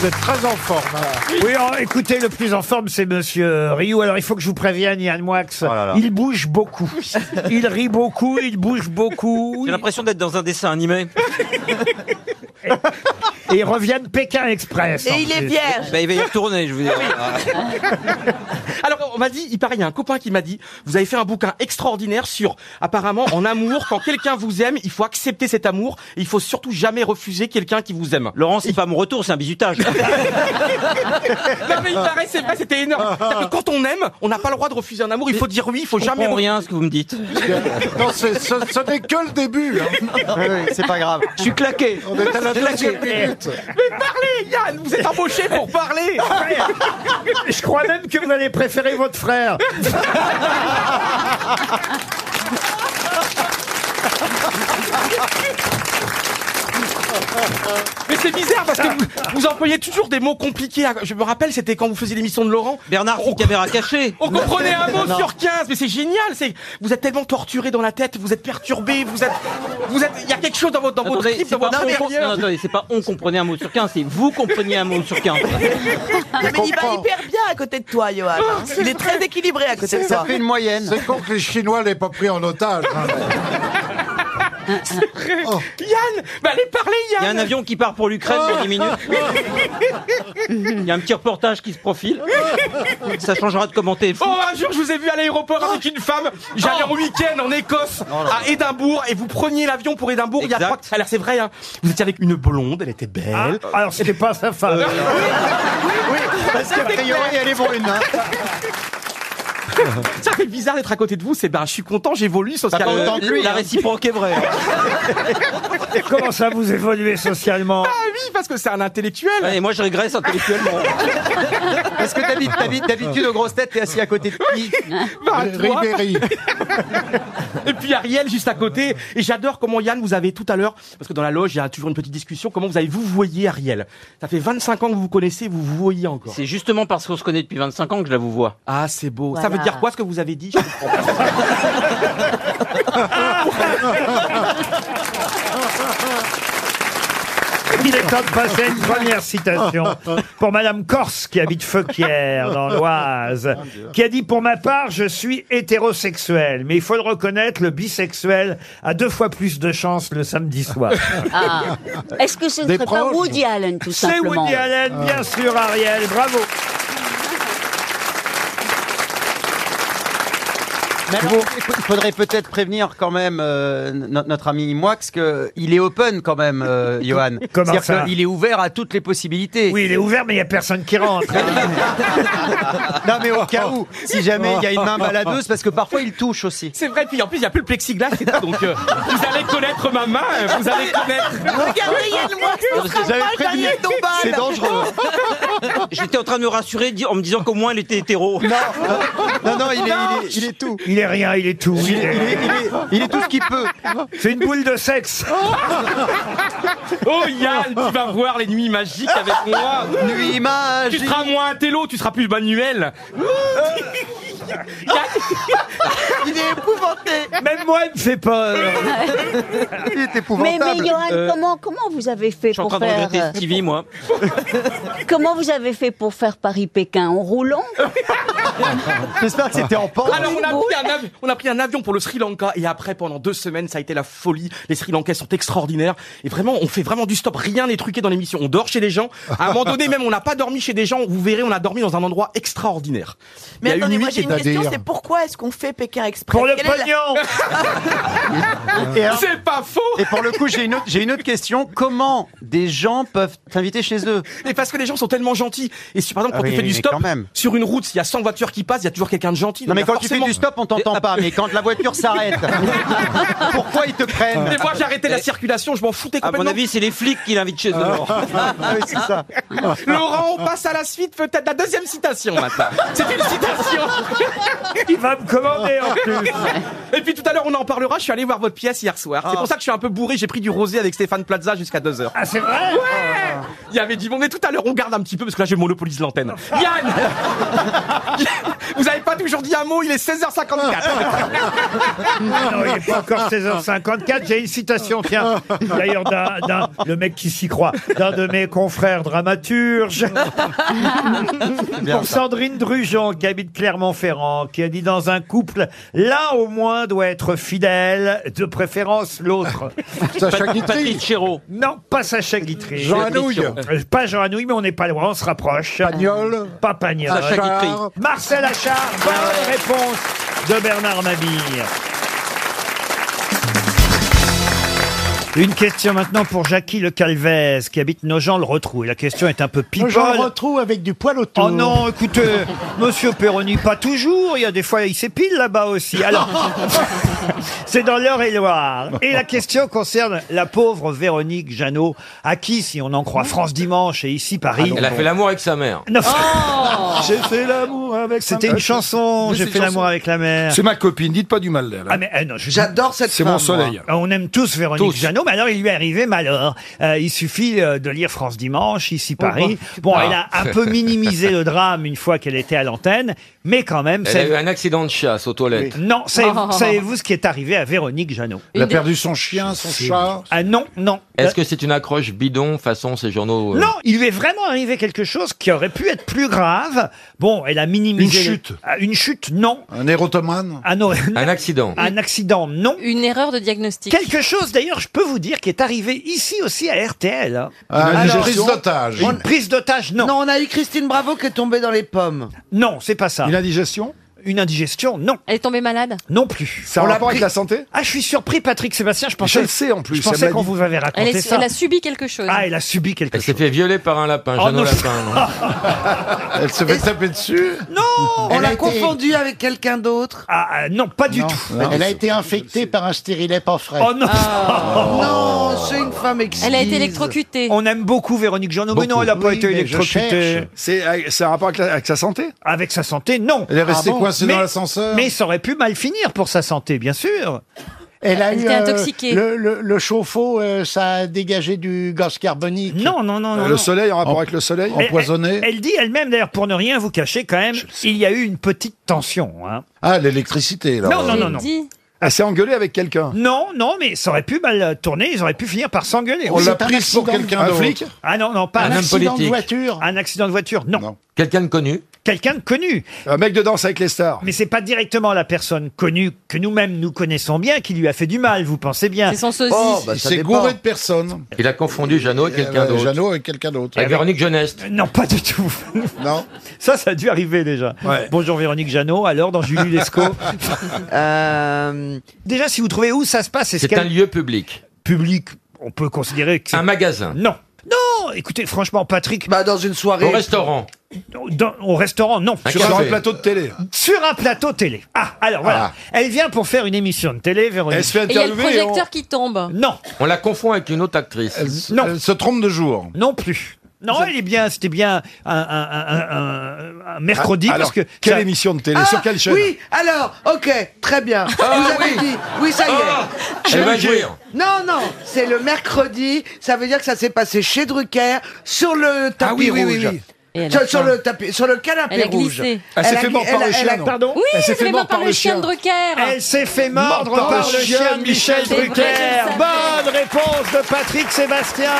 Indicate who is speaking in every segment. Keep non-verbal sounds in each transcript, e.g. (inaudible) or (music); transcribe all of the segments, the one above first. Speaker 1: vous êtes très en forme. hein.
Speaker 2: Oui, alors, écoutez, le plus en forme, c'est Monsieur Rioux. Alors, il faut que je vous prévienne, Yann Moix, il bouge beaucoup. (laughs) Il rit beaucoup, il bouge beaucoup.
Speaker 3: J'ai l'impression d'être dans un dessin animé.
Speaker 2: (laughs) Et ils reviennent Pékin Express. en
Speaker 4: Et il est
Speaker 2: plus.
Speaker 4: vierge.
Speaker 3: Bah, il va y retourner, je Ah. vous dis.
Speaker 5: Ah.
Speaker 6: Alors, on m'a dit, il paraît, il y a un copain qui m'a dit, vous avez fait un bouquin extraordinaire sur, apparemment, en amour, quand quelqu'un vous aime, il faut accepter cet amour, et il faut surtout jamais refuser quelqu'un qui vous aime.
Speaker 3: Laurent, c'est pas mon retour, c'est un
Speaker 6: (laughs)
Speaker 3: bisutage.
Speaker 6: Non, mais il paraît, c'est vrai, c'était énorme. C'est-à-dire que Quand on aime, on n'a pas le droit de refuser un amour, il faut dire oui, il faut
Speaker 3: Jamais
Speaker 6: jamais refuser.
Speaker 3: rien à ce que vous me dites.
Speaker 1: Non, c'est- ce, ce n'est que le début. hein.
Speaker 7: c'est pas grave.
Speaker 3: Je suis claqué.
Speaker 1: On est à la deuxième minute.
Speaker 6: Mais parlez, Yann, vous êtes embauché pour
Speaker 3: (laughs)
Speaker 6: parler.
Speaker 2: Je crois même que vous allez préférer votre frère.
Speaker 6: Mais c'est bizarre parce que vous, vous employez toujours des mots compliqués. à- Je me rappelle, c'était quand vous faisiez l'émission de Laurent.
Speaker 3: Bernard,
Speaker 6: on,
Speaker 3: caméra cachée.
Speaker 6: (laughs) on comprenait un mot sur 15, mais c'est génial. C'est vous êtes tellement torturé dans la tête, vous êtes perturbé, vous êtes, vous êtes. Il y a quelque chose dans votre dans votre
Speaker 3: Attendez,
Speaker 6: trip,
Speaker 3: c'est
Speaker 6: dans
Speaker 3: pas,
Speaker 6: votre
Speaker 3: on, non,
Speaker 6: intérieur.
Speaker 3: attendez, c'est pas on comprenait un mot sur 15, c'est vous compreniez un mot sur 15.
Speaker 4: Non, mais il va
Speaker 1: comprends.
Speaker 4: hyper bien à côté de toi, Johan.
Speaker 7: Oh,
Speaker 4: hein. Il est très équilibré à côté de
Speaker 7: Ça
Speaker 4: toi.
Speaker 7: fait une moyenne.
Speaker 1: C'est con que les Chinois l'aient pas pris en otage. (laughs) hein. Oh.
Speaker 6: Yann, bah allez parler, Yann. Oh.
Speaker 3: Il y a un avion (laughs) qui part pour l'Ukraine dans 10 minutes.
Speaker 6: (laughs)
Speaker 3: Il y a un petit reportage qui se profile. (laughs) Ça changera de commenter. Oh
Speaker 6: Oh, un jour, je vous ai vu à l'aéroport avec une femme. J'allais en week-end en Écosse, à Édimbourg, et vous preniez l'avion pour Édimbourg. Il y a
Speaker 3: Exact.
Speaker 6: trois. Alors, c'est vrai, hein. Vous étiez avec une blonde, elle
Speaker 2: Ah,
Speaker 6: était belle.
Speaker 2: alors, c'était pas sa
Speaker 6: (laughs)
Speaker 2: femme.
Speaker 7: Oui, parce qu'a priori, elle est brune. hein.
Speaker 6: Ça fait bizarre d'être à côté de vous. C'est ben, je suis content, j'évolue socialement.
Speaker 7: autant que lui,
Speaker 3: La
Speaker 7: hein.
Speaker 3: réciproque est vraie.
Speaker 2: Comment ça vous évoluez socialement
Speaker 6: hein. Ah oui, parce que c'est un intellectuel.
Speaker 3: Ouais, Et moi, je
Speaker 6: (laughs)
Speaker 3: régresse intellectuellement.
Speaker 7: Parce que d'habitude- d'habitude, d'habitude, aux grosses têtes, t'es assis à côté de qui
Speaker 6: (laughs) Bah, toi.
Speaker 1: Ribéry.
Speaker 6: (laughs) Et puis Ariel juste à côté. Et j'adore comment Yann, vous avez tout à l'heure, parce que dans la loge, il y a toujours une petite discussion, comment vous avez vous voyez Ariel Ça fait 25 ans que vous vous connaissez, vous vous voyez encore.
Speaker 3: C'est justement parce qu'on se connaît depuis 25 ans que je la vous vois.
Speaker 6: Ah, c'est beau. Ça
Speaker 4: Voilà.
Speaker 6: veut dire quoi ce que vous avez dit Je comprends pas.
Speaker 2: Il est temps de passer à une première citation pour Madame Corse, qui habite Feuquières, dans l'Oise, qui a dit Pour ma part, je suis hétérosexuel, mais il faut le reconnaître, le bisexuel a deux fois plus de chances le samedi soir.
Speaker 8: Ah. Est-ce que ce ne
Speaker 1: Des
Speaker 8: serait pas
Speaker 1: proches.
Speaker 8: Woody Allen, tout
Speaker 2: C'est
Speaker 8: simplement
Speaker 2: Woody Allen,
Speaker 7: Ah.
Speaker 2: bien sûr, Ariel, bravo.
Speaker 7: Mais alors, il faudrait peut-être prévenir quand même euh, no- notre ami Moix qu'il est open quand même, euh, Johan.
Speaker 2: Comment ça
Speaker 7: C'est-à-dire qu'il est ouvert à toutes les possibilités.
Speaker 2: Oui, il est ouvert, mais il n'y a personne qui rentre.
Speaker 7: (laughs) Non mais au cas où, si jamais il y a (laughs) une main baladeuse, parce que parfois il touche aussi.
Speaker 6: C'est vrai, puis en plus, il n'y a plus le plexiglas, c'est tout. Donc, euh, vous allez connaître ma main, euh, vous allez connaître.
Speaker 4: Regardez, Yann, moi, je ne serai pas le dernier
Speaker 7: C'est
Speaker 4: tombal.
Speaker 7: dangereux.
Speaker 3: J'étais en train de me rassurer di- en me disant qu'au moins elle était hétéro.
Speaker 7: Non, non, non, il est, il est, il est tout.
Speaker 2: Il est rien, il est tout.
Speaker 7: Il
Speaker 2: il
Speaker 7: est, il
Speaker 2: est-
Speaker 7: est- il est- il est tout ce qu'il peut.
Speaker 2: C'est une boule de sexe.
Speaker 6: Oh Yann, tu vas voir les nuits magiques avec moi.
Speaker 7: Nuit
Speaker 6: Tu
Speaker 7: magique.
Speaker 6: seras moins un télo, tu seras plus manuel.
Speaker 2: (laughs)
Speaker 4: Il est épouvanté.
Speaker 2: Même moi, il me fait peur.
Speaker 7: (laughs) Il est
Speaker 8: Mais, mais
Speaker 7: épouvantable.
Speaker 8: Johan,
Speaker 3: Euh,
Speaker 8: comment, comment vous avez fait
Speaker 3: Je suis en
Speaker 8: pour
Speaker 3: train de
Speaker 8: faire
Speaker 3: regretter
Speaker 8: euh,
Speaker 3: Stevie, moi.
Speaker 8: comment vous avez fait pour faire Paris-Pékin en roulant
Speaker 7: (laughs) J'espère que c'était en pente.
Speaker 6: Alors on a, pris un avi- on a pris un avion pour le Sri Lanka et après pendant deux semaines ça a été la folie. Les Sri Lankais sont extraordinaires et vraiment on fait vraiment du stop. Rien n'est truqué dans l'émission. On dort chez les gens. À un moment donné même on n'a pas dormi chez des gens. Vous verrez on a dormi dans un endroit extraordinaire.
Speaker 4: Mais
Speaker 6: Il y a eu
Speaker 4: attendez,
Speaker 6: une
Speaker 4: moi
Speaker 6: nuit
Speaker 4: j'ai
Speaker 6: qui
Speaker 4: une
Speaker 6: est à
Speaker 4: question,
Speaker 1: délire.
Speaker 4: c'est pourquoi est-ce qu'on fait Pékin Express
Speaker 2: Pour le
Speaker 4: Quelle est la-
Speaker 2: pognon.
Speaker 7: Et, alors-
Speaker 6: C'est pas faux.
Speaker 7: et pour le coup, j'ai une autre, j'ai une autre question. Comment des gens peuvent t'inviter chez eux Ah
Speaker 6: Et parce que les gens sont tellement gentils. Et si, par exemple quand
Speaker 7: Oui,
Speaker 6: tu fais du
Speaker 7: mais
Speaker 6: stop
Speaker 7: quand même.
Speaker 6: sur une route, il y a 100 voitures qui passent, il y a toujours quelqu'un de gentil.
Speaker 7: Non mais
Speaker 6: Donc,
Speaker 7: quand
Speaker 6: il y
Speaker 7: tu
Speaker 6: a
Speaker 7: fais du
Speaker 6: forcément-
Speaker 7: stop, on t'entend pas. Mais quand la voiture
Speaker 6: (laughs)
Speaker 7: s'arrête, pourquoi ils te prennent
Speaker 6: Mais moi j'ai arrêté la circulation, je m'en foutais
Speaker 3: À mon
Speaker 6: complètement.
Speaker 3: avis, c'est les flics qui l'invitent chez eux.
Speaker 7: Ah oui, c'est ça.
Speaker 6: Laurent, on passe à la suite peut-être la deuxième citation maintenant. C'est une citation.
Speaker 2: (laughs) Il va me commander en plus.
Speaker 6: Et puis tout à l'heure, on en parlera. Je suis allé voir votre
Speaker 2: Ah.
Speaker 6: pièce hier soir. C'est pour ça que je suis un peu bourré. J'ai pris du rosé avec Stéphane Plaza jusqu'à 2h.
Speaker 2: Ah, c'est vrai
Speaker 6: Il y avait du monde. Mais tout à l'heure, on garde un petit peu parce que là, je
Speaker 2: (laughs)
Speaker 6: monopolise l'antenne. Yann
Speaker 2: Ah,
Speaker 6: Vous n'avez pas toujours dit un mot, il est 16h54.
Speaker 2: (laughs) Ah Non, il n'est pas encore 16h54. J'ai une citation, tiens, d'ailleurs, d'un, d'un- le mec qui s'y croit, d'un de mes confrères dramaturges, pour Sandrine Drujon, qui habite Clermont-Ferrand, qui a dit dans un couple, l'un au moins doit être fidèle, de préférence l'autre.
Speaker 5: (laughs) Sacha Guitry,
Speaker 9: Patrick Chéreau.
Speaker 2: Non, pas Sacha Guitry.
Speaker 5: Jean Anouilh,
Speaker 2: Euh, Pas Jean Anouilh, mais on n'est pas loin, on se rapproche.
Speaker 5: Pagnol,
Speaker 2: Pas Pagnol.
Speaker 9: Sacha Guitry.
Speaker 5: Jarre,
Speaker 2: Marcel Achard, bonne réponse de Bernard Mabille. Une question maintenant pour Jackie Le Calvez, qui habite Nogent-le-Retrou. Et la question est un peu people.
Speaker 7: J'en retrouve avec du poil autour.
Speaker 2: Oh non, écoutez, Monsieur Perroni, pas toujours. Il y a des fois, il s'épile là-bas aussi. Alors, c'est dans l'Eure-et-Loire. Et la question concerne la pauvre Véronique Jeannot, à qui, si on en croit France Dimanche et ici Paris.
Speaker 3: Ah, Elle a fait l'amour Oh. avec sa mère.
Speaker 2: Non, Oh.
Speaker 7: J'ai fait l'amour avec
Speaker 2: C'était une chanson.
Speaker 1: Oui,
Speaker 2: J'ai
Speaker 1: c'est
Speaker 2: fait
Speaker 1: une
Speaker 2: l'amour
Speaker 1: chanson.
Speaker 2: avec la mer.
Speaker 1: C'est ma copine, dites pas du mal d'elle. hein.
Speaker 2: Ah mais eh, non, je-
Speaker 7: J'adore cette
Speaker 1: C'est mon soleil.
Speaker 2: Ah, On aime tous Véronique
Speaker 1: Tous.
Speaker 2: Jeannot, mais alors il lui est arrivé malheur. Euh, il suffit euh, de lire France Dimanche, ici
Speaker 1: Oh,
Speaker 2: Paris. Bon, elle
Speaker 1: Ah.
Speaker 2: a un peu minimisé le drame une fois qu'elle était à l'antenne, mais quand même,
Speaker 3: Elle a eu
Speaker 2: savez-
Speaker 3: un accident de chasse aux toilettes.
Speaker 2: non, savez-
Speaker 3: Oh.
Speaker 2: savez-vous ce qui est arrivé à Véronique Jeannot
Speaker 5: il a perdu son chien, son chat.
Speaker 2: Ah non, non.
Speaker 3: Est-ce que c'est une accroche bidon façon ces journaux euh,
Speaker 2: Non, il lui est vraiment arrivé quelque chose qui aurait pu être plus grave. Bon, elle a minimisé.
Speaker 5: Une
Speaker 2: le-
Speaker 5: chute.
Speaker 2: Ah, Une chute, non.
Speaker 5: Un érotomane
Speaker 2: Ah non,
Speaker 3: Un accident.
Speaker 2: un accident, non.
Speaker 10: Une erreur de diagnostic.
Speaker 2: Quelque chose d'ailleurs, je peux vous dire, qui est arrivé ici aussi à RTL. hein.
Speaker 5: Ah, Une
Speaker 7: Alors,
Speaker 5: prise d'otage
Speaker 2: Une prise d'otage, non.
Speaker 7: Non,
Speaker 2: Non,
Speaker 7: on a eu Christine Bravo qui est tombée dans les pommes.
Speaker 2: c'est pas ça.
Speaker 1: Une indigestion
Speaker 2: Une indigestion, non.
Speaker 10: Elle est tombée malade
Speaker 2: Non plus.
Speaker 1: Ça a
Speaker 7: On
Speaker 1: un
Speaker 7: l'a
Speaker 1: rapport avec
Speaker 7: pris-
Speaker 1: la santé
Speaker 2: Ah, je suis surpris, Patrick Sébastien. Je
Speaker 1: Je
Speaker 2: pensais,
Speaker 1: le sais en plus.
Speaker 2: je
Speaker 1: ça me
Speaker 2: pensais
Speaker 1: l'a
Speaker 2: qu'on
Speaker 1: dit.
Speaker 2: vous avait
Speaker 10: elle,
Speaker 2: raconté
Speaker 10: est-
Speaker 2: ça.
Speaker 10: elle a subi quelque chose.
Speaker 2: Ah, elle a subi quelque
Speaker 3: Elle s'est
Speaker 2: chose.
Speaker 3: fait violer par un lapin,
Speaker 2: Oh,
Speaker 3: Jeannot
Speaker 2: non.
Speaker 3: Lapin. non
Speaker 5: Elle se fait taper dessus
Speaker 2: Non
Speaker 7: on
Speaker 5: Elle a
Speaker 7: l'a
Speaker 5: été-
Speaker 7: confondue avec quelqu'un d'autre.
Speaker 2: Ah, ah, Non, pas du tout.
Speaker 5: Elle a
Speaker 7: été infectée par un stérilet pas frais.
Speaker 2: Oh non
Speaker 11: Ah.
Speaker 7: (laughs)
Speaker 2: (laughs)
Speaker 7: Non, c'est une femme excise.
Speaker 10: Ah. Elle a été électrocutée.
Speaker 2: On aime beaucoup Véronique Jeannot, mais non, elle n'a pas
Speaker 7: Oui,
Speaker 2: été
Speaker 7: mais je
Speaker 2: électrocutée.
Speaker 7: cherche.
Speaker 1: C'est euh, c'est un rapport avec, la- avec sa santé
Speaker 2: Avec sa santé, non. Ah
Speaker 5: Elle est restée coincée
Speaker 2: Mais-
Speaker 5: dans l'ascenseur
Speaker 2: Mais ça aurait pu mal finir pour sa santé, bien sûr.
Speaker 7: Elle a euh,
Speaker 10: Elle était intoxiquée.
Speaker 7: le, le chauffe-eau, euh, ça a dégagé du gaz carbonique.
Speaker 2: Non, non, Ah, non, Eh, non.
Speaker 1: Le
Speaker 2: non.
Speaker 1: soleil, en rapport avec le soleil
Speaker 2: Mais
Speaker 5: empoisonnée.
Speaker 2: Elle, elle dit elle-même, d'ailleurs, pour ne rien vous cacher, quand même, il y a eu une petite tension. hein.
Speaker 5: Ah, l'électricité, là.
Speaker 2: Non, non,
Speaker 10: J'ai
Speaker 2: non, non.
Speaker 10: dit.
Speaker 1: Elle s'est engueulée avec quelqu'un.
Speaker 2: Non, non, Oh, mais ça aurait pu mal euh, tourner, ils auraient pu finir par s'engueuler.
Speaker 5: On
Speaker 2: Oui.
Speaker 5: l'a
Speaker 7: c'est un
Speaker 5: prise pour
Speaker 7: accident.
Speaker 5: quelqu'un
Speaker 1: Un
Speaker 5: d'autre.
Speaker 1: flic
Speaker 2: Ah non, non, pas
Speaker 3: Un
Speaker 2: un,
Speaker 3: homme politique.
Speaker 7: voiture.
Speaker 2: un accident de voiture, non.
Speaker 5: Non.
Speaker 3: Quelqu'un de connu.
Speaker 2: Quelqu'un de connu.
Speaker 1: Un mec de danse avec les stars.
Speaker 2: Mais c'est pas directement la personne connue que nous-mêmes nous connaissons bien qui lui a fait du mal, vous pensez bien.
Speaker 10: C'est son sosie.
Speaker 5: Il s'est gouré de personne.
Speaker 3: Il a confondu Jeannot avec quelqu'un
Speaker 5: Euh,
Speaker 3: d'autre.
Speaker 5: Jeannot avec quelqu'un d'autre.
Speaker 3: Avec Véronique Jeuneste.
Speaker 2: Non, pas du tout.
Speaker 5: Non
Speaker 2: Ça, ça a dû arriver déjà.
Speaker 1: Ouais.
Speaker 2: Bonjour Véronique Jeannot, alors dans Julie
Speaker 5: (laughs)
Speaker 2: Lescaut.
Speaker 1: (laughs)
Speaker 10: Euh,
Speaker 2: Déjà, si vous trouvez où ça se passe, est-ce
Speaker 3: C'est un
Speaker 2: qu'un
Speaker 3: lieu public.
Speaker 2: public, on peut considérer que c'est...
Speaker 3: Un magasin.
Speaker 2: Non. Non, écoutez, franchement, Patrick,
Speaker 7: Bah, dans une soirée.
Speaker 3: Au restaurant.
Speaker 2: dans- au restaurant, non.
Speaker 3: Un
Speaker 1: Sur
Speaker 3: café.
Speaker 1: un plateau de télé.
Speaker 2: Sur un plateau télé. Ah, alors voilà. Elle vient pour faire une émission de télé, Véronique.
Speaker 1: Elle se fait
Speaker 10: Et il y a le
Speaker 1: interviewer. et on-
Speaker 10: projecteur qui tombe.
Speaker 2: Non,
Speaker 3: On la confond avec une autre actrice.
Speaker 5: Elle, s-
Speaker 2: Non.
Speaker 5: elle se trompe de jour.
Speaker 2: non plus. Non, elle est bien, c'était bien un, un- un- un- un mercredi
Speaker 1: Ah,
Speaker 2: parce
Speaker 1: Alors,
Speaker 2: que
Speaker 1: quelle
Speaker 2: ça-
Speaker 1: émission de télé
Speaker 7: Ah,
Speaker 1: Sur quelle chaîne Ah,
Speaker 7: Oui, alors, ok, très bien. Vous avez dit, oui, ça y est.
Speaker 3: Elle va jouir.
Speaker 7: Non, non, c'est le mercredi, ça veut dire que ça s'est passé chez Drucker, sur le tapis
Speaker 1: Ah, oui, oui,
Speaker 7: rouge.
Speaker 1: oui, oui.
Speaker 10: Et elle a
Speaker 7: Sur,
Speaker 10: faim.
Speaker 7: sur le tapis, sur le canapé
Speaker 10: Elle a
Speaker 7: rouge.
Speaker 10: glissé.
Speaker 1: Elle s'est
Speaker 7: a
Speaker 1: Ah, fait
Speaker 7: gli-
Speaker 1: mort par
Speaker 7: elle a-
Speaker 1: le
Speaker 7: elle a-
Speaker 1: chien. non
Speaker 2: Pardon
Speaker 10: Oui,
Speaker 1: Elle s'est
Speaker 10: elle
Speaker 1: fait
Speaker 10: fait
Speaker 1: mordre
Speaker 10: mort par le chien de Drucker.
Speaker 2: Elle s'est fait mordre par, le chien de Michel
Speaker 10: C'est vrai,
Speaker 2: Drucker.
Speaker 10: je le savais.
Speaker 2: Bonne réponse de Patrick Sébastien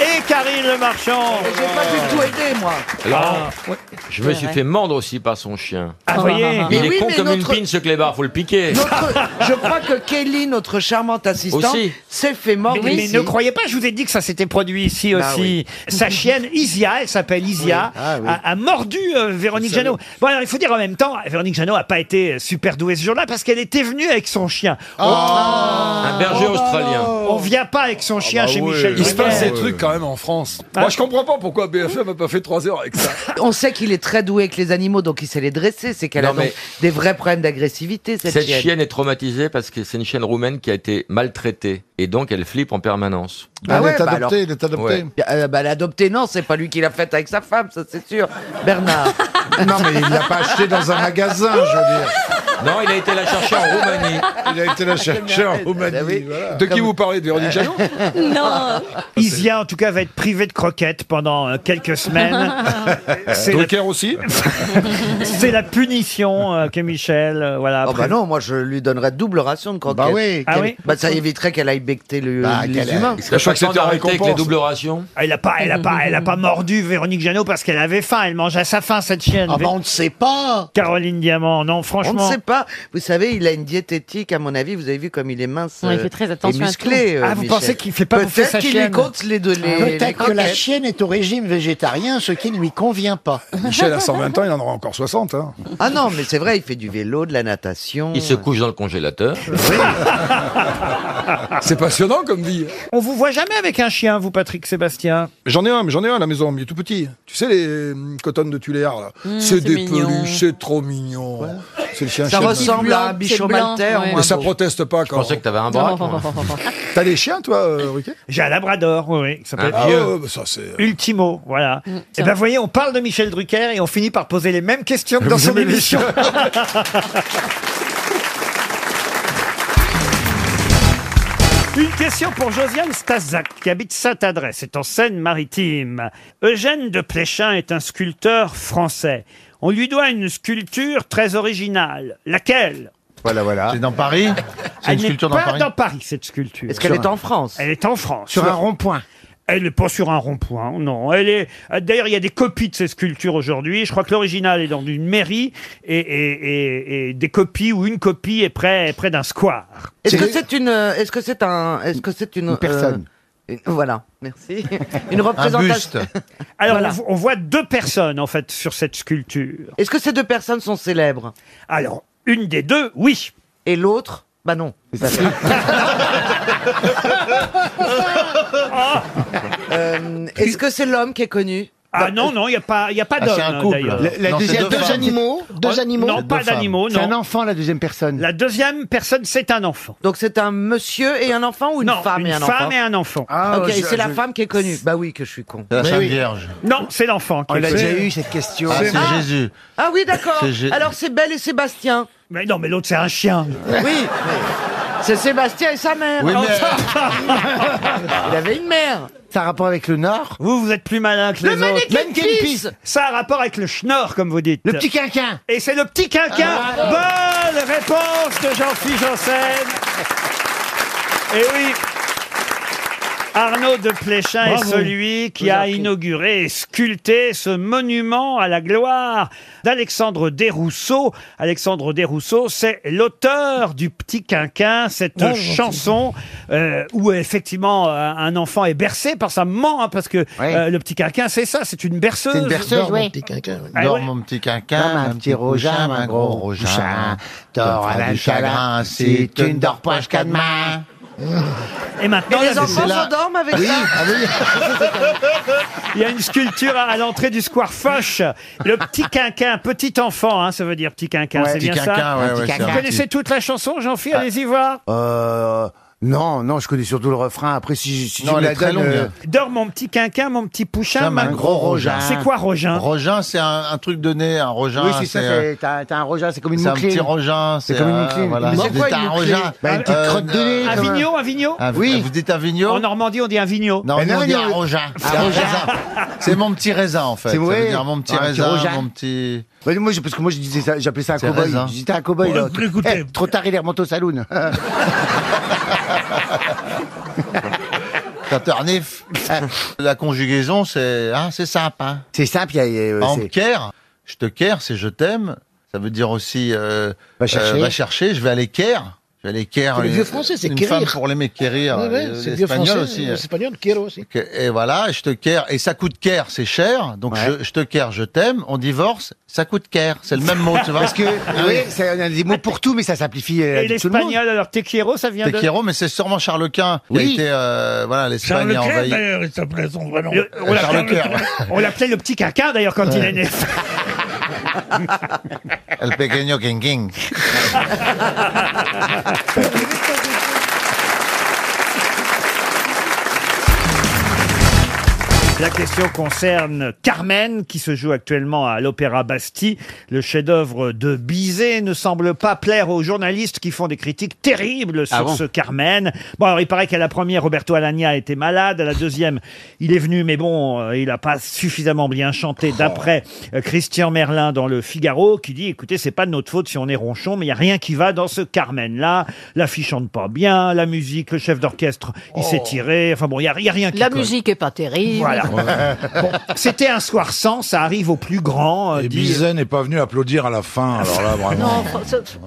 Speaker 2: et Karine Le Marchand.
Speaker 7: J'ai pas du tout aidé,
Speaker 1: (laughs)
Speaker 7: moi.
Speaker 3: Alors, je me suis fait mordre aussi par son chien.
Speaker 2: Ah, vous voyez
Speaker 3: Il
Speaker 7: Mais
Speaker 3: est
Speaker 7: oui,
Speaker 3: con
Speaker 7: mais
Speaker 3: comme
Speaker 7: notre-
Speaker 3: une pine, ce clébard. Faut le piquer.
Speaker 7: (laughs) Notre- je crois que Kelly, notre charmante assistante,
Speaker 3: Aussi.
Speaker 7: s'est fait mordre
Speaker 2: Mais, mais
Speaker 7: ici.
Speaker 2: ne croyez pas, je vous ai dit que ça s'était produit ici
Speaker 1: Bah
Speaker 2: aussi.
Speaker 1: (laughs)
Speaker 2: Sa chienne Isia, elle
Speaker 1: Ah
Speaker 2: s'appelle Isia, a, a mordu euh, Véronique Jeannot. Bon, alors il faut dire en même temps, Véronique Jeannot n'a pas été euh, super douée ce jour-là parce qu'elle était venue avec son chien.
Speaker 1: Ah.
Speaker 3: Un berger
Speaker 1: Oh
Speaker 3: australien.
Speaker 2: On vient pas avec son chien chez Michel
Speaker 1: Ah bah Il se
Speaker 2: Drucker. Hein
Speaker 1: passe des trucs quand même en France. Moi, je comprends pas pourquoi BFM a pas fait 3 heures avec ça.
Speaker 7: (laughs) On sait qu'il est très doué avec les animaux, donc il sait les dresser. C'est qu'elle
Speaker 3: Non,
Speaker 7: a donc
Speaker 3: mais-
Speaker 7: des vrais problèmes d'agressivité, cette,
Speaker 3: Cette
Speaker 7: chienne.
Speaker 3: chienne est traumatisée parce que c'est une chienne roumaine qui a été maltraitée. Et donc, elle flippe en permanence.
Speaker 7: Bah
Speaker 5: elle
Speaker 7: ouais,
Speaker 5: est
Speaker 7: bah
Speaker 5: adoptée,
Speaker 7: alors.
Speaker 5: elle est adoptée.
Speaker 7: Euh, bah, l'adopter, non, c'est pas lui qui l'a faite avec sa femme, ça c'est sûr. Bernard.
Speaker 2: (laughs)
Speaker 5: Non, mais il l'a pas acheté dans un magasin, je veux dire.
Speaker 3: Non, il a été la chercher en Roumanie.
Speaker 12: Il a été
Speaker 1: Ah,
Speaker 12: la chercher en Roumanie.
Speaker 1: Eh De qui vous parlez De
Speaker 7: (laughs)
Speaker 1: Véronique (laughs) Jeannot
Speaker 11: Non.
Speaker 2: Isia, en tout cas, va être privé de croquettes pendant euh, quelques semaines. C'est la,
Speaker 1: Drucker aussi
Speaker 2: (laughs) c'est la punition euh, que Michel, euh, voilà.
Speaker 7: Oh bah non, moi je lui donnerais double ration de croquettes.
Speaker 12: Bah oui.
Speaker 2: Ah
Speaker 7: Qu'elle-
Speaker 2: oui
Speaker 7: bah ça éviterait qu'elle aille becter le,
Speaker 12: Bah,
Speaker 7: les
Speaker 12: qu'elle-
Speaker 7: humains.
Speaker 3: Je crois que c'était arrêté avec les
Speaker 12: récompense.
Speaker 3: doubles rations.
Speaker 2: Ah, Elle a pas, elle a pas, elle a pas mordu Véronique Jeannot parce qu'elle avait faim. Elle mange à sa faim cette chienne.
Speaker 7: Ah bah on ne sait pas.
Speaker 2: Caroline Diamant, non,
Speaker 7: On
Speaker 2: franchement.
Speaker 7: ne sait pas. Vous savez, il a une diététique, à mon avis. Vous avez vu comme il est mince
Speaker 11: Ouais, il
Speaker 7: euh,
Speaker 11: fait très attention
Speaker 7: et
Speaker 11: à
Speaker 7: musclé. euh,
Speaker 2: Ah, vous
Speaker 7: Michel.
Speaker 2: pensez qu'il fait pas bouffer
Speaker 7: Peut-être
Speaker 2: sa
Speaker 7: qu'il lui
Speaker 2: chienne Ah,
Speaker 7: compte les deux. les- les
Speaker 5: Peut-être que la
Speaker 7: croquettes.
Speaker 5: chienne est au régime végétarien, ce qui ne lui
Speaker 2: (laughs)
Speaker 5: convient pas.
Speaker 1: Michel a 120 ans, il en aura encore 60. hein.
Speaker 7: Ah non, mais c'est vrai, il fait du vélo, de la natation.
Speaker 3: Il se couche dans le congélateur.
Speaker 1: C'est passionnant comme vie.
Speaker 2: On vous voit jamais avec un chien, vous, Patrick Sébastien.
Speaker 1: J'en ai un, mais j'en ai un à la maison, mais il est tout petit. Tu sais, les hum, cotonnes de Tuléar, là. c'est
Speaker 11: c'est
Speaker 1: des
Speaker 11: mignon.
Speaker 1: peluches, c'est trop mignon. C'est le chien
Speaker 7: Ça
Speaker 1: chien.
Speaker 7: ressemble à un
Speaker 11: blanc,
Speaker 7: bichon
Speaker 11: c'est blanc,
Speaker 7: maltais.
Speaker 11: ouais.
Speaker 7: ou un
Speaker 1: Mais ça
Speaker 7: beau-
Speaker 1: proteste pas
Speaker 3: Je
Speaker 1: quand
Speaker 3: pensais que t'avais un bras. moi.
Speaker 1: T'as des chiens, toi, euh, Ruquier
Speaker 2: J'ai un labrador, oui, oui, qui s'appelle
Speaker 1: Ah
Speaker 2: Vieux.
Speaker 1: ouais, bah ça, c'est.
Speaker 2: Ultimo, voilà. et
Speaker 11: tiens.
Speaker 2: ben voyez, on parle de Michel Drucker et on finit par poser les mêmes questions que dans
Speaker 1: Vous
Speaker 2: son
Speaker 1: aimez
Speaker 2: émission. Une question pour Josiane Stazac, qui habite Saint-Adresse, c'est en Seine-Maritime. Eugène de Pléchin est un sculpteur français. On lui doit une sculpture très originale. Laquelle
Speaker 7: Voilà, voilà.
Speaker 5: dans Paris
Speaker 2: Elle n'est pas dans Paris, cette sculpture.
Speaker 7: Est-ce qu'elle est en France
Speaker 2: Elle est en France.
Speaker 5: Sur un rond-point.
Speaker 2: Elle n'est pas sur un rond-point, non. Elle est. D'ailleurs, il y a des copies de ces sculptures aujourd'hui. Je crois que l'original est dans une mairie et, et- et- et des copies ou une copie est près, est près d'un square.
Speaker 7: Est-ce que c'est une, euh, est-ce que c'est un, est-ce que c'est une, euh,
Speaker 5: personne.
Speaker 7: une- voilà,
Speaker 5: (laughs)
Speaker 7: merci. Une représentation. (laughs)
Speaker 2: Alors,
Speaker 7: Voilà.
Speaker 2: on vo- on, voit deux personnes en fait sur cette sculpture.
Speaker 7: Est-ce que ces deux personnes sont célèbres
Speaker 2: Alors, une des deux, oui.
Speaker 7: Eh ben. et l'autre, bah non. (laughs) Euh, est-ce que c'est l'homme qui est connu Bah,
Speaker 2: Ah non, non, il n'y a pas, il y a pas
Speaker 5: Ah,
Speaker 2: d'homme.
Speaker 5: c'est un couple.
Speaker 2: d'ailleurs.
Speaker 5: La- la Non, deuxième- c'est deux deux femmes.
Speaker 7: animaux,
Speaker 2: Oh, Non, pas d'animaux,
Speaker 5: C'est un
Speaker 2: non.
Speaker 5: enfant, la deuxième personne.
Speaker 2: La deuxième personne, c'est un enfant.
Speaker 7: Donc c'est un monsieur et un enfant ou une
Speaker 2: non,
Speaker 7: femme
Speaker 2: une
Speaker 7: et un
Speaker 2: femme
Speaker 7: enfant
Speaker 2: et un enfant.
Speaker 5: Ah,
Speaker 7: Ok, et c'est la femme qui est connue. Bah oui, que je suis con.
Speaker 5: Mais oui.
Speaker 2: Non, c'est l'enfant. qui
Speaker 5: On
Speaker 2: est
Speaker 5: l'a
Speaker 2: connu.
Speaker 5: déjà eu, cette question.
Speaker 7: Ah. Ah oui, d'accord. Alors c'est Belle et Sébastien.
Speaker 2: Mais non, mais l'autre, c'est un chien.
Speaker 7: Oui. C'est Sébastien et sa mère. Enfin, Il avait une mère.
Speaker 5: Ça a rapport avec le Nord
Speaker 2: Vous, vous êtes plus malin que
Speaker 7: Le
Speaker 2: les autres.
Speaker 7: mannequin
Speaker 5: Mannequin
Speaker 7: de
Speaker 5: Pis.
Speaker 7: pisse.
Speaker 2: Ça a rapport avec le schnorr, comme vous dites.
Speaker 5: Le petit quinquin
Speaker 2: Et c'est le petit quinquin.
Speaker 7: Ah.
Speaker 2: Bonne réponse de Jean-Philippe Janssen. Et oui. Arnaud de Pléchin est celui qui a inauguré et sculpté ce monument à la gloire d'Alexandre Desrousseaux. Alexandre Desrousseaux, c'est l'auteur du Petit Quinquin, cette chanson euh, où effectivement euh, un enfant est bercé par sa maman, hein, parce que euh, le Petit Quinquin, c'est ça, c'est une berceuse. Ah, ouais.
Speaker 5: petit quinquin, un petit rogin, un gros rogin. T'auras un chagrin si tu ne dors pas jusqu'à demain.
Speaker 2: Et
Speaker 7: Et
Speaker 2: maintenant, il y a
Speaker 7: les
Speaker 2: des-
Speaker 7: enfants s'endorment avec ça.
Speaker 2: ah
Speaker 7: (laughs)
Speaker 2: Il y a une sculpture à, à l'entrée du square Foch. Le petit quinquin, petit enfant, hein, ça veut dire petit quinquin, c'est Ah. bien ça. Vous connaissez toute la chanson, Jean-Philippe Allez-y voir.
Speaker 5: Euh... Non, non, je connais surtout le refrain. Après, si, si tu me la donnes... euh,
Speaker 2: Dors mon petit quinquin, mon petit pouchin,
Speaker 5: Chum,
Speaker 2: ma
Speaker 5: un gros rogin.
Speaker 2: C'est quoi rogin
Speaker 13: Rogin, c'est un, un truc de nez, un rogin.
Speaker 5: oui, c'est ça, c'est- t'as t'as un rogin, c'est comme une
Speaker 13: c'est un
Speaker 5: moucline.
Speaker 13: petit rogin.
Speaker 5: C'est comme une
Speaker 13: un-
Speaker 5: moucline.
Speaker 13: euh, voilà.
Speaker 5: Mais c'est
Speaker 13: Vous
Speaker 5: quoi une
Speaker 13: dites un
Speaker 5: moucline
Speaker 13: rogin
Speaker 5: Bah, une petite
Speaker 13: Euh,
Speaker 5: crotte de nez,
Speaker 13: euh,
Speaker 5: comme un-
Speaker 2: Avignon, Avignon
Speaker 13: un-
Speaker 5: Oui.
Speaker 13: Vous dites un vignon
Speaker 2: En Normandie, on dit un vignon.
Speaker 13: Non,
Speaker 5: Mais
Speaker 13: nous,
Speaker 5: non,
Speaker 13: on dit
Speaker 5: il y a-
Speaker 13: un rogin. C'est
Speaker 5: un
Speaker 13: un
Speaker 5: rogin.
Speaker 13: raisin. C'est mon petit raisin, en fait.
Speaker 5: C'est
Speaker 13: Ça veut
Speaker 5: vrai. Ah,
Speaker 13: dire mon petit
Speaker 5: Un petit
Speaker 13: raisin,
Speaker 5: rogin.
Speaker 13: mon petit...
Speaker 5: Bah, moi, je- parce que moi, je disais ça, j'appelais ça un
Speaker 13: C'est
Speaker 5: cow-boy.
Speaker 13: raisin.
Speaker 5: J'étais un cow-boy. là.
Speaker 13: (laughs)
Speaker 12: écoutez.
Speaker 5: Eh, trop tard, il est remonté au saloon. (laughs)
Speaker 13: Taternif. La conjugaison, c'est hein, c'est simple. Hein.
Speaker 5: c'est simple, il y a. euh,
Speaker 13: En
Speaker 5: c'est-
Speaker 13: care, je te care, c'est je t'aime. Ça veut dire aussi... euh,
Speaker 5: Va chercher.
Speaker 13: va chercher, je vais aller care. Je vais aller care.
Speaker 5: C'est le
Speaker 13: une-
Speaker 5: vieux français, c'est
Speaker 13: Une
Speaker 5: quérir.
Speaker 13: femme pour l'aimer, quérir. Euh, L'espagnol aussi. euh.
Speaker 5: espagnol, quiero aussi.
Speaker 13: Que- Et voilà, je te care. Et ça coûte care, c'est cher. Donc
Speaker 5: Ouais.
Speaker 13: je, je te care, je t'aime. On divorce, ça coûte care. (laughs) C'est le même mot, tu vois. Ah
Speaker 5: Parce que, oui, c'est- on a des mots pour tout, mais ça simplifie. euh,
Speaker 2: Et
Speaker 5: tout le monde.
Speaker 2: l'espagnol, alors tequiero, ça vient
Speaker 13: T'es
Speaker 2: de...
Speaker 13: Quiero, mais c'est sûrement Charles Quint. qui
Speaker 5: Oui.
Speaker 13: a été, euh, voilà, l'Espagne a envahi. (laughs)
Speaker 12: il s'appelait Ah, son vrai nom.
Speaker 2: Le- on
Speaker 13: Euh,
Speaker 2: l'appelait-
Speaker 13: Charles Cœur, ouais.
Speaker 2: on l'appelait le petit quinquin d'ailleurs quand il est né. (laughs)
Speaker 5: ben-
Speaker 13: El pequeño King
Speaker 5: (laughs)
Speaker 13: King.
Speaker 2: La question concerne Carmen, qui se joue actuellement à l'Opéra Bastille. Le chef-d'œuvre de Bizet ne semble pas plaire aux journalistes qui font des critiques terribles sur
Speaker 14: Ah bon
Speaker 2: ce Carmen. Bon, alors il paraît qu'à la première, Roberto Alagna était malade. À la deuxième, il est venu, mais bon, euh, il n'a pas suffisamment bien
Speaker 14: Oh.
Speaker 2: chanté, d'après euh, Christian Merlin dans Le Figaro, qui dit, écoutez, c'est pas de notre faute si on est ronchon, mais il n'y a rien qui va dans ce Carmen-là. L'affiche chante pas bien, la musique, le chef d'orchestre, il
Speaker 14: Oh.
Speaker 2: s'est tiré. Enfin bon, il n'y a, il Euh, y a rien qui
Speaker 15: La
Speaker 2: colle.
Speaker 15: musique est pas terrible.
Speaker 2: Voilà. Bon, c'était un soir sans, ça arrive au plus grand. euh,
Speaker 1: Et
Speaker 2: dit-
Speaker 1: Bizet n'est pas venu applaudir à la fin, alors là, vraiment.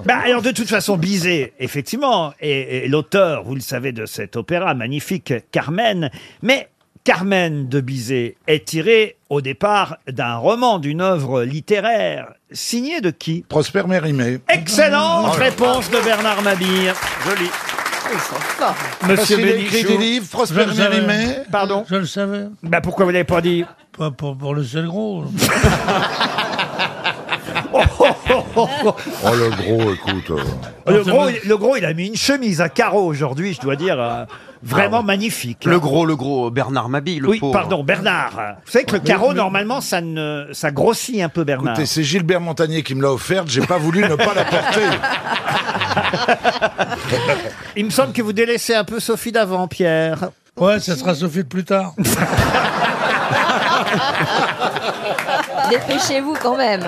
Speaker 2: Bah, alors de toute façon, Bizet, effectivement, est, est l'auteur, vous le savez, de cet opéra magnifique, Carmen. Mais Carmen de Bizet est tiré au départ d'un roman, d'une œuvre littéraire, signée de qui
Speaker 1: Prosper Mérimée.
Speaker 2: Excellente
Speaker 1: Oh là.
Speaker 2: réponse de Bernard Mabir. Joli.
Speaker 12: Ah,
Speaker 2: Monsieur
Speaker 1: Parce qu'il a écrit
Speaker 2: Bénichou.
Speaker 1: des livres, Prosper Mérimée.
Speaker 2: Pardon
Speaker 12: Je le savais.
Speaker 2: Bah pourquoi vous l'avez pas dit
Speaker 12: Pas pour, pour le seul
Speaker 2: (laughs)
Speaker 12: gros. (laughs)
Speaker 13: Oh le gros, écoute. euh.
Speaker 2: Oh, Le gros, le gros, il a mis une chemise à carreaux aujourd'hui, je dois dire. euh, vraiment magnifique.
Speaker 6: Ah, Le gros, le gros, euh, Bernard Mabille, le
Speaker 2: Oui,
Speaker 6: pauvre.
Speaker 2: pardon, Bernard. Vous savez que le
Speaker 6: Mais-
Speaker 2: carreau,
Speaker 6: mais-
Speaker 2: normalement, ça, ne, ça grossit un peu, Bernard.
Speaker 1: Écoutez, c'est Gilbert Montagnier qui me l'a offerte, j'ai pas voulu ne pas la porter.
Speaker 2: Il me semble que vous délaissez un peu Sophie d'avant, Pierre.
Speaker 12: Ouais, ça sera Sophie de plus tard.
Speaker 16: Dépêchez-vous quand même.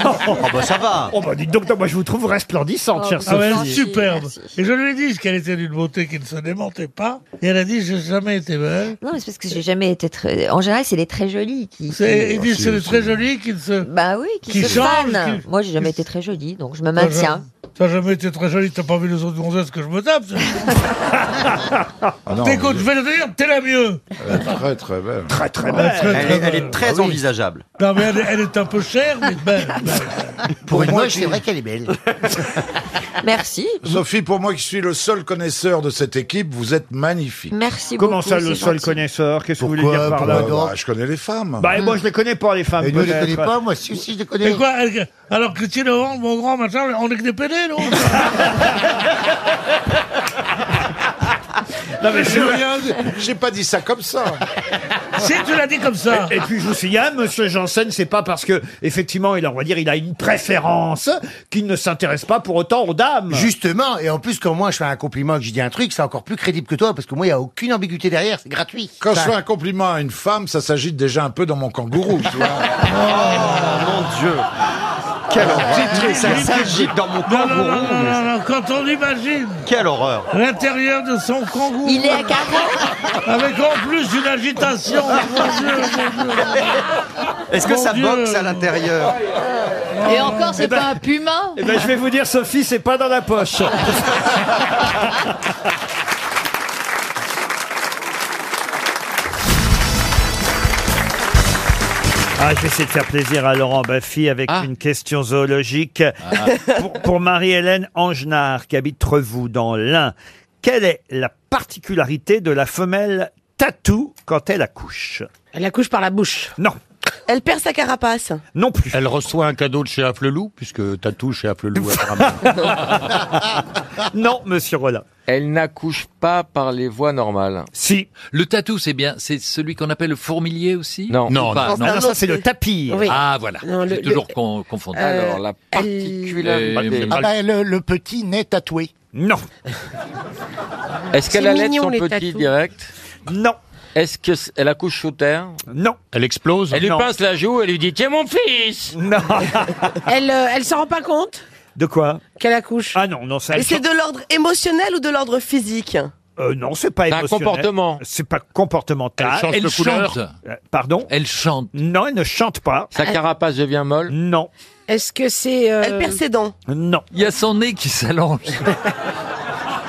Speaker 5: Ah,
Speaker 2: oh, bah ça va. Oh, bah dites donc, non, moi je vous trouve resplendissante,
Speaker 12: Ah
Speaker 2: chère
Speaker 12: ouais, elle est
Speaker 2: Sophie.
Speaker 12: superbe. Et je lui ai dit qu'elle était d'une beauté qui ne se démentait pas. Et elle a dit J'ai jamais été belle.
Speaker 17: Non, mais c'est parce que j'ai jamais été très. En général, c'est les très jolis qui.
Speaker 12: C'est-
Speaker 2: Oh,
Speaker 17: qui-
Speaker 12: ils disent, c'est les très jolis qui ne se.
Speaker 17: Bah oui, qui,
Speaker 12: qui
Speaker 17: se
Speaker 12: changent,
Speaker 17: fanent.
Speaker 12: qui-
Speaker 17: Moi, j'ai jamais été très jolie, donc je me maintiens.
Speaker 12: T'as jamais été très jolie, t'as pas vu les autres gonzesses que je me tape.
Speaker 2: (laughs)
Speaker 13: Ah non,
Speaker 12: T'écoutes, je vais le dire, t'es la mieux.
Speaker 13: elle est (laughs) très très belle.
Speaker 2: Très
Speaker 1: Ah,
Speaker 2: très
Speaker 12: belle.
Speaker 6: Elle, est- elle est très envisageable.
Speaker 12: Non, mais elle, est- elle est un peu chère, mais belle.
Speaker 1: Pour
Speaker 5: une
Speaker 1: moi
Speaker 5: moche,
Speaker 1: qui-
Speaker 5: c'est vrai qu'elle est belle.
Speaker 17: Merci.
Speaker 1: Sophie, pour moi qui suis le seul connaisseur de cette équipe, vous êtes magnifique.
Speaker 17: Merci
Speaker 2: Comment ça, le seul connaisseur Qu'est-ce que vous voulez dire par là
Speaker 1: Pourquoi Bah, Je connais les femmes.
Speaker 2: Bah, et moi
Speaker 1: (laughs)
Speaker 2: je les connais pas, les femmes.
Speaker 1: Et nous, on les
Speaker 2: peut-être.
Speaker 1: connaît pas, moi,
Speaker 5: si, si, je les
Speaker 12: Et quoi elle- Alors que tu Laurent, mon grand machin, on est que des pédés,
Speaker 6: (laughs)
Speaker 12: non
Speaker 2: Non, mais
Speaker 1: J'ai
Speaker 2: c'est vrai.
Speaker 1: rien dit. J'ai pas dit ça
Speaker 2: (laughs)
Speaker 1: comme ça.
Speaker 12: Si tu l'as dit comme ça.
Speaker 2: Et, et puis je vous signale, Monsieur Janssen, c'est pas parce que effectivement, il on va dire, il a une préférence qu'il ne s'intéresse pas pour autant aux dames.
Speaker 5: Justement, et en plus, quand moi je fais un compliment, que je dis un truc, c'est encore plus crédible que toi, parce que moi, il n'y a aucune ambiguïté derrière, c'est gratuit.
Speaker 1: Quand je
Speaker 5: Enfin,
Speaker 1: fais un compliment à une femme, ça s'agite déjà un peu dans mon kangourou, tu vois.
Speaker 6: Oh, mon Dieu.
Speaker 2: Oh,
Speaker 12: Ah,
Speaker 6: Quelle horreur. Ça s'agite dans mon
Speaker 12: Non, non, non,
Speaker 6: kangourou.
Speaker 12: non, non, non, quand on imagine
Speaker 6: Quelle horreur.
Speaker 12: l'intérieur de son kangourou. Il est à (laughs) Avec en plus une agitation. Mon Dieu, mon Dieu.
Speaker 6: Est-ce que
Speaker 12: Mon
Speaker 6: ça
Speaker 12: Dieu.
Speaker 6: boxe à l'intérieur
Speaker 15: Et encore, c'est
Speaker 2: Eh ben-
Speaker 15: pas un puma.
Speaker 2: Eh ben,
Speaker 15: (laughs)
Speaker 2: je vais vous dire, Sophie, c'est pas dans la poche. Ah, je vais essayer de faire plaisir à Laurent Baffy avec une question zoologique. Pour, pour Marie-Hélène Angenard, qui habite Trevoux, dans l'Ain, quelle est la particularité de la femelle tatou quand elle accouche
Speaker 8: Elle accouche par la bouche.
Speaker 2: Non.
Speaker 8: Elle perd
Speaker 2: (laughs)
Speaker 8: sa carapace.
Speaker 2: Non plus.
Speaker 14: Elle reçoit un cadeau de chez Afflelou, puisque Tatou
Speaker 2: (laughs)
Speaker 14: chez Afflelou apparemment.
Speaker 2: non, monsieur Rolla.
Speaker 3: Elle n'accouche pas par les voies normales.
Speaker 2: Si.
Speaker 4: Le tatou, c'est bien, c'est celui qu'on appelle le fourmilier aussi
Speaker 3: Non.
Speaker 4: Ou
Speaker 3: Non,
Speaker 4: pas
Speaker 3: non, non, ça, c'est le
Speaker 2: tapir.
Speaker 3: Oui.
Speaker 4: Ah, voilà.
Speaker 3: Non,
Speaker 4: J'ai
Speaker 3: le-
Speaker 4: toujours
Speaker 3: le-
Speaker 4: con- confondu.
Speaker 3: Euh, Alors, la
Speaker 13: Eh,
Speaker 3: particularité.
Speaker 4: Euh,
Speaker 5: ah bah, le, le petit nez tatoué.
Speaker 2: Non.
Speaker 3: (laughs) Est-ce qu'elle
Speaker 5: C'est
Speaker 3: allait
Speaker 5: mignon,
Speaker 3: son
Speaker 5: les
Speaker 3: petit
Speaker 5: tatous.
Speaker 3: direct
Speaker 2: Non.
Speaker 3: Est-ce qu'elle accouche sous terre
Speaker 2: Non.
Speaker 3: Elle explose Elle lui
Speaker 14: Non.
Speaker 3: pince la joue, elle lui dit Tiens mon fils
Speaker 2: Non
Speaker 8: Elle, euh, elle s'en rend pas compte
Speaker 2: De quoi
Speaker 8: qu'elle accouche.
Speaker 2: Ah non, non, ça.
Speaker 8: Et c'est de l'ordre émotionnel ou de l'ordre physique
Speaker 2: Euh, non, c'est pas
Speaker 8: C'est un
Speaker 2: émotionnel.
Speaker 8: comportement.
Speaker 2: C'est pas comportemental.
Speaker 3: Elle change de couleur.
Speaker 2: Euh, Pardon
Speaker 4: Elle chante.
Speaker 2: Non, elle ne chante pas.
Speaker 3: Sa carapace devient molle
Speaker 2: Non.
Speaker 8: Est-ce que c'est. euh, Elle perd ses dents.
Speaker 2: Non.
Speaker 8: (laughs)
Speaker 4: Il y a son nez
Speaker 18: (laughs)
Speaker 4: qui s'allonge.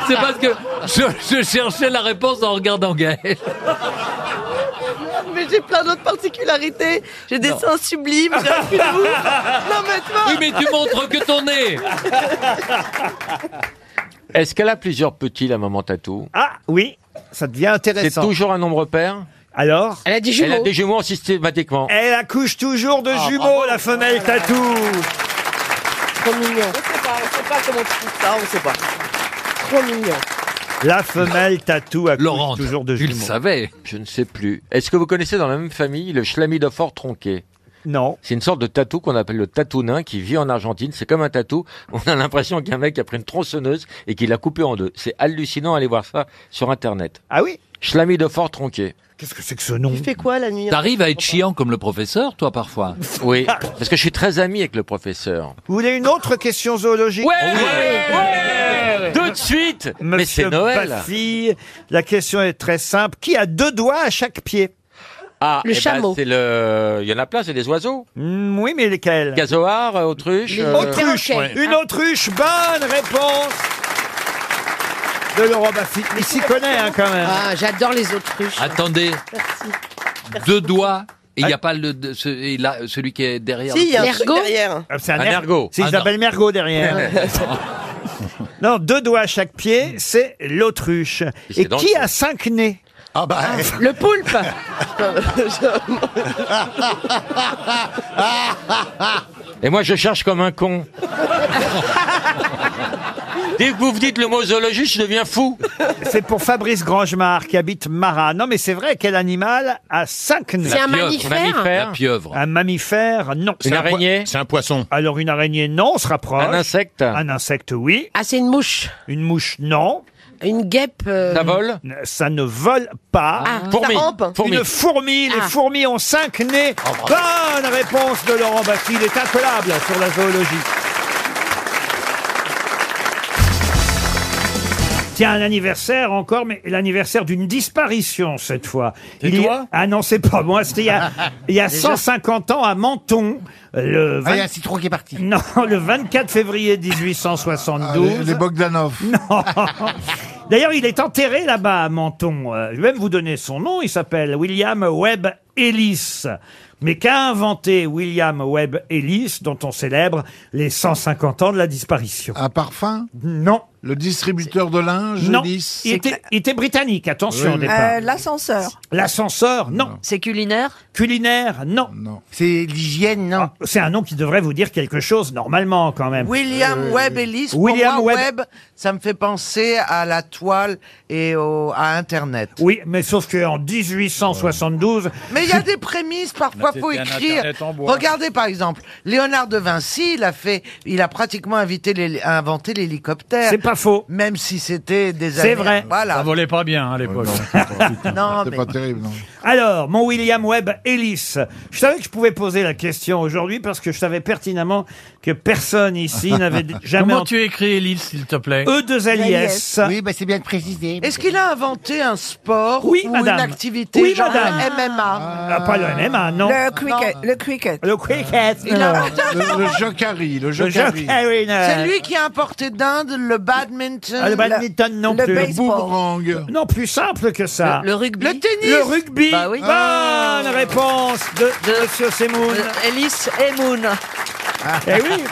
Speaker 4: c'est parce que je, je cherchais la réponse en regardant Gaël.
Speaker 8: Mais j'ai plein d'autres particularités. J'ai des seins sublimes, j'ai un cul de
Speaker 4: (laughs)
Speaker 8: ouf. Non, mais toi
Speaker 4: Oui, mais tu montres que ton nez
Speaker 3: Est-ce qu'elle a plusieurs petits, la maman Tatou
Speaker 2: Ah oui, ça devient intéressant.
Speaker 3: C'est toujours un nombre pair
Speaker 2: Alors
Speaker 3: Elle a
Speaker 2: des jumeaux.
Speaker 3: Elle a des jumeaux systématiquement.
Speaker 2: Elle accouche toujours de
Speaker 3: Ah,
Speaker 2: jumeaux, Ah, la femelle tatou.
Speaker 8: Trop mignon. On sait pas, on sait pas comment tu trouves ça, on sait pas. Trop mignon.
Speaker 2: La femelle tatou à toujours de
Speaker 3: tu le
Speaker 2: jumeaux.
Speaker 3: savais. Je ne sais plus. Est-ce que vous connaissez dans la même famille le chlamydophore tronqué
Speaker 2: non.
Speaker 3: C'est une sorte de tatou qu'on appelle le tatou nain qui vit en Argentine. C'est comme un tatou. On a l'impression qu'un mec a pris une tronçonneuse et qu'il l'a coupé en deux. C'est hallucinant. Allez voir ça sur Internet.
Speaker 2: Ah oui
Speaker 3: Chlamydophore tronqué.
Speaker 2: Qu'est-ce que c'est que ce nom
Speaker 8: Tu fais quoi la nuit
Speaker 3: T'arrives à être chiant comme le professeur, toi, parfois. (laughs) Oui, parce que je suis très ami avec le professeur.
Speaker 2: Vous voulez une autre question zoologique
Speaker 3: Ouais, Deux de suite Mais c'est
Speaker 2: Monsieur
Speaker 3: Noël
Speaker 2: Bastille, la question est très simple. Qui a deux doigts à chaque pied
Speaker 3: Ah,
Speaker 2: Le
Speaker 3: eh ben,
Speaker 2: chameau.
Speaker 3: c'est le... Il y en a plein, c'est des oiseaux.
Speaker 2: oui, mais lesquels
Speaker 3: Gazoard, euh, autruche. euh,
Speaker 2: Autruche, une autruche, bonne réponse de Laurent Baffi. Il s'y connaît hein, quand même.
Speaker 15: Ah, j'adore les autruches.
Speaker 3: Ah.
Speaker 4: Attendez,
Speaker 15: Merci.
Speaker 4: deux doigts. Et il n'y a pas le, de- ce- et là, celui qui est derrière.
Speaker 8: Ah. Si, il y a un
Speaker 4: le-
Speaker 8: truc derrière.
Speaker 2: Ah, C'est un,
Speaker 4: Un
Speaker 2: er-
Speaker 4: ergot.
Speaker 2: C'est
Speaker 4: Ah,
Speaker 2: Isabelle
Speaker 4: non.
Speaker 2: Mergot
Speaker 8: (laughs)
Speaker 2: derrière. non, deux doigts à chaque pied, c'est l'autruche.
Speaker 3: c'est
Speaker 2: Et qui
Speaker 3: dangereux.
Speaker 2: a cinq nez ah bah,
Speaker 8: Le
Speaker 2: (laughs)
Speaker 8: poulpe
Speaker 3: Ah. Et moi, je cherche comme un con. Dès que vous me dites le mot zoologiste, je deviens fou.
Speaker 2: (laughs) C'est pour Fabrice Grangemar qui habite Marat. Non, mais c'est vrai, quel animal a cinq nez
Speaker 15: C'est un La pieuvre, mammifère mammifère. La
Speaker 3: pieuvre.
Speaker 2: Un mammifère, non.
Speaker 14: Une araignée
Speaker 2: C'est un poisson. Alors, une araignée, non, on se rapproche.
Speaker 3: Un insecte
Speaker 2: Un insecte, oui.
Speaker 15: Ah, c'est une mouche.
Speaker 2: Une mouche, non.
Speaker 15: Une guêpe. euh,
Speaker 2: Ça ne vole pas.
Speaker 15: Ah, Fourmi. ça rampe Ah.
Speaker 2: Une fourmi. Les fourmis ont cinq nez. Bonne réponse de Laurent Baffi. Il est incollable sur la zoologie. Tiens, un anniversaire encore, mais l'anniversaire d'une disparition cette fois. Il y- Ah non, c'est pas moi, c'était il y a, il y a
Speaker 5: Déjà
Speaker 2: 150 ans à Menton. Le
Speaker 5: Ah, il y a un
Speaker 2: citron qui est parti. Non, le 24 février 1872.
Speaker 5: Ah, les- les
Speaker 2: Bogdanov. (laughs) Non. D'ailleurs, il est enterré là-bas à Menton. Euh, Je vais même vous donner son nom. Il s'appelle William Webb Ellis. Mais qu'a inventé William Webb Ellis, dont on célèbre les 150 ans de la disparition Un parfum Non. Le distributeur de linge Non.
Speaker 5: Ellis
Speaker 2: Il était, il était britannique, attention au départ.
Speaker 5: Euh,
Speaker 8: L'ascenseur.
Speaker 2: L'ascenseur, non.
Speaker 8: C'est culinaire
Speaker 2: Culinaire, non. C'est l'hygiène, non. C'est un nom qui devrait vous dire quelque chose normalement quand même. Euh,
Speaker 15: William Webb Ellis. pour
Speaker 2: William
Speaker 15: moi,
Speaker 2: Webb.
Speaker 15: ça me fait penser à la toile
Speaker 2: (laughs)
Speaker 15: et au- à Internet.
Speaker 2: Oui, mais sauf que en 1872,
Speaker 15: Mais il y a des prémices, parfois
Speaker 2: Là,
Speaker 15: faut
Speaker 2: c'était un
Speaker 15: écrire.
Speaker 2: Internet en bois.
Speaker 15: Regardez par exemple, Léonard de Vinci, il a fait, il a pratiquement invité l'héli- inventé l'hélicoptère.
Speaker 2: C'est pas faux.
Speaker 15: Même si c'était des années.
Speaker 2: C'est vrai.
Speaker 15: Voilà.
Speaker 12: volait pas bien à
Speaker 18: Oh,
Speaker 12: l'époque. (laughs)
Speaker 15: Non, mais-
Speaker 12: terrible, non.
Speaker 2: Ah, Alors, mon William Webb Ellis, je savais que je pouvais poser la question aujourd'hui parce que je savais pertinemment que personne
Speaker 12: (laughs)
Speaker 2: ici n'avait jamais
Speaker 12: Comment
Speaker 2: entendu.
Speaker 12: tu écris Elise, s'il te plaît
Speaker 2: E deux alias.
Speaker 15: Oui,
Speaker 5: bah c'est bien de préciser.
Speaker 15: Est-ce qu'il a inventé un sport
Speaker 2: Oui,
Speaker 15: ou
Speaker 2: madame.
Speaker 15: une activité
Speaker 2: Oui,
Speaker 15: genre
Speaker 2: madame.
Speaker 15: le MMA
Speaker 2: Ah, pas le MMA, non.
Speaker 15: Le cricket-
Speaker 2: le cricket. Le cricket.
Speaker 15: Il a- Le- le
Speaker 2: jokari, le
Speaker 15: jokari.
Speaker 1: Ah
Speaker 2: jokari, non.
Speaker 15: C'est lui qui a importé d'Inde le badminton.
Speaker 2: Ah, le badminton non plus. boomerang. Non, plus simple que ça.
Speaker 15: Le- le rugby. Le tennis.
Speaker 2: Le rugby.
Speaker 15: Bah oui.
Speaker 2: Bonne réponse de, Monsieur Semoun.
Speaker 8: Ellis et Moon.
Speaker 2: Eh oui.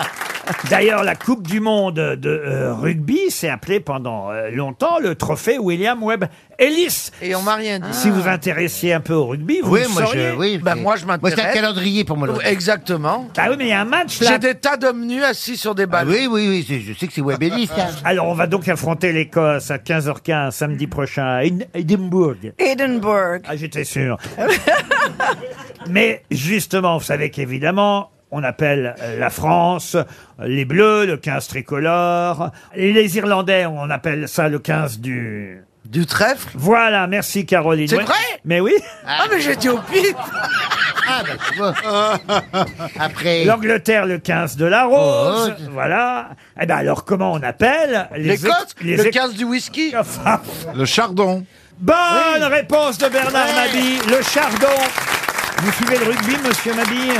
Speaker 2: D'ailleurs, la Coupe du Monde de euh, rugby s'est appelée pendant euh, longtemps le trophée William Webb Ellis.
Speaker 15: Et on m'a rien dit.
Speaker 2: Si vous intéressiez un peu au rugby, vous
Speaker 15: Oui,
Speaker 2: le
Speaker 15: moi, je-
Speaker 2: sauriez.
Speaker 15: oui, Bah, c'est- moi, je m'intéresse. moi, c'est un calendrier
Speaker 5: pour moi, le rugby.
Speaker 15: Exactement.
Speaker 2: Ah oui, mais il y a un match là.
Speaker 15: J'ai des tas d'hommes nus assis sur des
Speaker 5: Ah
Speaker 15: balles.
Speaker 5: oui, oui, oui, c'est- je sais que c'est hein. Webellis, ça.
Speaker 2: (laughs) Alors, on va donc affronter l'Écosse à 15h15 samedi prochain à Ed- Edinburgh.
Speaker 8: Edinburgh.
Speaker 2: Ah, j'étais sûr. (laughs) Mais justement, vous savez qu'évidemment, on appelle euh, la France euh, les Bleus, le 15 tricolore. Les Irlandais, on appelle ça le 15 du...
Speaker 15: Du trèfle
Speaker 2: Voilà, merci Caroline.
Speaker 15: C'est
Speaker 2: Ouais.
Speaker 15: vrai
Speaker 2: Mais oui.
Speaker 15: Ah, mais j'étais au pif
Speaker 5: Ah, bah, tu vois. Après.
Speaker 2: L'Angleterre le 15 de la rose.
Speaker 5: Oh,
Speaker 2: voilà. Eh ben alors, comment on appelle
Speaker 15: Les Côtes,
Speaker 2: les
Speaker 15: le
Speaker 2: ex-
Speaker 15: 15 du
Speaker 2: (laughs)
Speaker 15: whisky.
Speaker 2: Le chardon. Bonne réponse de Bernard Mabille. Le chardon. Vous suivez le rugby, monsieur Mabille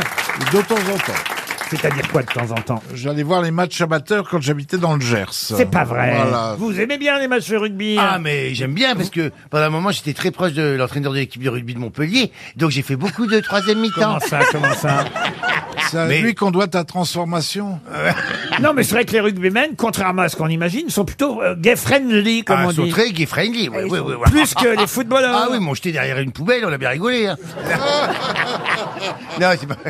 Speaker 19: De temps en temps.
Speaker 2: C'est-à-dire quoi de temps en temps
Speaker 19: J'allais voir les matchs amateurs quand j'habitais dans le Gers.
Speaker 2: C'est pas vrai.
Speaker 19: Voilà.
Speaker 2: Vous aimez bien les matchs de rugby
Speaker 5: Ah
Speaker 2: hein
Speaker 5: mais j'aime bien parce que pendant un moment j'étais très proche de l'entraîneur de l'équipe de rugby de Montpellier, donc j'ai fait beaucoup de troisième
Speaker 2: Comment
Speaker 5: mi-temps.
Speaker 2: ça, comment
Speaker 5: (laughs)
Speaker 2: ça
Speaker 19: C'est à
Speaker 5: Mais-
Speaker 19: lui qu'on doit ta transformation.
Speaker 2: Non, mais c'est vrai que les rugbymen,
Speaker 1: (laughs)
Speaker 2: contrairement à ce qu'on imagine, sont plutôt euh, gay-friendly, comme
Speaker 5: Ah,
Speaker 2: on
Speaker 5: ils sont
Speaker 2: dit. Ah,
Speaker 5: très gay friendly, oui, oui, oui, ah. oui.
Speaker 2: Plus que
Speaker 5: (laughs)
Speaker 2: les footballeurs.
Speaker 5: Ah oui, m'ont jeté derrière une poubelle, on a bien rigolé. hein. non, c'est pas... (laughs)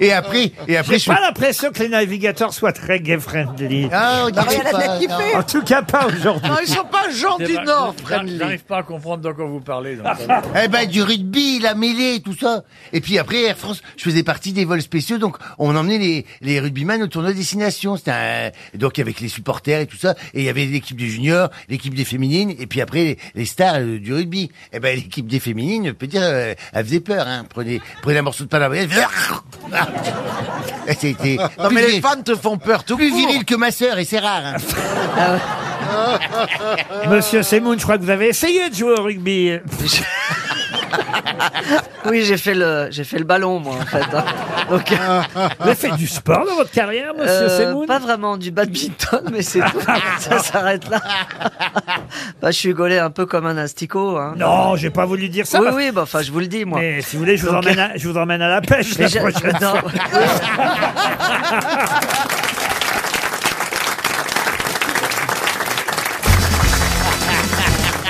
Speaker 5: Et après, et après,
Speaker 2: J'ai pas l'impression que les navigateurs soient très gay-friendly.
Speaker 5: Ah, on dirait Ah, il y en a pas, peut-être qui non. fait.
Speaker 2: En tout cas, pas aujourd'hui.
Speaker 18: C'est vrai, j'a- J'arrive pas à comprendre de quoi vous parlez. donc.
Speaker 5: (laughs) Eh ben du rugby, la mêlée, tout ça. Et puis après Air France, je faisais partie des vols spéciaux, donc on emmenait les les rugbyman au tournoi destination. C'était un- donc avec les supporters et tout ça. Et il y avait l'équipe des juniors, l'équipe des féminines, et puis après les, les stars euh, du rugby. Eh ben l'équipe des féminines, je peux dire, euh, elle faisait peur. Hein. Prenez prenez un morceau de pain à (laughs) voyage. C'était.
Speaker 20: Non, mais les
Speaker 5: fans te font peur tout Plus viril que ma sœur, et c'est rare.
Speaker 7: Ah
Speaker 5: hein.
Speaker 2: Monsieur Semoun, je crois que vous avez essayé de jouer au (laughs) rugby.
Speaker 7: Oui, j'ai fait le, j'ai fait le ballon, moi, en fait. hein.
Speaker 2: (laughs)
Speaker 7: Donc, Euh,
Speaker 2: Vous avez fait du sport dans votre carrière, monsieur Semoun
Speaker 7: Pas vraiment du badminton, mais c'est
Speaker 2: (laughs)
Speaker 7: tout. Ça s'arrête là. bah, je suis gaulé un peu comme un asticot. hein.
Speaker 2: Non, j'ai pas voulu dire ça.
Speaker 7: Oui,
Speaker 2: parce-
Speaker 7: oui, bah, enfin, je vous le dis, moi.
Speaker 2: Mais si vous voulez, je vous,
Speaker 7: Donc,
Speaker 2: emmène, à, je vous emmène à la pêche
Speaker 7: (laughs) Mais
Speaker 2: la
Speaker 7: je-
Speaker 2: prochaine
Speaker 7: non.
Speaker 2: fois.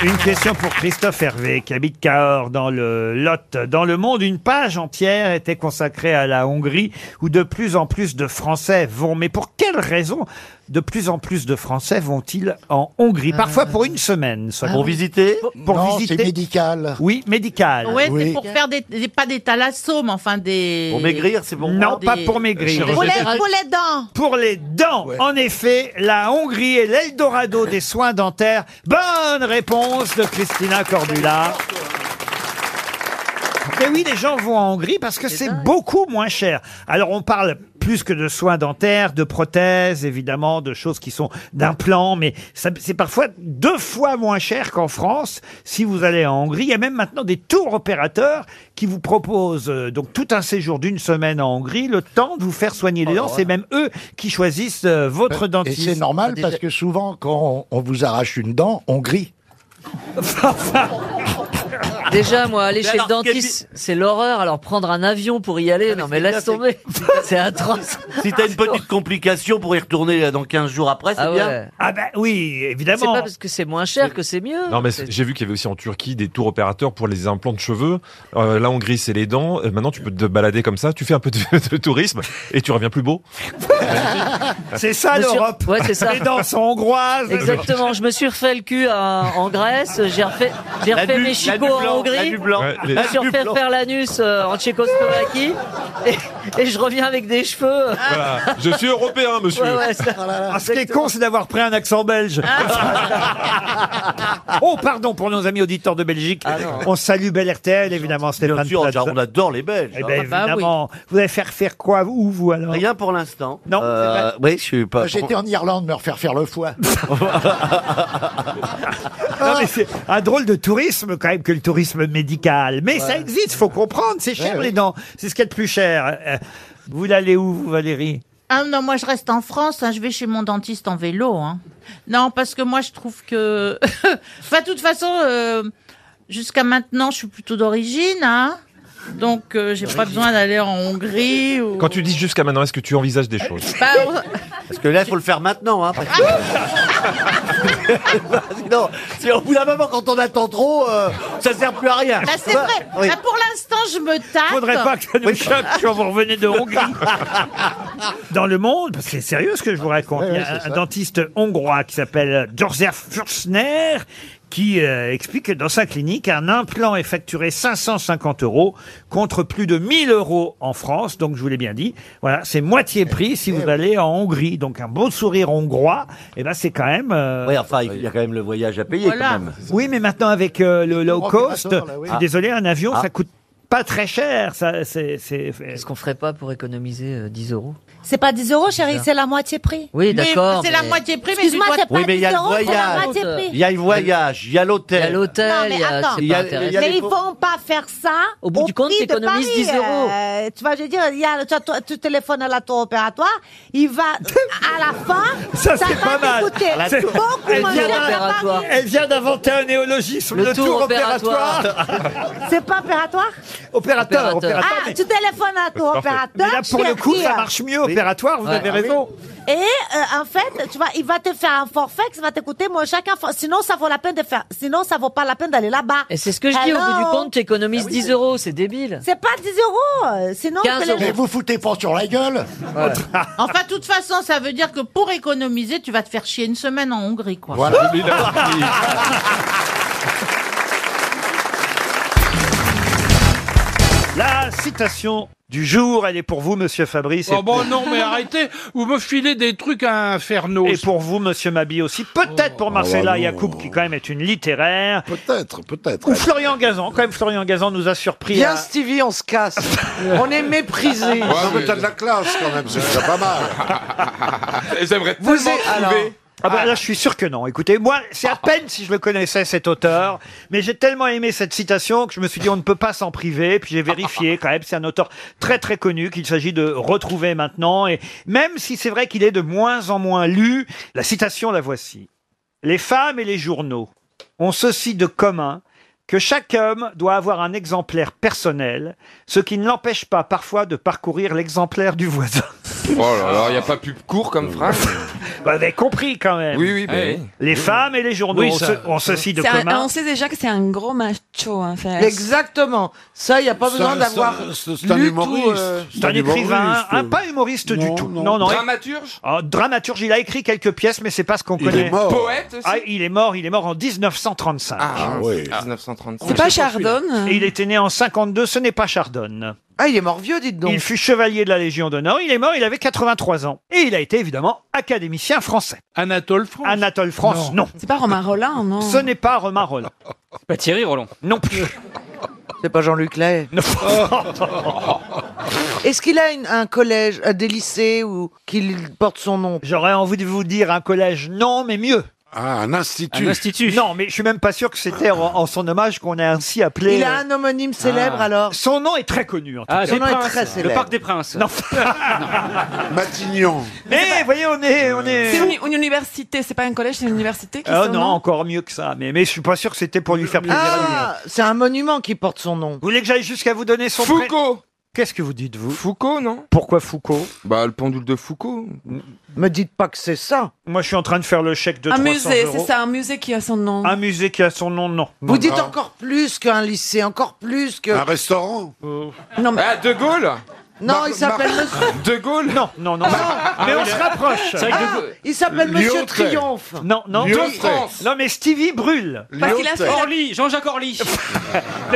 Speaker 2: Une question pour Christophe Hervé, qui habite Cahors, dans le Lot. Dans le monde, une page entière était consacrée à la Hongrie, où de plus en plus de Français vont. Mais pour quelle raison de plus en plus de Français vont-ils en
Speaker 21: Euh.
Speaker 2: Hongrie Parfois pour une semaine.
Speaker 21: Ah
Speaker 2: seulement.
Speaker 22: Pour visiter
Speaker 2: Pour
Speaker 22: Non,
Speaker 2: visiter.
Speaker 22: c'est
Speaker 2: médical. Oui, médical.
Speaker 21: Ouais, c'est pour faire des, des- pas des thalassomes, enfin des.
Speaker 2: Non,
Speaker 21: des-
Speaker 2: pas pour maigrir.
Speaker 21: Pour les, pour les dents.
Speaker 2: Pour les dents, en effet, la Hongrie est l'Eldorado des soins dentaires. Bonne réponse de Christina Cordula. Mais Eh oui, les gens vont en Hongrie parce que c'est beaucoup moins cher. Alors on parle plus que de soins dentaires, de prothèses, évidemment, de choses qui sont d'implants, mais ça- c'est parfois deux fois moins cher qu'en France si vous allez en Hongrie. Il y a même maintenant des tours opérateurs qui vous proposent euh, donc tout un séjour d'une semaine en Hongrie, le temps de vous faire soigner
Speaker 1: Oh,
Speaker 2: les dents. C'est même eux qui choisissent euh, votre
Speaker 1: Et
Speaker 2: dentiste.
Speaker 1: c'est
Speaker 2: Ah,
Speaker 1: normal parce que souvent, quand on, on vous arrache une dent, on grille.
Speaker 7: Déjà, moi, aller
Speaker 1: Mais
Speaker 7: chez
Speaker 1: alors,
Speaker 7: le dentiste, c'est l'horreur. Alors, prendre un avion pour y
Speaker 2: Ah,
Speaker 7: aller, non, mais laisse
Speaker 2: (laughs)
Speaker 7: tomber. C'est atroce.
Speaker 16: Si t'as une petite complication pour y retourner euh, dans 15 jours après, c'est
Speaker 7: Ah
Speaker 16: bien.
Speaker 7: ouais.
Speaker 2: Ah bah oui,
Speaker 7: C'est pas parce que c'est moins cher que c'est mieux.
Speaker 23: Non, mais
Speaker 7: C'est-
Speaker 23: c'est- j'ai vu qu'il y avait aussi en Turquie des tours opérateurs pour les implants de cheveux. Euh, la Hongrie, c'est les dents. Euh, maintenant, tu peux te balader comme ça. Tu fais un peu de, (laughs) de tourisme et tu reviens plus beau.
Speaker 2: (laughs) C'est ça
Speaker 7: Monsieur-
Speaker 2: l'Europe.
Speaker 7: Ouais, c'est ça.
Speaker 2: Les dents sont hongroises.
Speaker 7: Exactement, je me suis refait le cul à- en Grèce, j'ai refait, j'ai
Speaker 2: La
Speaker 7: refait
Speaker 2: nuit-
Speaker 7: mes
Speaker 2: la nuit
Speaker 7: chicots en
Speaker 2: blanc, la
Speaker 7: Hongrie,
Speaker 2: nuit blanc. Ouais, les-
Speaker 7: je me suis
Speaker 2: la nuit
Speaker 7: refait
Speaker 2: blanc.
Speaker 7: faire l'anus euh, en Tchécoslovaquie, et, et je reviens avec des cheveux.
Speaker 23: Voilà. Je suis européen, monsieur.
Speaker 7: Ouais, ouais, ça-
Speaker 2: Ah, ce qui est con, c'est d'avoir pris un accent belge. (laughs) oh, pardon pour nos amis auditeurs de Belgique. on salue Bel RTL, évidemment, Stéphane
Speaker 16: sûr,
Speaker 2: Plaza.
Speaker 16: on adore les Belges,
Speaker 2: Eh
Speaker 16: hein.
Speaker 2: ben,
Speaker 16: Ah bah oui.
Speaker 2: évidemment. Vous allez faire faire quoi, où, vous, alors
Speaker 16: Rien pour l'instant.
Speaker 2: Non.
Speaker 16: Euh, oui, je suis pas.
Speaker 1: J'étais en Irlande me refaire faire
Speaker 7: (laughs)
Speaker 1: le foie.
Speaker 2: Non,
Speaker 1: Ah.
Speaker 2: mais c'est un drôle de tourisme quand même que le tourisme médical. Mais ça existe, faut comprendre, c'est cher les dents. C'est ce qu'il y a de plus cher. Euh, Vous allez où, vous, Valérie
Speaker 21: Ah non, moi je reste en France, hein, je vais chez mon dentiste en vélo. hein. Non, parce que moi je trouve que... (laughs) enfin, de toute façon, euh, jusqu'à maintenant, je suis plutôt d'origine. hein. Donc, euh, j'ai pas besoin d'aller en Hongrie ou...
Speaker 23: Quand tu dis jusqu'à maintenant, est-ce que tu envisages des choses
Speaker 21: Bah, on-
Speaker 16: Parce que là, il faut le faire maintenant. Hein, parce
Speaker 2: (laughs)
Speaker 16: que- non, c'est au bout d'un moment, quand on attend trop, euh, ça sert plus à rien.
Speaker 21: Bah, c'est vrai.
Speaker 16: Ah, Oui.
Speaker 21: Bah, pour l'instant, je me tâte.
Speaker 2: Faudrait pas que ça nous choque quand vous revenez de Hongrie. (laughs) Dans le monde, parce que c'est sérieux ce que je vous raconte,
Speaker 1: Ouais,
Speaker 2: il y
Speaker 1: ouais,
Speaker 2: a
Speaker 1: c'est
Speaker 2: un
Speaker 1: ça.
Speaker 2: dentiste hongrois qui s'appelle Josef Fürstner qui euh, explique que dans sa clinique, un implant est facturé 550 euros contre plus de 1000 euros en France. Donc, je vous l'ai bien dit, voilà, c'est moitié prix si vous allez en Hongrie. Donc, un beau sourire hongrois, et ben, c'est quand même... euh,
Speaker 16: Oui, enfin, il y a quand même le voyage à payer
Speaker 2: Voilà.
Speaker 16: quand même.
Speaker 2: Oui, mais maintenant avec euh, le low cost,
Speaker 16: opérateur, là, oui.
Speaker 2: je suis désolé, un avion,
Speaker 16: Ah.
Speaker 2: ça coûte pas très cher. Ça, c'est, c'est...
Speaker 7: Qu'est-ce qu'on ferait pas pour économiser euh, 10 euros
Speaker 24: C'est pas 10 euros, chérie,
Speaker 7: Ça.
Speaker 24: c'est la moitié prix.
Speaker 7: Oui, d'accord. mais-
Speaker 24: prix, mais Excuse-moi, c'est pas
Speaker 16: Oui, mais il y a
Speaker 24: 10
Speaker 16: le
Speaker 24: euros, c'est la
Speaker 16: voyage.
Speaker 24: moitié prix.
Speaker 16: Il y a le voyage, il y a l'hôtel. Il y a l'hôtel, euh,
Speaker 24: Non, mais attends, mais
Speaker 16: (laughs)
Speaker 24: ils vont pas faire ça.
Speaker 16: Au bout du compte,
Speaker 24: prix de
Speaker 16: t'économises
Speaker 24: Paris,
Speaker 16: 10 euros.
Speaker 24: euh, tu vas, je veux dire, il y a, tu, as- tu téléphones à la tour opératoire, il va, à la fin,
Speaker 2: Ça, c'est pas
Speaker 24: va
Speaker 2: mal.
Speaker 24: t'écouter
Speaker 2: C'est-
Speaker 24: beaucoup
Speaker 2: elle,
Speaker 24: moins
Speaker 2: vient
Speaker 24: cher
Speaker 2: d'in-
Speaker 24: qu'à Paris.
Speaker 2: elle vient d'inventer un néologisme, le, tour, opératoire.
Speaker 24: C'est pas opératoire
Speaker 2: opérateur, opérateur.
Speaker 24: Ah, tu téléphones à la tour
Speaker 2: Parfait.
Speaker 24: opérateur.
Speaker 2: Mais là, pour le coup,
Speaker 24: chérie.
Speaker 2: ça marche mieux, opératoire, vous
Speaker 16: Ah
Speaker 2: avez raison.
Speaker 24: Et euh, en fait, tu vois, il va te faire un forfait qui va te coûter moins chacun. Sinon, ça vaut la peine de faire. Sinon, ça vaut pas la peine d'aller là-bas.
Speaker 25: Et c'est ce que je dis, au bout du
Speaker 24: Alors,
Speaker 25: compte, tu
Speaker 7: Ah
Speaker 25: économises 10 euros, c'est débile.
Speaker 24: C'est pas 10 euros. euh, Sinon,
Speaker 25: 15
Speaker 24: que les-
Speaker 25: euros.
Speaker 16: Mais vous foutez pas sur la gueule
Speaker 21: Enfin, de toute façon, ça veut dire que pour économiser, tu vas te faire chier une semaine en Hongrie, quoi.
Speaker 18: Hein
Speaker 16: Voilà.
Speaker 2: (laughs) La citation du jour, elle est pour vous, monsieur Fabrice.
Speaker 12: Oh bon, non, mais arrêtez, vous me filez des trucs infernaux.
Speaker 2: Et pour vous, monsieur Mabi aussi. Peut-être pour Marcella
Speaker 12: Ah, bah non.
Speaker 2: Yacoub, qui quand même est une littéraire.
Speaker 26: Peut-être, peut-être.
Speaker 2: Ou Florian Gazan. Quand même, Florian Gazan nous a surpris.
Speaker 7: Bien
Speaker 2: à-
Speaker 7: Stevie, on se casse. on est méprisé.
Speaker 1: non, mais t'as de la classe quand même, c'est déjà pas
Speaker 6: (laughs)
Speaker 1: mal. J'aimerais
Speaker 2: Vous êtes- Ah bah là, je suis sûr que non. Écoutez, moi, c'est à peine si je le connaissais, cet auteur. Mais j'ai tellement aimé cette citation que je me suis dit, on ne peut pas s'en priver. Puis j'ai (laughs) vérifié quand même. C'est un auteur très, très connu qu'il s'agit de retrouver maintenant. Et même si c'est vrai qu'il est de moins en moins lu, la citation, la voici. Les femmes et les journaux ont ceci de commun que chaque homme doit avoir un exemplaire personnel, ce qui ne l'empêche pas parfois de parcourir l'exemplaire du voisin.
Speaker 6: Oh là là, il n'y a pas plus court comme phrase.
Speaker 2: (laughs) Bah, vous avez compris quand même.
Speaker 6: Oui, oui, bah oui.
Speaker 2: Les femmes et les journaux
Speaker 6: Oui,
Speaker 2: ont,
Speaker 6: ça-
Speaker 2: ce- ont ceci de
Speaker 27: C'est un-
Speaker 2: commun.
Speaker 27: on sait déjà que c'est un gros macho. hein, fait-
Speaker 7: Exactement. Ça, il n'y a pas
Speaker 27: Ça,
Speaker 7: besoin
Speaker 27: ça,
Speaker 7: d'avoir.
Speaker 27: c'est-
Speaker 2: c'est un
Speaker 7: lu
Speaker 2: humoriste.
Speaker 7: tout, euh,
Speaker 2: C'est un écrivain, un, pas humoriste du tout. Non, non.
Speaker 6: Dramaturge
Speaker 2: Ah, dramaturge, il a écrit quelques pièces, mais c'est pas ce qu'on
Speaker 6: Il est
Speaker 2: connaît.
Speaker 6: mort. Poète aussi
Speaker 2: Ah, il est mort, il est mort en 1935.
Speaker 6: Ah, 1935.
Speaker 2: Et il était né en 52, ce n'est pas Chardonne.
Speaker 7: Ah, il est mort vieux, dites donc.
Speaker 2: Il fut chevalier de la Légion d'honneur, il est mort, il avait 83 ans. Et il a été évidemment académicien français.
Speaker 12: Anatole France
Speaker 2: Anatole France, non.
Speaker 27: C'est pas Romain Rollin, non
Speaker 2: Ce n'est pas Romain Rollin.
Speaker 6: Pas Thierry Roland.
Speaker 2: Non plus.
Speaker 7: C'est pas Jean-Luc Lay. Est-ce qu'il a une- un collège, euh, des lycées ou qu'il porte son nom
Speaker 2: J'aurais envie de vous dire un collège, non, mais mieux.
Speaker 1: Ah, un institut.
Speaker 2: Un institut. Non, mais je suis même pas sûr que c'était en, en son hommage qu'on a ainsi appelé.
Speaker 7: Il a
Speaker 2: euh,
Speaker 7: un homonyme célèbre
Speaker 2: Ah.
Speaker 7: alors
Speaker 2: Son nom est très connu. En tout
Speaker 7: Ah,
Speaker 2: cas.
Speaker 7: Son nom est très célèbre.
Speaker 6: des Princes. (laughs)
Speaker 2: Non.
Speaker 6: Ah,
Speaker 1: Matignon.
Speaker 2: Mais Eh, vous voyez, on est, on est.
Speaker 27: C'est une, une université, c'est pas un collège, c'est une université qui
Speaker 2: Ah
Speaker 27: se
Speaker 2: non,
Speaker 27: nomme.
Speaker 2: encore mieux que ça. Mais mais je suis pas sûr que c'était pour lui faire plaisir.
Speaker 7: Ah, c'est un monument qui porte son nom.
Speaker 2: Vous voulez que j'aille jusqu'à vous donner son pré-
Speaker 6: Foucault
Speaker 2: Qu'est-ce que vous dites, vous
Speaker 6: Foucault, non
Speaker 2: Pourquoi Foucault
Speaker 6: Bah, le pendule de Foucault.
Speaker 7: Me dites pas que c'est ça.
Speaker 2: Moi, je suis en train de faire le chèque de
Speaker 27: Un
Speaker 2: 300
Speaker 27: musée,
Speaker 2: euros.
Speaker 27: c'est ça, un musée qui a son nom.
Speaker 2: Un musée qui a son nom, non.
Speaker 7: Vous
Speaker 2: Non,
Speaker 7: dites
Speaker 6: Ah.
Speaker 2: non.
Speaker 7: encore plus qu'un lycée, encore plus que.
Speaker 6: bah,
Speaker 1: Un restaurant
Speaker 27: Non, mais-
Speaker 6: Ah, De Gaulle
Speaker 7: Non, il s'appelle Monsieur.
Speaker 6: De Gaulle
Speaker 2: Non, non, Ah, non. mais on se rapproche.
Speaker 7: Ah, il s'appelle Monsieur Triomphe.
Speaker 2: Non, non.
Speaker 6: De France.
Speaker 2: Non, mais Stevie brûle.
Speaker 6: Parce qu'il a fait la- Orly,
Speaker 2: Jean-Jacques
Speaker 6: (laughs)
Speaker 2: Orly.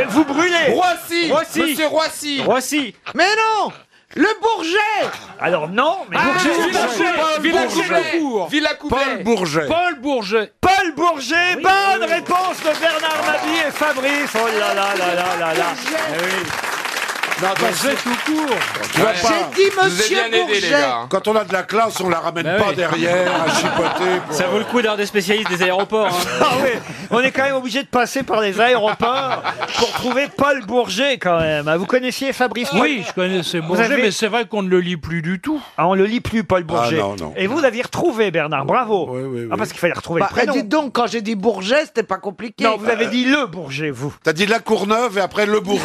Speaker 2: vous brûlez.
Speaker 6: Roissy Monsieur Roissy
Speaker 2: Roissy.
Speaker 7: Mais non Le Bourget Ah,
Speaker 2: Alors non, mais Bourget.
Speaker 6: Villacoublay Villacoublay
Speaker 2: Paul Bourget.
Speaker 12: Paul Bourget.
Speaker 2: Paul Bourget, bonne réponse de Bernard Mabie et Fabrice. Oh là là là là là là. Eh oui.
Speaker 12: Bourget tout court.
Speaker 1: Tu vas
Speaker 6: Ouais.
Speaker 1: pas-
Speaker 6: J'ai dit Vous avez monsieur bien aidé, les Bourget. gars, hein.
Speaker 1: Quand on a de la
Speaker 2: Ah,
Speaker 1: classe, on la ramène
Speaker 6: Bah
Speaker 1: pas
Speaker 6: oui.
Speaker 1: derrière à
Speaker 12: (laughs)
Speaker 1: chipoter. pour-
Speaker 6: Ça vaut le coup d'avoir des spécialistes des aéroports.
Speaker 2: euh,
Speaker 12: hein.
Speaker 2: (laughs) Ah oui, on est quand même obligé de passer par les aéroports pour trouver Paul Bourget quand même. Ah, Vous connaissiez Fabrice
Speaker 12: Oui, je connaissais
Speaker 2: Vous
Speaker 12: Bourget,
Speaker 2: avez-
Speaker 12: mais c'est vrai qu'on ne le lit plus du tout.
Speaker 2: Ah, on le lit plus, Paul Bourget.
Speaker 12: Ah, non, non.
Speaker 2: Et vous l'aviez retrouvé, Bernard, bravo. Ah, parce qu'il fallait retrouver
Speaker 7: Bah,
Speaker 2: le prénom.
Speaker 7: dites donc, quand j'ai dit Bourget, c'était pas compliqué.
Speaker 2: Non, vous
Speaker 7: (laughs)
Speaker 12: euh,
Speaker 2: avez dit le Bourget, vous.
Speaker 1: T'as dit la Courneuve et après le Bourget.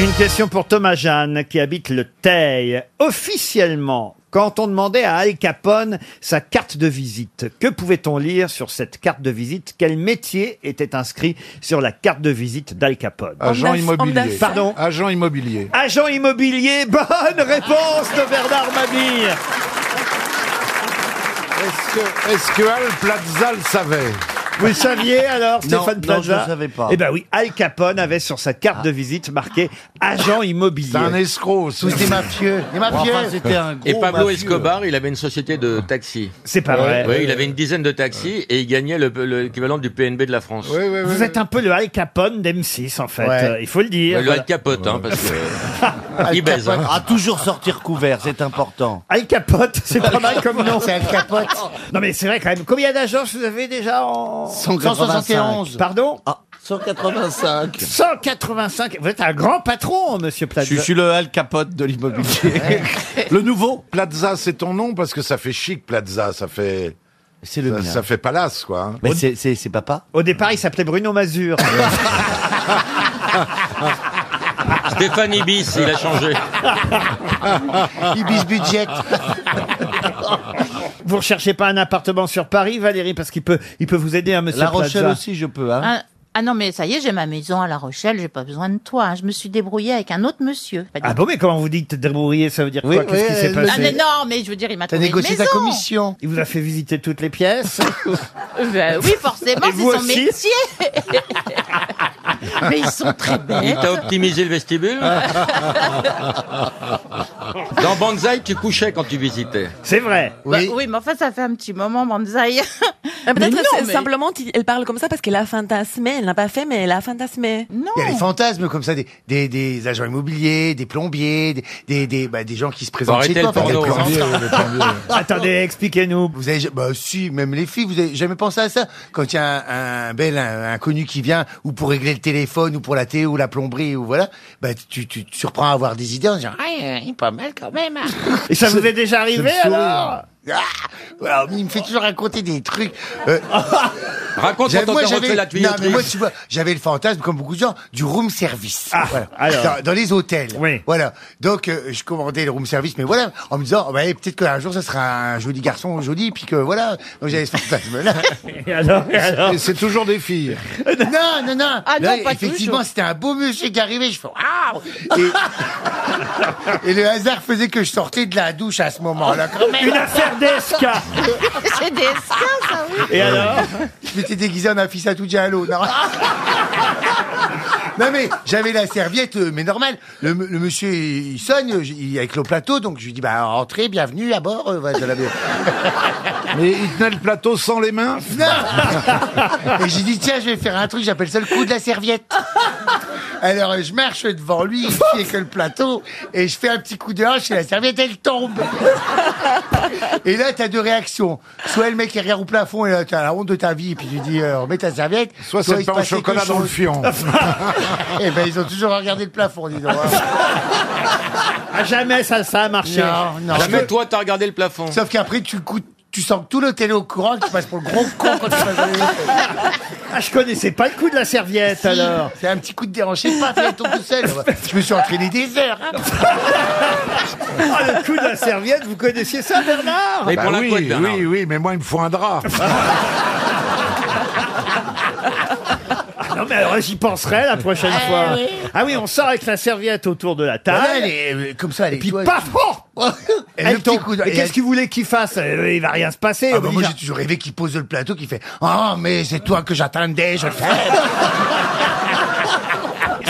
Speaker 2: Une question pour Thomas Jeanne qui habite le Teil. Officiellement, quand on demandait à Al Capone sa carte de visite, que pouvait-on lire sur cette carte de visite Quel métier était inscrit sur la carte de visite d'Al Capone
Speaker 16: Agent immobilier.
Speaker 2: Pardon
Speaker 16: Agent immobilier.
Speaker 2: Agent immobilier, bonne réponse de Bernard Mabille.
Speaker 1: Est-ce que, est-ce que Al Plaza le savait
Speaker 2: Vous le saviez alors,
Speaker 1: Non,
Speaker 2: Stéphane
Speaker 1: non,
Speaker 2: Plaza
Speaker 1: je le savais pas. Ah.
Speaker 2: Eh ben oui, Al Capone avait sur sa carte de visite marqué agent immobilier.
Speaker 16: C'est un escroc. Tous des mafieux. Des mafieux.
Speaker 3: Et Pablo Escobar, il avait une société de taxis.
Speaker 2: C'est pas vrai.
Speaker 3: Oui, il avait une dizaine de taxis et il gagnait le- le- l'équivalent du PNB de la France.
Speaker 2: Vous êtes un peu le Al Capone d'M6 en fait,
Speaker 3: Ouais.
Speaker 2: euh, il faut le dire.
Speaker 3: Ouais, le Al Capote, hein, parce que. il baise. hein.
Speaker 16: À toujours sortir couvert, c'est important.
Speaker 2: Al Capote, (laughs) c'est pas mal comme nom.
Speaker 16: C'est Al Capote.
Speaker 2: (laughs) Non mais c'est vrai quand même. Combien d'agences vous avez déjà en
Speaker 16: 171.
Speaker 2: Pardon
Speaker 6: Ah,
Speaker 16: 185.
Speaker 2: 185. Vous êtes un grand patron, Monsieur Plaza.
Speaker 16: le Al Capote de l'immobilier.
Speaker 1: Le nouveau Plaza, c'est ton nom parce que ça fait chic, Plaza. Ça fait. C'est le ça, ça fait palace, quoi. hein.
Speaker 2: Mais
Speaker 1: c'est,
Speaker 2: papa Au départ, il s'appelait Bruno Mazur.
Speaker 3: Stéphane Ibis, il
Speaker 2: (laughs)
Speaker 3: a changé.
Speaker 2: Ibis budget. (laughs) Vous recherchez pas un appartement sur Paris, Valérie, parce qu'il peut, il peut vous aider, à Monsieur
Speaker 6: La Rochelle
Speaker 2: Plaza.
Speaker 6: aussi, je peux. Hein.
Speaker 18: Ah, ah non, mais ça y est, j'ai ma maison à La Rochelle, j'ai pas besoin de toi. hein. Je me suis débrouillée avec un autre monsieur. Pas
Speaker 2: Ah
Speaker 18: du-
Speaker 2: bon, mais comment vous dites débrouiller, ça veut dire quoi Qu'est-ce qui s'est
Speaker 18: Ah, mais
Speaker 2: passé
Speaker 18: non, mais je veux dire, il m'a trouvé une maison.
Speaker 2: Il vous a fait visiter toutes les
Speaker 5: (laughs)
Speaker 2: pièces
Speaker 18: Ben oui, forcément,
Speaker 2: Ah, Et
Speaker 18: c'est
Speaker 2: vous
Speaker 18: son
Speaker 2: aussi
Speaker 18: métier. Ah, mais ils sont très
Speaker 3: Il
Speaker 18: bêtes.
Speaker 3: t'a optimisé le vestibule Dans Banzai, tu couchais quand tu visitais.
Speaker 2: C'est vrai.
Speaker 18: Bah Oui. mais enfin, ça fait un petit moment, Banzai.
Speaker 16: Euh, Peut-être que c'est
Speaker 18: mais-
Speaker 16: simplement qu'elle parle comme ça parce qu'elle a fantasmé. Elle n'a pas fait, mais elle a fantasmé. Non.
Speaker 5: Il y a les fantasmes comme ça, des, des, des agents immobiliers, des plombiers, des, des, des, bah, des gens qui se présentent
Speaker 3: arrêter
Speaker 5: chez toi.
Speaker 3: le porno,
Speaker 5: enfin, des
Speaker 3: hein.
Speaker 5: (laughs) plans-
Speaker 3: Les plombiers, les plombiers.
Speaker 2: Attendez, expliquez-nous.
Speaker 5: Vous avez, bah si, même les filles, vous avez jamais pensé à ça Quand il y a un, un bel un- un inconnu qui vient, ou pour régler le téléphone, ou pour la télé, ou la plomberie, ou voilà, bah tu, tu te surprends à avoir des idées en disant, ah, il est pas mal quand même. hein.
Speaker 2: Et ça vous est déjà (laughs) arrivé
Speaker 5: C'est le sourire.
Speaker 2: alors
Speaker 5: Ah Voilà, mais il me fait toujours raconter des trucs. Euh,
Speaker 3: Raconte
Speaker 5: j'avais-
Speaker 3: quand on
Speaker 5: moi,
Speaker 3: t'a
Speaker 5: j'avais-
Speaker 3: refait la
Speaker 5: Non, mais
Speaker 3: tuyauterie.
Speaker 5: moi, tu vois, j'avais le fantasme, comme beaucoup de gens, du room service. Voilà.
Speaker 3: alors.
Speaker 5: Dans, dans les hôtels. Voilà. Donc, euh, je commandais le room service, mais voilà, en me disant, oh, bah, eh, peut-être qu'un jour, ça sera un joli garçon, joli, puis que voilà. Donc, j'avais ce fantasme-là.
Speaker 2: Et alors, et alors
Speaker 5: c'est toujours des filles. (laughs) Non, non, non.
Speaker 15: Ah non,
Speaker 5: Là,
Speaker 15: pas
Speaker 5: effectivement,
Speaker 15: toujours.
Speaker 5: c'était un beau monsieur qui arrivait. Je fais, waouh et, et le hasard faisait que je sortais de la douche à ce moment-là. quand même.
Speaker 15: Une affaire
Speaker 2: d'ESK.
Speaker 5: (laughs)
Speaker 15: (laughs) C'est des escas, ça, oui.
Speaker 3: Ah
Speaker 5: Ouais. Ah Je m'étais déguisé en un fils à tout Diallo. Non. Non mais j'avais la serviette, euh, mais normal. Le, m- le monsieur il sonne, j- il est avec le plateau, donc je lui dis bah entrez, bienvenue à bord. euh, voilà, je l'avais-
Speaker 1: (laughs) Mais il tenait le plateau sans les mains
Speaker 5: Non (laughs) Et j'ai dit, tiens, je vais faire un truc, j'appelle ça le coup de la serviette. Alors, euh, je marche devant lui, il fait que le plateau, et je fais un petit coup de hanche et la serviette, elle tombe. Et là, t'as deux réactions. Soit le mec, il regarde au plafond et là, t'as la honte de ta vie, et puis tu dis, euh, remets ta serviette.
Speaker 1: Soit c'est
Speaker 5: il
Speaker 1: pas
Speaker 5: se
Speaker 1: au
Speaker 5: passait
Speaker 1: chocolat
Speaker 5: quelque
Speaker 1: dans le
Speaker 5: chose.
Speaker 1: fion.
Speaker 5: (laughs) Eh ben, ils ont toujours regardé le plafond, dis donc. hein.
Speaker 2: (laughs) À jamais ça, ça a marché.
Speaker 5: Non, non.
Speaker 3: Jamais toi, t'as regardé le plafond.
Speaker 5: Sauf qu'après, tu, cou- tu sens que tout l'hôtel est au courant, que tu passes pour le gros con quand tu passes dans les hôtels.
Speaker 2: (laughs) Ah, je connaissais pas le coup de la serviette alors.
Speaker 5: C'est un petit coup de déhanché, pas fait tombe tout seul. Je me suis entraîné des
Speaker 2: (laughs)
Speaker 5: heures. hein.
Speaker 2: Ah, le coup de la serviette, vous connaissiez ça, Bernard
Speaker 1: Bah oui, oui, oui, mais moi, il me faut un drap. (laughs)
Speaker 2: Ah Non, mais alors j'y penserai la prochaine
Speaker 5: Ah,
Speaker 2: fois.
Speaker 5: oui.
Speaker 2: Ah oui, on sort avec la serviette autour de la table.
Speaker 5: Voilà, elle est, euh, comme ça, elle est.
Speaker 2: Et puis
Speaker 5: toi,
Speaker 2: paf oh
Speaker 5: Et
Speaker 2: Elle
Speaker 5: le petit
Speaker 2: tombe.
Speaker 5: coup de-
Speaker 2: Mais
Speaker 5: et
Speaker 2: qu'est-ce
Speaker 5: elle-
Speaker 2: qu'il voulait qu'il fasse Euh, Il va rien se passer.
Speaker 5: Ah
Speaker 2: on
Speaker 5: bah
Speaker 2: va
Speaker 5: moi
Speaker 2: dire-
Speaker 5: j'ai toujours rêvé qu'il pose le plateau, qu'il fait Ah mais c'est toi que j'attendais, je
Speaker 2: (laughs)
Speaker 5: t'aime.
Speaker 2: (laughs)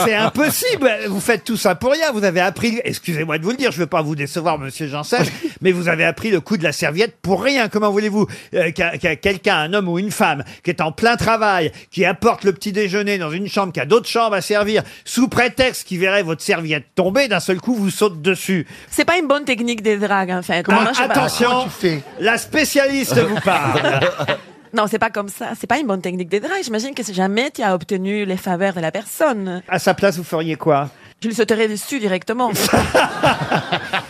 Speaker 2: C'est impossible. Vous faites tout ça pour rien. Vous avez appris, excusez-moi de vous le dire, je ne veux pas vous décevoir, monsieur Janssen, mais vous avez appris le coup de la serviette pour rien. Comment voulez-vous euh, qu'un- qu'un- quelqu'un, un homme ou une femme, qui est en plein travail, qui apporte le petit déjeuner dans une chambre, qui a d'autres chambres à servir, sous prétexte qu'il verrait votre serviette tomber, d'un seul coup vous saute dessus.
Speaker 16: C'est pas une bonne technique des dragues, en fait.
Speaker 2: Comment-
Speaker 16: Moi, je sais pas.
Speaker 2: attention, la spécialiste vous parle. (laughs)
Speaker 16: Non, c'est pas comme ça. C'est pas une bonne technique des dragues. J'imagine que si jamais tu as obtenu les faveurs de la personne,
Speaker 2: à sa place, vous feriez quoi Ah ben,
Speaker 16: je lui sauterais
Speaker 2: (laughs)
Speaker 16: dessus directement.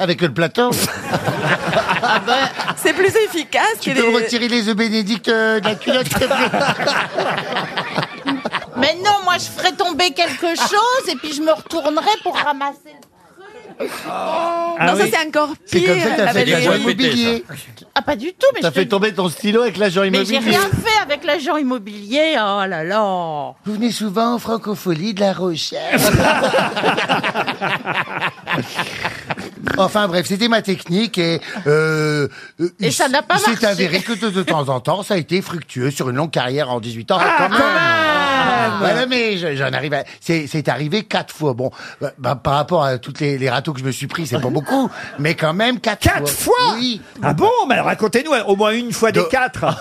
Speaker 5: Avec le plateau.
Speaker 16: Ah ben, c'est plus efficace
Speaker 5: Tu
Speaker 16: que
Speaker 5: peux me
Speaker 16: des-
Speaker 5: retirer les œufs bénédicts euh, de la culotte s'il te plaît
Speaker 2: (laughs)
Speaker 18: Mais non, moi, je ferais tomber quelque chose et puis je me retournerais pour ramasser.
Speaker 28: Ah
Speaker 16: non, ça c'est encore
Speaker 5: C'est
Speaker 16: pire.
Speaker 5: comme ça que
Speaker 16: la
Speaker 5: t'as fait de
Speaker 16: belle-
Speaker 5: l'agent
Speaker 3: Valérie.
Speaker 5: immobilier.
Speaker 18: Ah, pas du tout, mais je te dis-
Speaker 5: tomber ton stylo avec l'agent
Speaker 18: Mais j'ai rien fait avec l'agent immobilier. Oh là là.
Speaker 5: Vous venez souvent en francophonie de la Rochelle. enfin bref, c'était ma technique et, euh, euh,
Speaker 18: Et
Speaker 5: il
Speaker 18: ça
Speaker 5: s-
Speaker 18: n'a pas
Speaker 5: il
Speaker 18: marché.
Speaker 5: s'est avéré que de, de temps en temps, ça a été fructueux sur une longue carrière en 18
Speaker 2: Ah,
Speaker 5: ans. quand même. Ah, Voilà, mais je- j'en arrive à... C'est c'est arrivé quatre fois. Bon, bah, bah, par rapport à toutes les, les râteaux que je me suis pris, c'est pas beaucoup, mais quand même quatre,
Speaker 2: Quatre fois
Speaker 5: Oui.
Speaker 2: Ah bon Mais alors, racontez-nous hein, au moins une fois des quatre.
Speaker 3: Oui,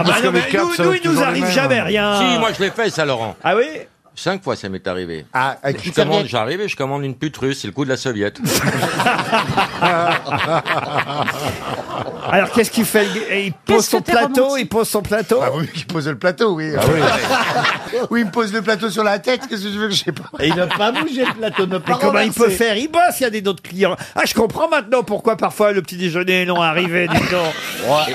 Speaker 2: Ah bah non, mais nous, nous, il nous arrive jamais rien.
Speaker 3: Si, moi je l'ai fait ça, Laurent.
Speaker 2: Ah oui
Speaker 3: Cinq fois ça m'est arrivé.
Speaker 5: Ah, avec
Speaker 3: je
Speaker 5: une
Speaker 3: commande,
Speaker 5: serviette.
Speaker 3: j'arrive et je commande une pute russe, c'est le coup de la soviète.
Speaker 2: (laughs) Alors qu'est-ce qu'il fait le- et Il pose
Speaker 5: Qu'est-ce
Speaker 2: son
Speaker 5: que t'es
Speaker 2: plateau,
Speaker 5: romantique
Speaker 2: il pose son plateau.
Speaker 5: Ah oui, il pose le plateau, oui.
Speaker 2: Ah oui.
Speaker 5: (laughs) oui, il me pose le plateau sur la tête, qu'est-ce que je veux que je sais pas.
Speaker 2: Et il n'a
Speaker 5: pas
Speaker 2: bougé,
Speaker 5: le plateau,
Speaker 2: (laughs)
Speaker 5: ne
Speaker 2: Mais comment il peut faire Il bosse, il y a des autres clients. Ah, je comprends maintenant pourquoi parfois le petit déjeuner est non arrivé, (laughs) dis donc.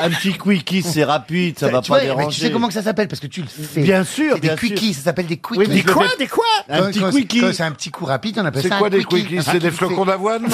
Speaker 13: un petit quickie, c'est rapide, ça
Speaker 2: Bah,
Speaker 13: va
Speaker 5: tu,
Speaker 13: pas
Speaker 5: vois, mais tu sais
Speaker 13: déranger.
Speaker 5: comment que ça s'appelle parce que tu le fais.
Speaker 13: Bien sûr,
Speaker 5: C'est des
Speaker 13: bien sûr.
Speaker 5: quickies, ça s'appelle des quickies.
Speaker 13: Oui, mais Des je le quoi, fais- des quoi
Speaker 5: Quand-
Speaker 13: Un petit
Speaker 5: quand c'est-
Speaker 13: quickie.
Speaker 5: quand C'est un petit coup rapide, on appelle
Speaker 13: C'est
Speaker 5: ça
Speaker 13: quoi
Speaker 5: un
Speaker 13: des
Speaker 5: quickie.
Speaker 13: quickies
Speaker 5: Un
Speaker 13: C'est des
Speaker 5: qui
Speaker 13: flocons
Speaker 5: fait-
Speaker 13: d'avoine, non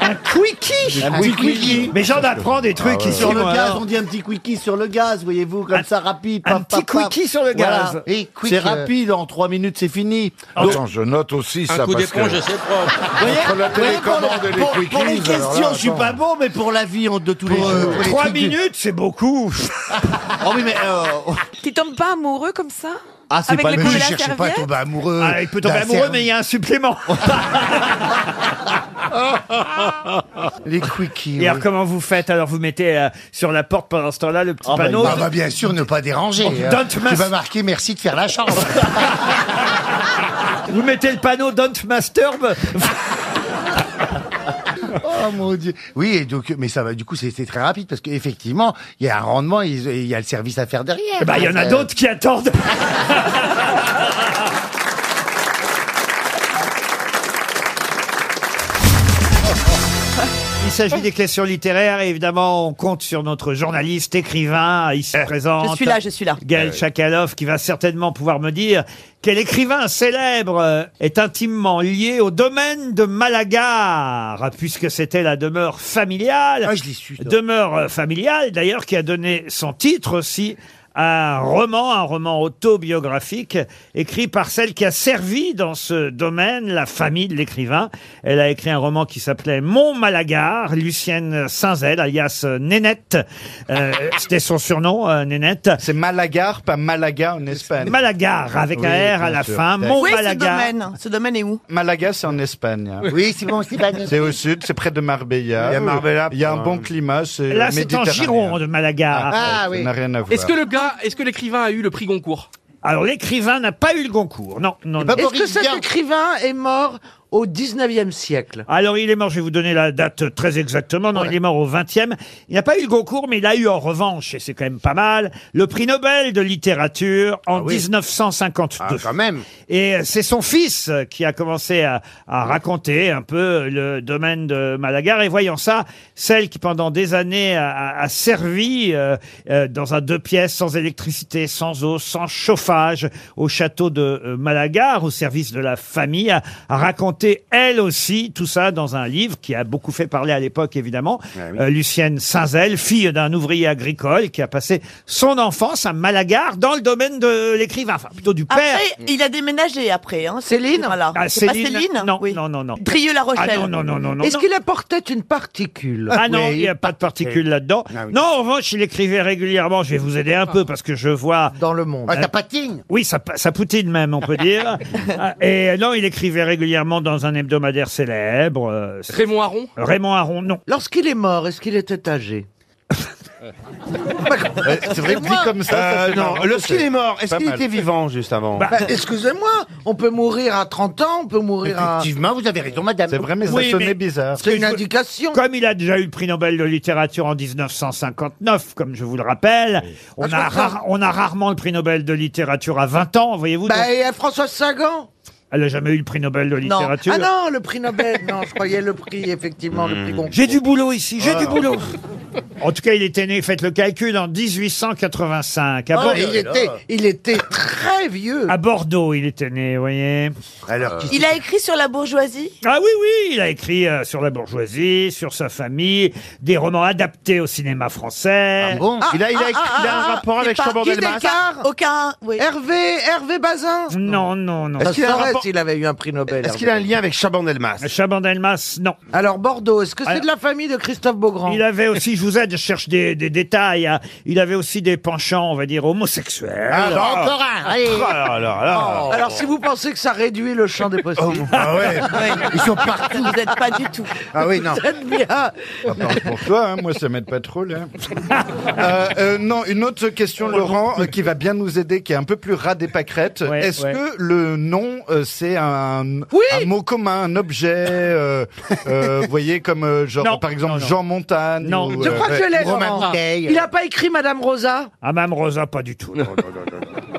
Speaker 2: Un quickie
Speaker 5: Un petit quickie.
Speaker 2: Mais j'en apprends des
Speaker 16: Ah
Speaker 2: trucs ici,
Speaker 28: Sur le
Speaker 2: moi,
Speaker 28: gaz,
Speaker 2: alors.
Speaker 28: on dit un petit quickie sur le gaz, voyez-vous, comme ça rapide.
Speaker 2: un petit quickie sur le gaz. Et quick,
Speaker 28: C'est
Speaker 2: euh,
Speaker 28: rapide, en trois minutes c'est fini.
Speaker 1: Attends, je note aussi ça parce
Speaker 28: Vous
Speaker 1: que...
Speaker 28: voyez
Speaker 1: Entre la
Speaker 28: Vous voyez, pour
Speaker 1: télécommande
Speaker 28: le-
Speaker 1: et les
Speaker 28: pour-
Speaker 1: quickies,
Speaker 28: Pour les
Speaker 1: alors là,
Speaker 28: questions, je suis
Speaker 1: attends.
Speaker 28: pas bon, mais pour la vie en de tous les
Speaker 1: Pour,
Speaker 16: euh,
Speaker 28: jours.
Speaker 1: pour les
Speaker 2: Trois minutes, c'est beaucoup.
Speaker 28: Oh oui, mais euh,
Speaker 16: Tu tombes pas amoureux comme ça
Speaker 5: Ah, c'est
Speaker 16: Avec
Speaker 5: pas
Speaker 16: les
Speaker 5: le
Speaker 16: coups
Speaker 5: je
Speaker 16: de la
Speaker 5: cherchais pas à
Speaker 16: serviette
Speaker 5: tomber amoureux. Bah,
Speaker 2: Ah, il peut tomber
Speaker 5: d'un
Speaker 2: amoureux,
Speaker 5: cerf.
Speaker 2: mais il y a un supplément. (laughs)
Speaker 5: Les quickies.
Speaker 2: Et alors,
Speaker 5: oui.
Speaker 2: comment vous faites Alors, vous mettez euh, sur la porte pendant ce temps-là le petit
Speaker 5: Ah bah,
Speaker 2: panneau.
Speaker 5: bah, bah, bien sûr, ne pas déranger.
Speaker 2: Oh,
Speaker 5: hein.
Speaker 2: don't
Speaker 5: tu
Speaker 2: mess-
Speaker 5: vas marquer merci de faire la chambre.
Speaker 2: Vous mettez le panneau Don't Masturb.
Speaker 5: oh mon dieu. Oui, et donc, mais ça va, du coup, c'était très rapide parce qu'effectivement, il y a un rendement et il y a le service à faire derrière.
Speaker 2: Eh ben, il y en a
Speaker 5: Euh,
Speaker 2: d'autres qui attendent. Il s'agit des questions littéraires et évidemment on compte sur notre journaliste écrivain ici présent.
Speaker 16: Eh, je suis là, je suis là. Eh
Speaker 2: Gaël
Speaker 16: Ouais.
Speaker 2: Chakalov qui va certainement pouvoir me dire quel écrivain célèbre euh, est intimement lié au domaine de Malagar puisque c'était la demeure familiale.
Speaker 5: Ah, je l'ai su, ça.
Speaker 2: Demeure euh, familiale d'ailleurs qui a donné son titre aussi à un roman, un roman autobiographique écrit par celle qui a servi dans ce domaine, la famille de l'écrivain. Elle a écrit un roman qui s'appelait Mon Malagar, Lucienne Saint-Zel, alias Nénette. Euh, C'était son surnom, euh, Nénette. C'est Malagar, pas Malaga en Espagne. Malagar, avec un R à la fin. Mon
Speaker 7: Où est
Speaker 2: Malagar.
Speaker 7: ce domaine Ce domaine est où
Speaker 29: Malaga, c'est en Espagne.
Speaker 5: Oui, c'est bon, c'est pas
Speaker 29: C'est au sud, c'est près de Marbella.
Speaker 2: Il y a Marbella,
Speaker 29: Il y a un
Speaker 2: pour,
Speaker 29: bon
Speaker 2: euh,
Speaker 29: climat. C'est
Speaker 2: Là, c'est en
Speaker 29: méditerranéen.
Speaker 2: Gironde, Malagar.
Speaker 29: Ah, ça n'a rien à voir.
Speaker 30: Est-ce que le gars, est-ce que l'écrivain a eu le prix Goncourt
Speaker 2: Alors, l'écrivain n'a pas eu le Goncourt. Non, non, non.
Speaker 7: Est-ce que cet écrivain est mort au 19e siècle
Speaker 2: Alors, il est mort, je vais vous donner la date très exactement. Non, il est mort au 20e. Il n'a pas eu le Goncourt, mais il a eu en revanche, et c'est quand même pas mal, le prix Nobel de littérature en 1952. Ah quand même. Et euh, c'est son fils euh, qui a commencé à, à raconter un peu le domaine de Malagar. Et voyant ça, celle qui pendant des années a, a- a servi euh, euh, dans un deux pièces sans électricité, sans eau, sans chauffage au château de euh, Malagar, au service de la famille, a, a raconté elle aussi tout ça dans un livre qui a beaucoup fait parler à l'époque évidemment. Euh, Lucienne Saint-Zel, fille d'un ouvrier agricole qui a passé son enfance à Malagar dans le domaine de l'écrivain, enfin plutôt du
Speaker 7: (laughs)
Speaker 2: père.
Speaker 7: Après, il a déménagé après. Hein, Céline Voilà.
Speaker 2: Ah,
Speaker 7: C'est pas
Speaker 2: Céline
Speaker 7: Céline
Speaker 2: Non, non, non, non.
Speaker 7: Drieux-La Rochelle.
Speaker 2: Ah non, non, non, non, non.
Speaker 7: Est-ce
Speaker 2: non.
Speaker 7: qu'il apportait une particule
Speaker 2: Ah non, il n'y a pas de particules là-dedans.
Speaker 7: Ah
Speaker 2: Non, en revanche, il Oh, écrivait régulièrement. Je vais vous aider un peu parce que je vois. Dans le monde.
Speaker 5: Ah, ça patine.
Speaker 2: Oui, ça, pa- ça poutine même, on peut
Speaker 29: (laughs)
Speaker 2: dire. Ah, Et euh, non, il écrivait régulièrement dans un hebdomadaire célèbre. euh, c'est-
Speaker 7: Raymond Aron
Speaker 2: Raymond Aron, non.
Speaker 7: Lorsqu'il est mort, est-ce qu'il était âgé
Speaker 29: C'est vrai, dit comme ça.
Speaker 7: Euh, non,
Speaker 29: non,
Speaker 7: lorsqu'il
Speaker 29: lorsqu'il
Speaker 7: est
Speaker 29: est
Speaker 7: mort,
Speaker 29: est-ce qu'il était vivant juste avant
Speaker 7: Bah, Excusez-moi, on peut mourir à 30 ans, on peut mourir à...
Speaker 5: Effectivement, vous avez raison, madame.
Speaker 29: C'est vrai, Ah, mais
Speaker 2: Oui,
Speaker 29: ça sonnait
Speaker 2: mais-
Speaker 29: bizarre.
Speaker 7: C'est une indication.
Speaker 2: Comme il a déjà eu le prix Nobel de littérature en 1959, comme je vous le rappelle, on, a
Speaker 7: Ah, je comprends.
Speaker 2: rare- on a rarement le prix Nobel de littérature à 20 ans, voyez-vous.
Speaker 7: Bah,
Speaker 2: donc
Speaker 7: et à Françoise Sagan
Speaker 2: Elle n'a jamais eu le prix Nobel de
Speaker 7: Non.
Speaker 2: littérature.
Speaker 7: Ah non, le prix Nobel, non, je croyais le prix, effectivement, le
Speaker 29: Hmm.
Speaker 7: prix Goncourt.
Speaker 2: J'ai du boulot ici, j'ai
Speaker 7: Ah.
Speaker 2: du boulot. (laughs) En tout cas, il était né, faites le calcul, en 1885. À,
Speaker 7: Ah,
Speaker 2: Bordeaux,
Speaker 7: il, était, il était très vieux.
Speaker 2: à
Speaker 29: Ah,
Speaker 2: Bordeaux, il était né, vous voyez.
Speaker 5: Alors,
Speaker 16: Il a écrit sur la bourgeoisie
Speaker 2: Ah oui, oui, il a écrit euh, sur la bourgeoisie, sur sa famille, des romans adaptés au cinéma français.
Speaker 7: Ah,
Speaker 29: Il a- il a-
Speaker 7: ah,
Speaker 29: il a
Speaker 7: ah,
Speaker 29: un
Speaker 7: ah,
Speaker 29: rapport avec
Speaker 7: c'est pas-
Speaker 29: Chambord
Speaker 7: Guy
Speaker 29: Delmas
Speaker 7: Descartes Aucun, Hervé, Hervé Bazin
Speaker 2: Non, non, non.
Speaker 7: Ça
Speaker 29: Est-ce qu'il a un
Speaker 7: serait
Speaker 29: rapport-
Speaker 7: s'il avait eu un prix Nobel.
Speaker 29: Est-ce qu'il a un lien avec Chabandelmas
Speaker 2: Chabandelmas, non.
Speaker 7: Alors Bordeaux, est-ce que c'est
Speaker 2: Alors-
Speaker 7: de la famille de Christophe Beaugrand
Speaker 2: Il avait aussi, je vous aide, je cherche des, des détails, hein. il avait aussi des penchants, on va dire, homosexuels.
Speaker 7: Ah, bah,
Speaker 5: encore un, allez.
Speaker 29: Oh là là là.
Speaker 7: Oh. Alors si vous pensez que ça réduit le champ des possibles.
Speaker 15: (laughs)
Speaker 29: Ah ouais.
Speaker 7: Ils sont partout. Vous n'êtes pas du tout.
Speaker 29: Ah oui, non.
Speaker 7: Vous êtes bien.
Speaker 29: À part pour toi, hein, moi ça m'aide pas trop
Speaker 2: (laughs)
Speaker 29: là. Euh, euh, non, une autre
Speaker 2: Oh,
Speaker 29: question, Laurent, euh, qui va bien nous aider, qui est un peu plus ras des pâquerettes.
Speaker 2: Ouais,
Speaker 29: Est-ce
Speaker 2: ouais.
Speaker 29: que le nom euh, c'est un, un mot commun, un objet. euh, euh, vous voyez, comme euh, genre, par exemple, Jean Montagne.
Speaker 2: Non.
Speaker 29: ou,
Speaker 15: Je
Speaker 29: euh,
Speaker 15: crois que je l'ai, Laurent.
Speaker 29: Romain Tay.
Speaker 15: Il n'a pas écrit Madame
Speaker 7: (laughs)
Speaker 15: Rosa
Speaker 2: Ah, Mme Rosa, pas du tout.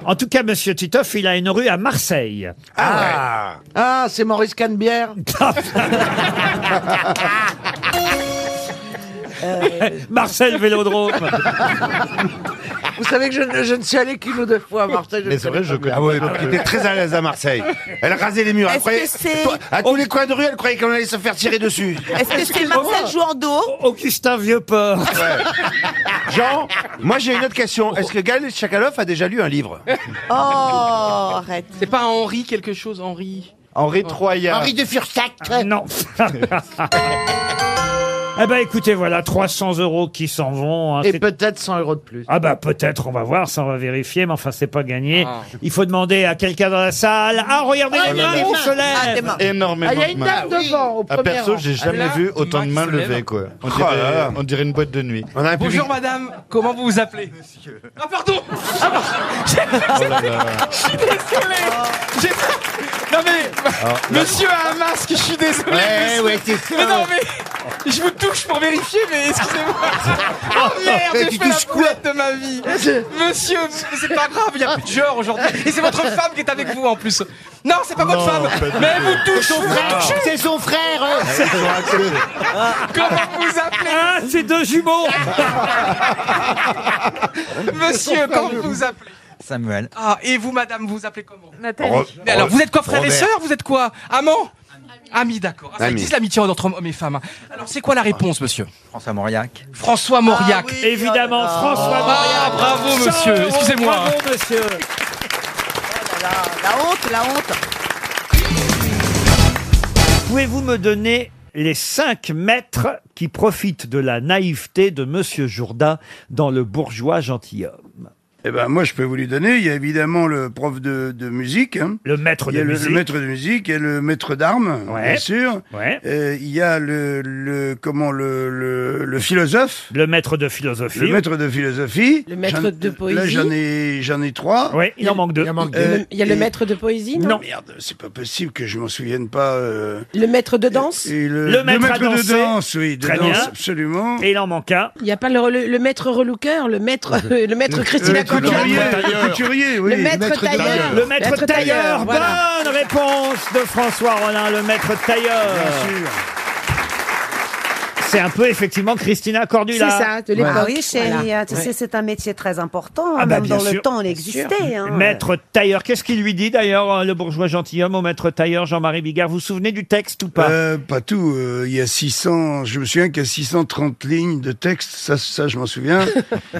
Speaker 2: en tout cas, Monsieur Titoff, il a une rue à Marseille.
Speaker 15: Ah, Ah, c'est Maurice Canebière.
Speaker 2: (laughs) Marcel Vélodrome.
Speaker 15: Vous savez que je, ne- je ne suis allé qu'une ou deux fois à Marseille. je
Speaker 7: Mais
Speaker 15: ne
Speaker 7: c'est
Speaker 15: connais
Speaker 7: vrai, je
Speaker 15: pas
Speaker 7: connais.
Speaker 15: bien.
Speaker 7: Ah ouais, donc, elle était très à l'aise à Marseille. Elle rasait les murs. Elle
Speaker 15: Est-ce
Speaker 7: croyait,
Speaker 15: que c'est-
Speaker 7: Toi, à tous les coins de rue, elle croyait qu'on allait se faire tirer dessus.
Speaker 2: Jouandeau Augustin Vieux-Port.
Speaker 7: Jean, moi j'ai une autre question. Est-ce que Gaël Chakalov a déjà lu un livre
Speaker 6: Oh, arrête. C'est pas Henri quelque chose, Henri.
Speaker 7: Henri Troyat.
Speaker 6: Henri
Speaker 2: de Fursac.
Speaker 21: (laughs)
Speaker 2: Ah, Non. Eh ben écoutez, voilà 300 euros qui s'en vont. hein.
Speaker 15: Et
Speaker 2: C'est-
Speaker 15: peut-être 100 euros de plus.
Speaker 2: Ah bah peut-être, on va voir, ça on va vérifier, mais enfin c'est pas gagné. Il faut demander à quelqu'un dans la salle. Ah regardez
Speaker 15: Ah, il
Speaker 2: les
Speaker 15: y a
Speaker 2: mains,
Speaker 15: des
Speaker 2: on
Speaker 15: mains.
Speaker 2: se lève.
Speaker 15: Ah, des mains.
Speaker 29: Énormément
Speaker 15: Ah, il y a
Speaker 29: de
Speaker 15: une
Speaker 29: mains.
Speaker 15: dame devant, au
Speaker 29: Ah,
Speaker 15: premier
Speaker 29: perso,
Speaker 15: rang.
Speaker 29: j'ai jamais
Speaker 15: Là,
Speaker 29: vu autant de
Speaker 15: Max
Speaker 29: mains
Speaker 15: se lève.
Speaker 29: levées, quoi. On
Speaker 7: Oh
Speaker 29: dirait,
Speaker 7: là là.
Speaker 29: on dirait une boîte de nuit.
Speaker 6: Ah, Bonjour madame, comment vous vous appelez Ah pardon Ah, pardon.
Speaker 29: Oh là là.
Speaker 6: Je suis désolé J'ai- Non mais,
Speaker 16: Ah,
Speaker 6: monsieur a un masque, je suis désolé
Speaker 5: Ouais,
Speaker 6: monsieur.
Speaker 5: ouais, c'est ça.
Speaker 6: Mais non mais, je vous touche pour vérifier, mais excusez-moi Oh merde,
Speaker 5: Eh,
Speaker 6: j'ai
Speaker 5: tu
Speaker 6: fait
Speaker 5: touches
Speaker 6: la
Speaker 5: quoi
Speaker 6: boulette de ma vie Monsieur, mais c'est pas grave, il y a plus de genre aujourd'hui Et c'est votre femme qui est avec vous en plus Non, c'est pas votre
Speaker 31: Non,
Speaker 6: femme
Speaker 31: pas du
Speaker 6: Mais elle
Speaker 31: tout.
Speaker 6: vous touche
Speaker 31: C'est son
Speaker 6: vous
Speaker 31: frère.
Speaker 6: touchez.
Speaker 31: C'est son frère, hein.
Speaker 6: Ah, Comment vous appelez
Speaker 2: Ah, c'est deux jumeaux
Speaker 6: Monsieur, comment vous vous appelez
Speaker 32: Samuel.
Speaker 6: Ah, et vous, madame, vous vous appelez comment
Speaker 32: Ro-
Speaker 6: Mais alors, vous êtes quoi, frères et
Speaker 32: Robert.
Speaker 6: sœurs Vous êtes quoi Amant Ami, d'accord. Ah, ça
Speaker 32: Ami.
Speaker 6: existe l'amitié entre hommes et femmes. hein. Alors, c'est quoi la réponse, monsieur
Speaker 32: François Mauriac.
Speaker 6: François Mauriac.
Speaker 2: Évidemment, François
Speaker 6: Ah,
Speaker 2: Mauriac.
Speaker 6: bravo, monsieur.
Speaker 2: 100 euros,
Speaker 6: Excusez-moi.
Speaker 2: Bravo, monsieur.
Speaker 32: La honte, la honte.
Speaker 2: Pouvez-vous me donner les cinq maîtres qui profitent de la naïveté de Monsieur Jourdain dans Le Bourgeois (laughs) Gentilhomme
Speaker 17: Eh ben, moi, je peux vous les donner. Il y a évidemment le prof de, de musique. hein.
Speaker 2: Le maître
Speaker 17: il y a
Speaker 2: de
Speaker 17: le,
Speaker 2: musique.
Speaker 17: Le maître de musique, il y a le maître d'armes,
Speaker 2: Ouais.
Speaker 17: bien sûr. Euh, il y a le, le comment le, le, le philosophe.
Speaker 2: Le maître de philosophie.
Speaker 17: Le maître de philosophie.
Speaker 4: Le maître
Speaker 17: J'en-
Speaker 4: de poésie.
Speaker 17: Là, j'en ai j'en ai trois.
Speaker 2: Oui, il en manque deux.
Speaker 17: Euh,
Speaker 4: Il y a le
Speaker 17: et-
Speaker 4: maître de poésie, non,
Speaker 17: Non, merde, c'est pas possible que je m'en souvienne pas. euh,
Speaker 4: Le maître de danse
Speaker 17: et le,
Speaker 2: Le maître à
Speaker 17: de
Speaker 2: danser.
Speaker 17: danse, oui, de
Speaker 2: Très
Speaker 17: danse,
Speaker 2: bien.
Speaker 17: absolument.
Speaker 2: Et il en manque un.
Speaker 4: Il n'y a pas le, le, le maître relouqueur, le maître, euh, (laughs) le maître Christina Cordula.
Speaker 17: Le couturier, oui.
Speaker 4: Le maître tailleur.
Speaker 2: Le maître, tailleur, bonne réponse de François Rollin, le maître tailleur. C'est un peu effectivement Christina
Speaker 24: C'est
Speaker 2: Cordula.
Speaker 24: ça, de l'époque.
Speaker 2: Voilà.
Speaker 24: Et, euh, Tu
Speaker 2: Ouais.
Speaker 24: sais, c'est un métier très important.
Speaker 2: Ah bah,
Speaker 24: même
Speaker 2: bien
Speaker 24: dans
Speaker 2: sûr.
Speaker 24: le temps, on
Speaker 2: Bien
Speaker 24: existait.
Speaker 2: sûr.
Speaker 24: hein.
Speaker 2: Maître tailleur, qu'est-ce qu'il lui dit d'ailleurs, euh, le bourgeois gentilhomme au maître tailleur Jean-Marie Bigard Vous vous souvenez du texte ou pas
Speaker 17: Euh, pas tout. euh, Il y a 600. Je me souviens qu'il y a 630 lignes de texte. Ça, ça, je
Speaker 2: (laughs)
Speaker 17: m'en souviens.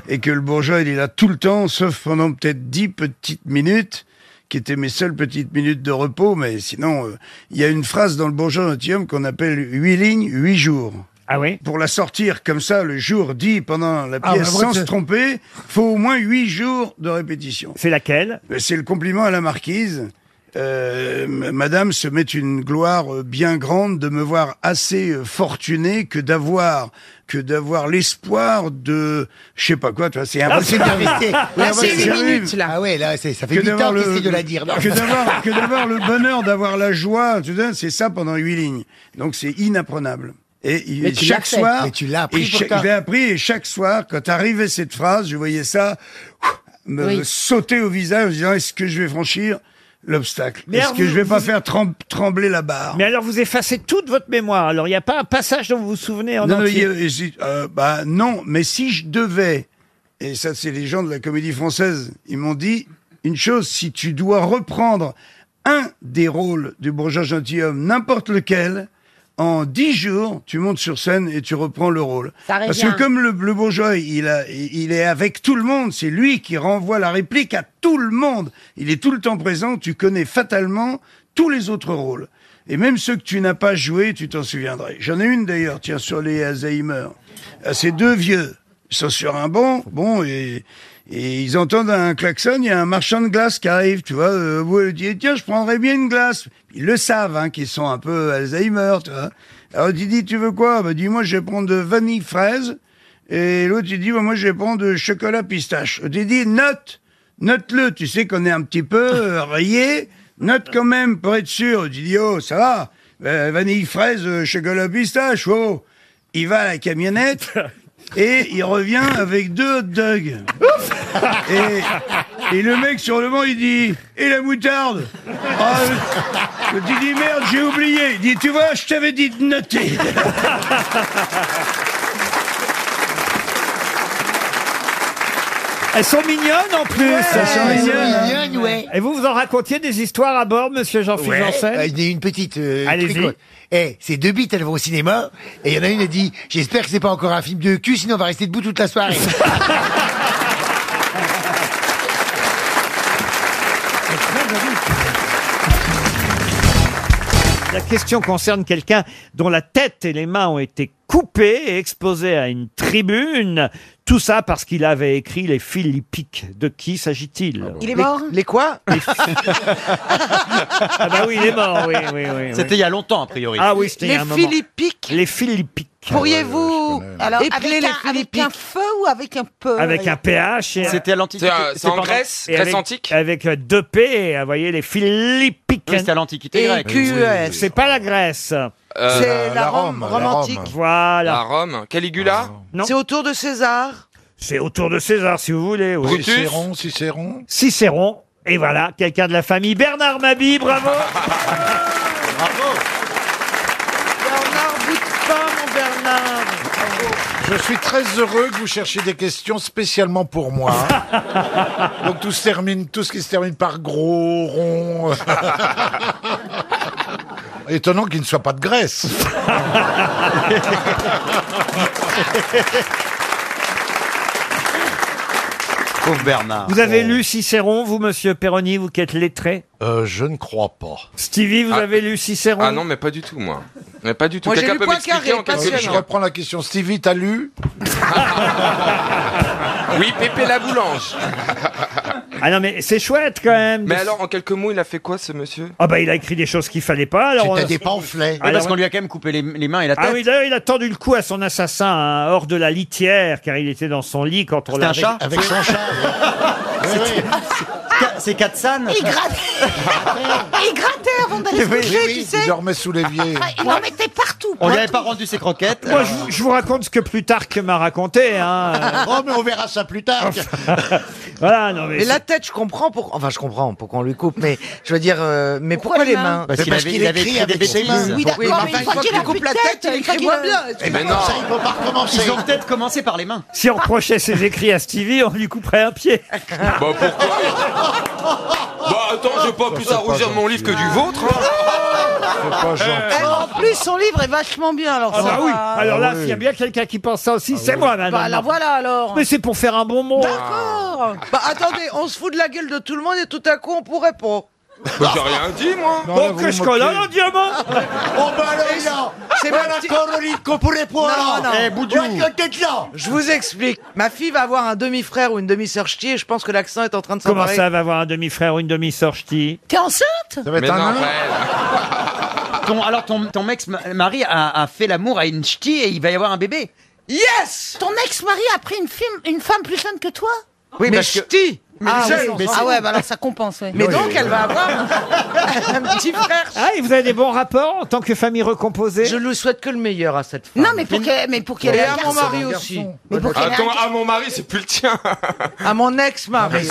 Speaker 17: et que le bourgeois, il est là tout le temps, sauf pendant peut-être 10 petites minutes, qui étaient mes seules petites minutes de repos. Mais sinon, euh, il y a une phrase dans le bourgeois gentilhomme qu'on appelle huit lignes, huit jours.
Speaker 2: Ah oui
Speaker 17: Pour la sortir comme ça, le jour dit pendant la
Speaker 32: Ah,
Speaker 17: pièce,
Speaker 32: bah, moi,
Speaker 17: sans se
Speaker 32: c'est-
Speaker 17: tromper, faut au moins huit jours de répétition. Ben,
Speaker 2: C'est laquelle
Speaker 17: C'est le compliment à la marquise. Euh, m- Madame se met une gloire euh, bien grande de me voir assez euh, fortuné que d'avoir que d'avoir l'espoir de je sais pas quoi. tu vois, C'est
Speaker 5: Ah, c'est
Speaker 17: impossible
Speaker 5: bien resté. Ouais,
Speaker 17: (laughs)
Speaker 5: ouais, c'est
Speaker 17: d'arriver.
Speaker 5: bien vu. Ah ouais, là, c'est- ça fait
Speaker 17: Que
Speaker 5: 8 ans
Speaker 17: d'avoir
Speaker 5: qu'il
Speaker 17: le-
Speaker 5: essaie de la dire. non.
Speaker 17: Que d'avoir que d'avoir le bonheur d'avoir la joie. tu sais, C'est ça pendant huit lignes. Donc c'est inapprenable. Et il-
Speaker 5: Mais tu l'as
Speaker 17: chaque
Speaker 5: fait.
Speaker 17: soir,
Speaker 5: Mais tu l'as appris
Speaker 17: et
Speaker 5: pour
Speaker 17: chaque-
Speaker 5: toi.
Speaker 17: je l'ai appris et chaque soir, quand arrivait cette phrase, je voyais ça me
Speaker 5: Oui.
Speaker 17: sauter au visage en disant est-ce que je vais franchir l'obstacle
Speaker 2: Mais
Speaker 17: Est-ce
Speaker 2: alors,
Speaker 17: que
Speaker 2: vous-
Speaker 17: je vais pas
Speaker 2: vous-
Speaker 17: faire trem- trembler la barre
Speaker 2: Mais alors vous effacez toute votre mémoire. Alors il n'y a pas un passage dont vous vous souvenez en
Speaker 17: non, non,
Speaker 2: entier.
Speaker 17: il y a- et si- euh, bah, non, mais si je devais, et ça c'est les gens de la comédie française, ils m'ont dit une chose, si tu dois reprendre un des rôles du bourgeois gentilhomme, n'importe lequel, en dix jours, tu montes sur scène et tu reprends le rôle.
Speaker 4: Ça revient.
Speaker 17: Parce que comme le, le bourgeois, il, a, il est avec tout le monde, c'est lui qui renvoie la réplique à tout le monde. Il est tout le temps présent, tu connais fatalement tous les autres rôles. Et même ceux que tu n'as pas joués, tu t'en souviendrais. J'en ai une d'ailleurs, tiens, sur les Alzheimer. Ah, Ces deux vieux, ils sont sur un banc, bon, et, et ils entendent un klaxon, il y a un marchand de glace qui arrive, tu vois. Euh, vous lui dites, tiens, je prendrais bien une glace. Ils le savent, hein, qu'ils sont un peu Alzheimer, tu vois. Alors, tu dis, tu veux quoi Bah, dis-moi, je vais prendre de vanille fraise. Et l'autre, il dit, bah, moi, je vais prendre de chocolat pistache. Tu dis, note, note-le. Tu sais qu'on est un petit peu euh, rayé. Note quand même, pour être sûr, tu dis, oh, ça va, euh, vanille fraise, euh, chocolat pistache, oh. Il va à la camionnette et il revient avec deux hot dogs. et, et le mec, sur le banc, il dit, et la moutarde Ah, le, le petit dit, merde, j'ai oublié. Il dit, tu vois, je t'avais dit de noter.
Speaker 2: Elles sont mignonnes en plus.
Speaker 5: elles sont elles sont mignonnes. mignonnes, ouais.
Speaker 2: Et vous, vous en racontiez des histoires à bord, monsieur Jean-Philippe
Speaker 5: Ouais,
Speaker 2: Janssen
Speaker 5: euh, il y a une petite. euh,
Speaker 2: Allez-y.
Speaker 5: truc, ouais. Eh, ces deux bites, elles vont au cinéma, et il y en a une, elle dit J'espère que c'est pas encore un film de cul, sinon on va rester debout toute la soirée.
Speaker 2: La question concerne quelqu'un dont la tête et les mains ont été coupées et exposées à une tribune. Tout ça parce qu'il avait écrit les Philippiques. De qui s'agit-il
Speaker 7: Ah Il est mort
Speaker 2: Les quoi
Speaker 21: (laughs)
Speaker 2: Ah bah oui, il est mort, oui, oui, oui. oui.
Speaker 6: C'était il y a longtemps, a priori.
Speaker 2: Ah oui, c'était il y a
Speaker 6: Les
Speaker 2: un moment.
Speaker 6: Philippiques.
Speaker 2: Les Philippiques.
Speaker 6: Pourriez-vous
Speaker 21: Alors,
Speaker 2: avec
Speaker 21: avec,
Speaker 2: les
Speaker 21: un, avec un feu ou avec un
Speaker 7: Euh,
Speaker 21: peu
Speaker 2: Avec un PH. et-
Speaker 6: C'était à l'Antiquité. C'est, euh, c'est en
Speaker 2: pendant-
Speaker 6: Grèce,
Speaker 2: et
Speaker 6: Grèce
Speaker 2: avec-
Speaker 6: antique
Speaker 2: Avec euh, deux P, vous voyez, les Philippiques. E
Speaker 6: Oui, c'était à l'Antiquité Et grecque. QS.
Speaker 2: C'est pas la Grèce.
Speaker 6: C'est la- Euh, la Rome, Rome, la romantique. Rome.
Speaker 2: Voilà.
Speaker 6: La
Speaker 2: Rome. Caligula C'est autour de César C'est autour de César, si vous voulez. oui.
Speaker 1: Cicéron, Cicéron.
Speaker 2: Cicéron. Et voilà, quelqu'un de la famille. Bernard Mabi,
Speaker 6: (laughs)
Speaker 2: bravo
Speaker 7: Bernard, bout de pas, mon Bernard.
Speaker 1: Je suis très heureux que vous cherchiez des questions spécialement pour
Speaker 14: (laughs)
Speaker 1: moi. Donc tout se termine, tout ce qui se termine par gros,
Speaker 14: (laughs)
Speaker 1: rond. Étonnant qu'il ne soit pas de Grèce.
Speaker 6: Pauvre Bernard.
Speaker 2: Vous avez lu Cicéron, vous, monsieur Perroni, vous qui êtes lettré
Speaker 8: Euh, je ne crois pas.
Speaker 2: Stevie, vous
Speaker 8: Ah.
Speaker 2: avez lu Cicéron
Speaker 8: Ah non, mais pas du tout, moi. Mais pas du tout.
Speaker 1: Moi, j'ai
Speaker 8: Quelqu'un
Speaker 1: lu
Speaker 8: peut
Speaker 1: Poincaré,
Speaker 8: m'expliquer en quelques
Speaker 1: Je
Speaker 8: minutes
Speaker 1: reprends la question. Stevie, t'as lu
Speaker 8: (laughs) Oui, Pépé la boulange.
Speaker 2: Ah non, mais c'est chouette quand même.
Speaker 8: (laughs) Mais
Speaker 2: de-
Speaker 8: alors, en quelques mots, il a fait quoi, ce monsieur
Speaker 2: Ah bah il a écrit des choses qu'il fallait pas. Alors
Speaker 8: C'était
Speaker 2: on-
Speaker 8: des pamphlets.
Speaker 6: Oui, parce
Speaker 2: Alors,
Speaker 6: qu'on lui a quand même coupé les, les mains et la tête.
Speaker 2: Ah oui, d'ailleurs, il a tendu le coup à son assassin, hein, hors de la litière, car il était dans son lit quand on
Speaker 6: C'était
Speaker 2: l'a...
Speaker 6: un chat Avec son
Speaker 2: chat.
Speaker 6: (laughs) C'est Katsan
Speaker 21: Il gratte Ah, Il grattait avant d'aller se coucher, tu sais
Speaker 1: remet sous l'évier.
Speaker 21: Ah, Il en mettait partout
Speaker 6: On lui avait pas rendu ses croquettes.
Speaker 2: Moi, je, vous- je vous raconte ce que Plutarque m'a raconté. Hein.
Speaker 33: Oh, mais on verra ça plus tard.
Speaker 2: voilà, non mais...
Speaker 7: Mais la tête, je comprends pour. Enfin, je comprends pourquoi on lui coupe, mais je veux dire, euh, mais pourquoi, les mains
Speaker 33: Parce qu'il avait- il avait écrit des bêtises.
Speaker 7: Oui, d'accord,
Speaker 33: Oui, mais
Speaker 7: mais une fois qu'il
Speaker 33: a
Speaker 7: lui coupe la
Speaker 33: plus de
Speaker 7: tête,
Speaker 33: tête,
Speaker 7: il
Speaker 33: une fois
Speaker 7: écrit
Speaker 33: qu'il
Speaker 7: moins
Speaker 33: a-
Speaker 7: bien.
Speaker 33: Eh ben non. Ça, il faut pas recommencer.
Speaker 6: Ils ont peut-être commencé par les mains.
Speaker 2: Si on reprochait ses écrits à Stevie, on lui couperait un pied.
Speaker 8: Bah pourquoi
Speaker 7: (laughs)
Speaker 8: Bah attends, j'ai pas plus à rougir de mon livre que du vôtre. hein.
Speaker 1: pas
Speaker 8: gentil.
Speaker 21: Eh, En plus, son livre est vachement bien, alors
Speaker 2: Ah
Speaker 21: ça
Speaker 2: bah oui.
Speaker 21: va.
Speaker 2: Alors là, s'il y a bien quelqu'un qui pense ça
Speaker 7: Ah
Speaker 2: aussi, c'est moi, madame.
Speaker 21: Bah alors voilà, alors
Speaker 2: Mais c'est pour faire un bon mot.
Speaker 7: D'accord. Bah attendez, on se fout de la gueule de tout le monde et tout à coup on pourrait pas.
Speaker 8: Bah j'ai rien dit, moi.
Speaker 2: Non, là, vous vous moquez. hein,
Speaker 7: (laughs)
Speaker 2: diamant
Speaker 33: Oh, bah alors, il a-
Speaker 7: C'est
Speaker 33: voilà,
Speaker 7: ma petite-
Speaker 33: Caroline, qu'on pourrait pas,
Speaker 7: Non,
Speaker 33: alors.
Speaker 7: non.
Speaker 33: Eh, Boudiou. Ouais, que t'es là.
Speaker 7: Je vous explique. Ma fille va avoir un demi-frère ou une demi-sœur ch'ti et je pense que l'accent est en train de
Speaker 2: Comment
Speaker 7: s'emparer.
Speaker 2: ça, elle va avoir un demi-frère ou une demi-sœur ch'ti
Speaker 7: T'es enceinte
Speaker 2: Ça va être Mais un non, nain.
Speaker 7: (laughs)
Speaker 6: Ton- alors ton, ton ex-mari a, a fait l'amour à une ch'ti et il va y avoir un bébé.
Speaker 21: Yes Ton ex-mari a pris une, femme- une femme plus jeune que toi
Speaker 6: Oui,
Speaker 7: mais
Speaker 6: parce que-
Speaker 7: ch'ti
Speaker 21: mais ah,
Speaker 7: jeune,
Speaker 21: oui,
Speaker 7: mais
Speaker 21: ah
Speaker 7: c'est-
Speaker 21: ouais, bah alors ça compense, ouais.
Speaker 7: Mais donc elle va avoir un petit frère.
Speaker 2: Ah, et vous avez des bons rapports en tant que famille recomposée
Speaker 7: Je lui souhaite que le meilleur à cette femme.
Speaker 21: Non, mais pour que- mais pour qu'elle
Speaker 7: Et
Speaker 21: ait
Speaker 7: à
Speaker 21: un
Speaker 7: mon
Speaker 21: garçon.
Speaker 7: mari aussi.
Speaker 21: Mais pour qu'elle ait un
Speaker 8: Attends, à mon mari, c'est plus le tien.
Speaker 7: À mon ex-mari.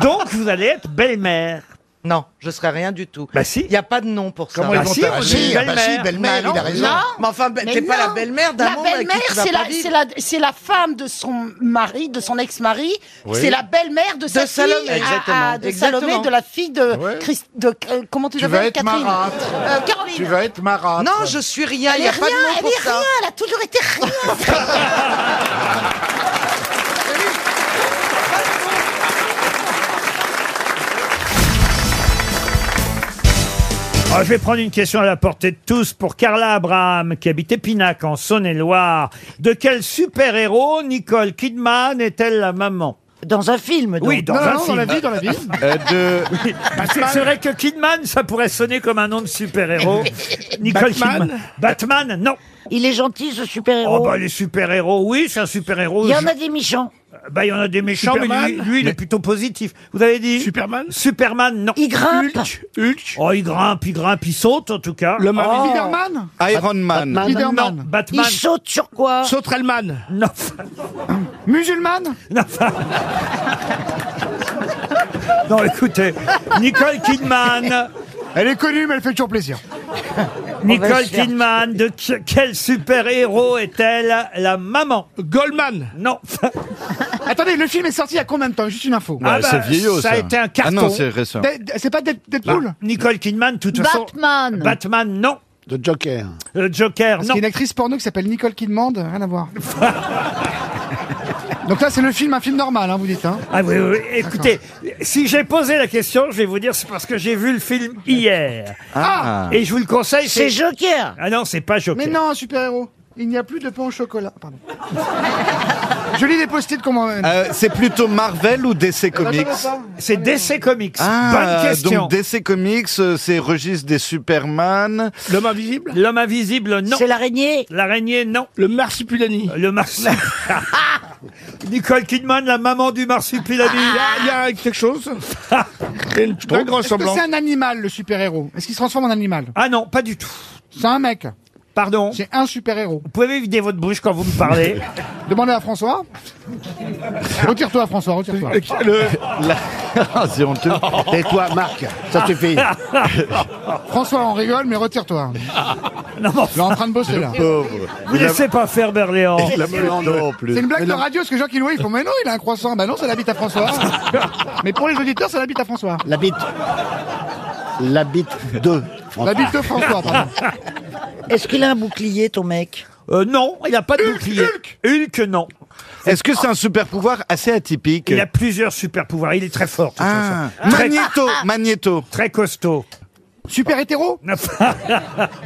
Speaker 2: Donc, vous allez être belle-mère.
Speaker 7: Non, je serai rien du tout.
Speaker 2: Bah si.
Speaker 7: Il n'y a pas de nom pour ça.
Speaker 2: Comment ils Bah vont si, t'appeler on dit belle-mère. bah si, belle-mère,
Speaker 7: Bah
Speaker 2: il a
Speaker 7: non,
Speaker 2: raison.
Speaker 7: non. Mais enfin, be-
Speaker 21: Mais
Speaker 7: t'es pas
Speaker 21: non.
Speaker 7: la belle-mère d'un
Speaker 21: La
Speaker 7: homme avec qui
Speaker 21: belle-mère,
Speaker 7: tu vas
Speaker 21: c'est
Speaker 7: pas
Speaker 21: la,
Speaker 7: vivre.
Speaker 21: c'est la, c'est la femme de son mari, de son ex-mari.
Speaker 7: Oui.
Speaker 21: C'est la belle-mère de sa fille,
Speaker 7: Salomé.
Speaker 21: à- à-
Speaker 7: Exactement.
Speaker 21: de
Speaker 7: Exactement.
Speaker 21: Salomé, de la fille de, Christ- de euh, comment tu,
Speaker 1: Tu vas
Speaker 21: t'appelles
Speaker 1: être
Speaker 21: Catherine
Speaker 1: marâtre.
Speaker 21: Euh, Caroline.
Speaker 1: Tu vas être marâtre.
Speaker 7: Non, je suis rien.
Speaker 21: Elle
Speaker 7: Il
Speaker 21: est
Speaker 7: n'y a pas
Speaker 21: rien,
Speaker 7: de nom
Speaker 21: elle
Speaker 7: pour
Speaker 21: est
Speaker 7: ça.
Speaker 21: rien, elle a (laughs) toujours été rien.
Speaker 2: Ah, je vais prendre une question à la portée de tous pour Carla Abraham, qui habite Épinac, en Saône-et-Loire. De quel super-héros Nicole Kidman est-elle la maman
Speaker 7: Dans un film,
Speaker 15: donc.
Speaker 2: Oui, dans
Speaker 15: Non,
Speaker 2: un
Speaker 15: non,
Speaker 2: film.
Speaker 15: dans
Speaker 2: Euh,
Speaker 15: la vie, dans
Speaker 2: (laughs)
Speaker 15: la vie.
Speaker 2: de... C'est vrai
Speaker 15: (laughs)
Speaker 2: que Kidman, ça pourrait sonner comme un nom de super-héros. Nicole
Speaker 15: Batman
Speaker 2: Kidman. Batman, non.
Speaker 21: Il est gentil, ce super-héros.
Speaker 2: Oh bah les super-héros, oui, c'est un super-héros.
Speaker 21: Il y en a des méchants.
Speaker 2: Bah il y en a des méchants,
Speaker 21: Superman
Speaker 2: mais lui, lui, il est plutôt positif. Vous avez dit Superman Superman, non.
Speaker 21: Il grimpe.
Speaker 2: Hulk, Oh, il grimpe, il grimpe, il saute en tout cas.
Speaker 21: Le mari- Oh. Spider-Man
Speaker 2: Iron Man.
Speaker 21: Batman. Spider-Man.
Speaker 2: Non, Batman.
Speaker 21: Il saute sur quoi
Speaker 2: Sauterelman. Non.
Speaker 15: Musulmane
Speaker 2: (laughs) Non, enfin- non, écoutez, Nicole Kidman.
Speaker 15: Elle est connue, mais elle fait toujours plaisir.
Speaker 2: Nicole Kidman, de qui- quel super-héros est-elle la maman Goldman Non.
Speaker 15: (laughs) Attendez, le film est sorti il y a combien de temps Juste une info.
Speaker 2: Ah bah, Ça a été un carton.
Speaker 15: Dead- C'est pas Dead- Deadpool
Speaker 2: Bah, Nicole Kidman, de toute façon.
Speaker 15: Batman.
Speaker 12: Ah,
Speaker 2: Batman, non. Le Joker. Le Joker,
Speaker 15: Parce
Speaker 2: non.
Speaker 15: qu'il y a une actrice porno qui s'appelle Nicole Kidman, euh, rien à voir. Donc là, c'est le film, un film normal, hein, vous dites. Hein.
Speaker 2: Ah oui, oui, oui. écoutez, si j'ai posé la question, je vais vous dire, c'est parce que j'ai vu le film hier.
Speaker 15: Ah.
Speaker 2: Et je vous le conseille.
Speaker 15: C'est Joker.
Speaker 2: Ah non, c'est pas Joker.
Speaker 15: Mais non, un super-héros. Il n'y a plus de pain au chocolat. Pardon. Je lis les post-it comment.
Speaker 13: Euh, c'est plutôt Marvel ou
Speaker 2: Eh ben,
Speaker 13: DC
Speaker 15: j'en ai
Speaker 13: Comics
Speaker 15: pas.
Speaker 2: C'est DC Comics.
Speaker 13: Ah,
Speaker 2: Bonne question.
Speaker 13: Donc DC Comics, euh, c'est registre des Superman.
Speaker 2: L'homme invisible L'homme invisible, non. C'est l'araignée L'araignée, non. Le marsupilami Le (laughs) marsupilami. Nicole Kidman, la maman du marsupilami. Il y, a quelque (laughs) chose Une
Speaker 15: Est-ce que c'est un animal, le super-héros Est-ce qu'il se transforme en animal
Speaker 2: Ah non, pas du tout.
Speaker 15: C'est un mec.
Speaker 2: Pardon
Speaker 15: C'est un super-héros.
Speaker 2: Vous pouvez vider votre bouche quand vous me parlez.
Speaker 15: (laughs) Demandez à François. Retire-toi, François, retire-toi. (laughs) Ah,
Speaker 13: c'est honteux.
Speaker 15: Tais-toi, Marc, ça suffit. (laughs) François, on rigole, mais retire-toi.
Speaker 2: Non,
Speaker 15: Il est en train de bosser, là.
Speaker 2: Vous laissez pas faire Berléand.
Speaker 15: C'est une blague de radio, parce que Jacques Louis, ils font Mais non, il a un croissant. Bah non, ça l'habite à François. (laughs) mais pour les auditeurs, ça l'habite à François.
Speaker 33: La bite. La bite de
Speaker 15: La bite de François, pardon.
Speaker 21: Est-ce qu'il a un bouclier, ton mec
Speaker 2: Euh, non, il n'a pas de bouclier. Hulk, non.
Speaker 13: Est-ce que c'est un super pouvoir assez atypique
Speaker 2: Il a plusieurs super pouvoirs. Il est très fort. de toute
Speaker 13: Ah,
Speaker 2: façon. Très-
Speaker 13: Magnéto, Magnéto.
Speaker 2: Très costaud.
Speaker 15: Super
Speaker 2: (laughs)
Speaker 15: hétéro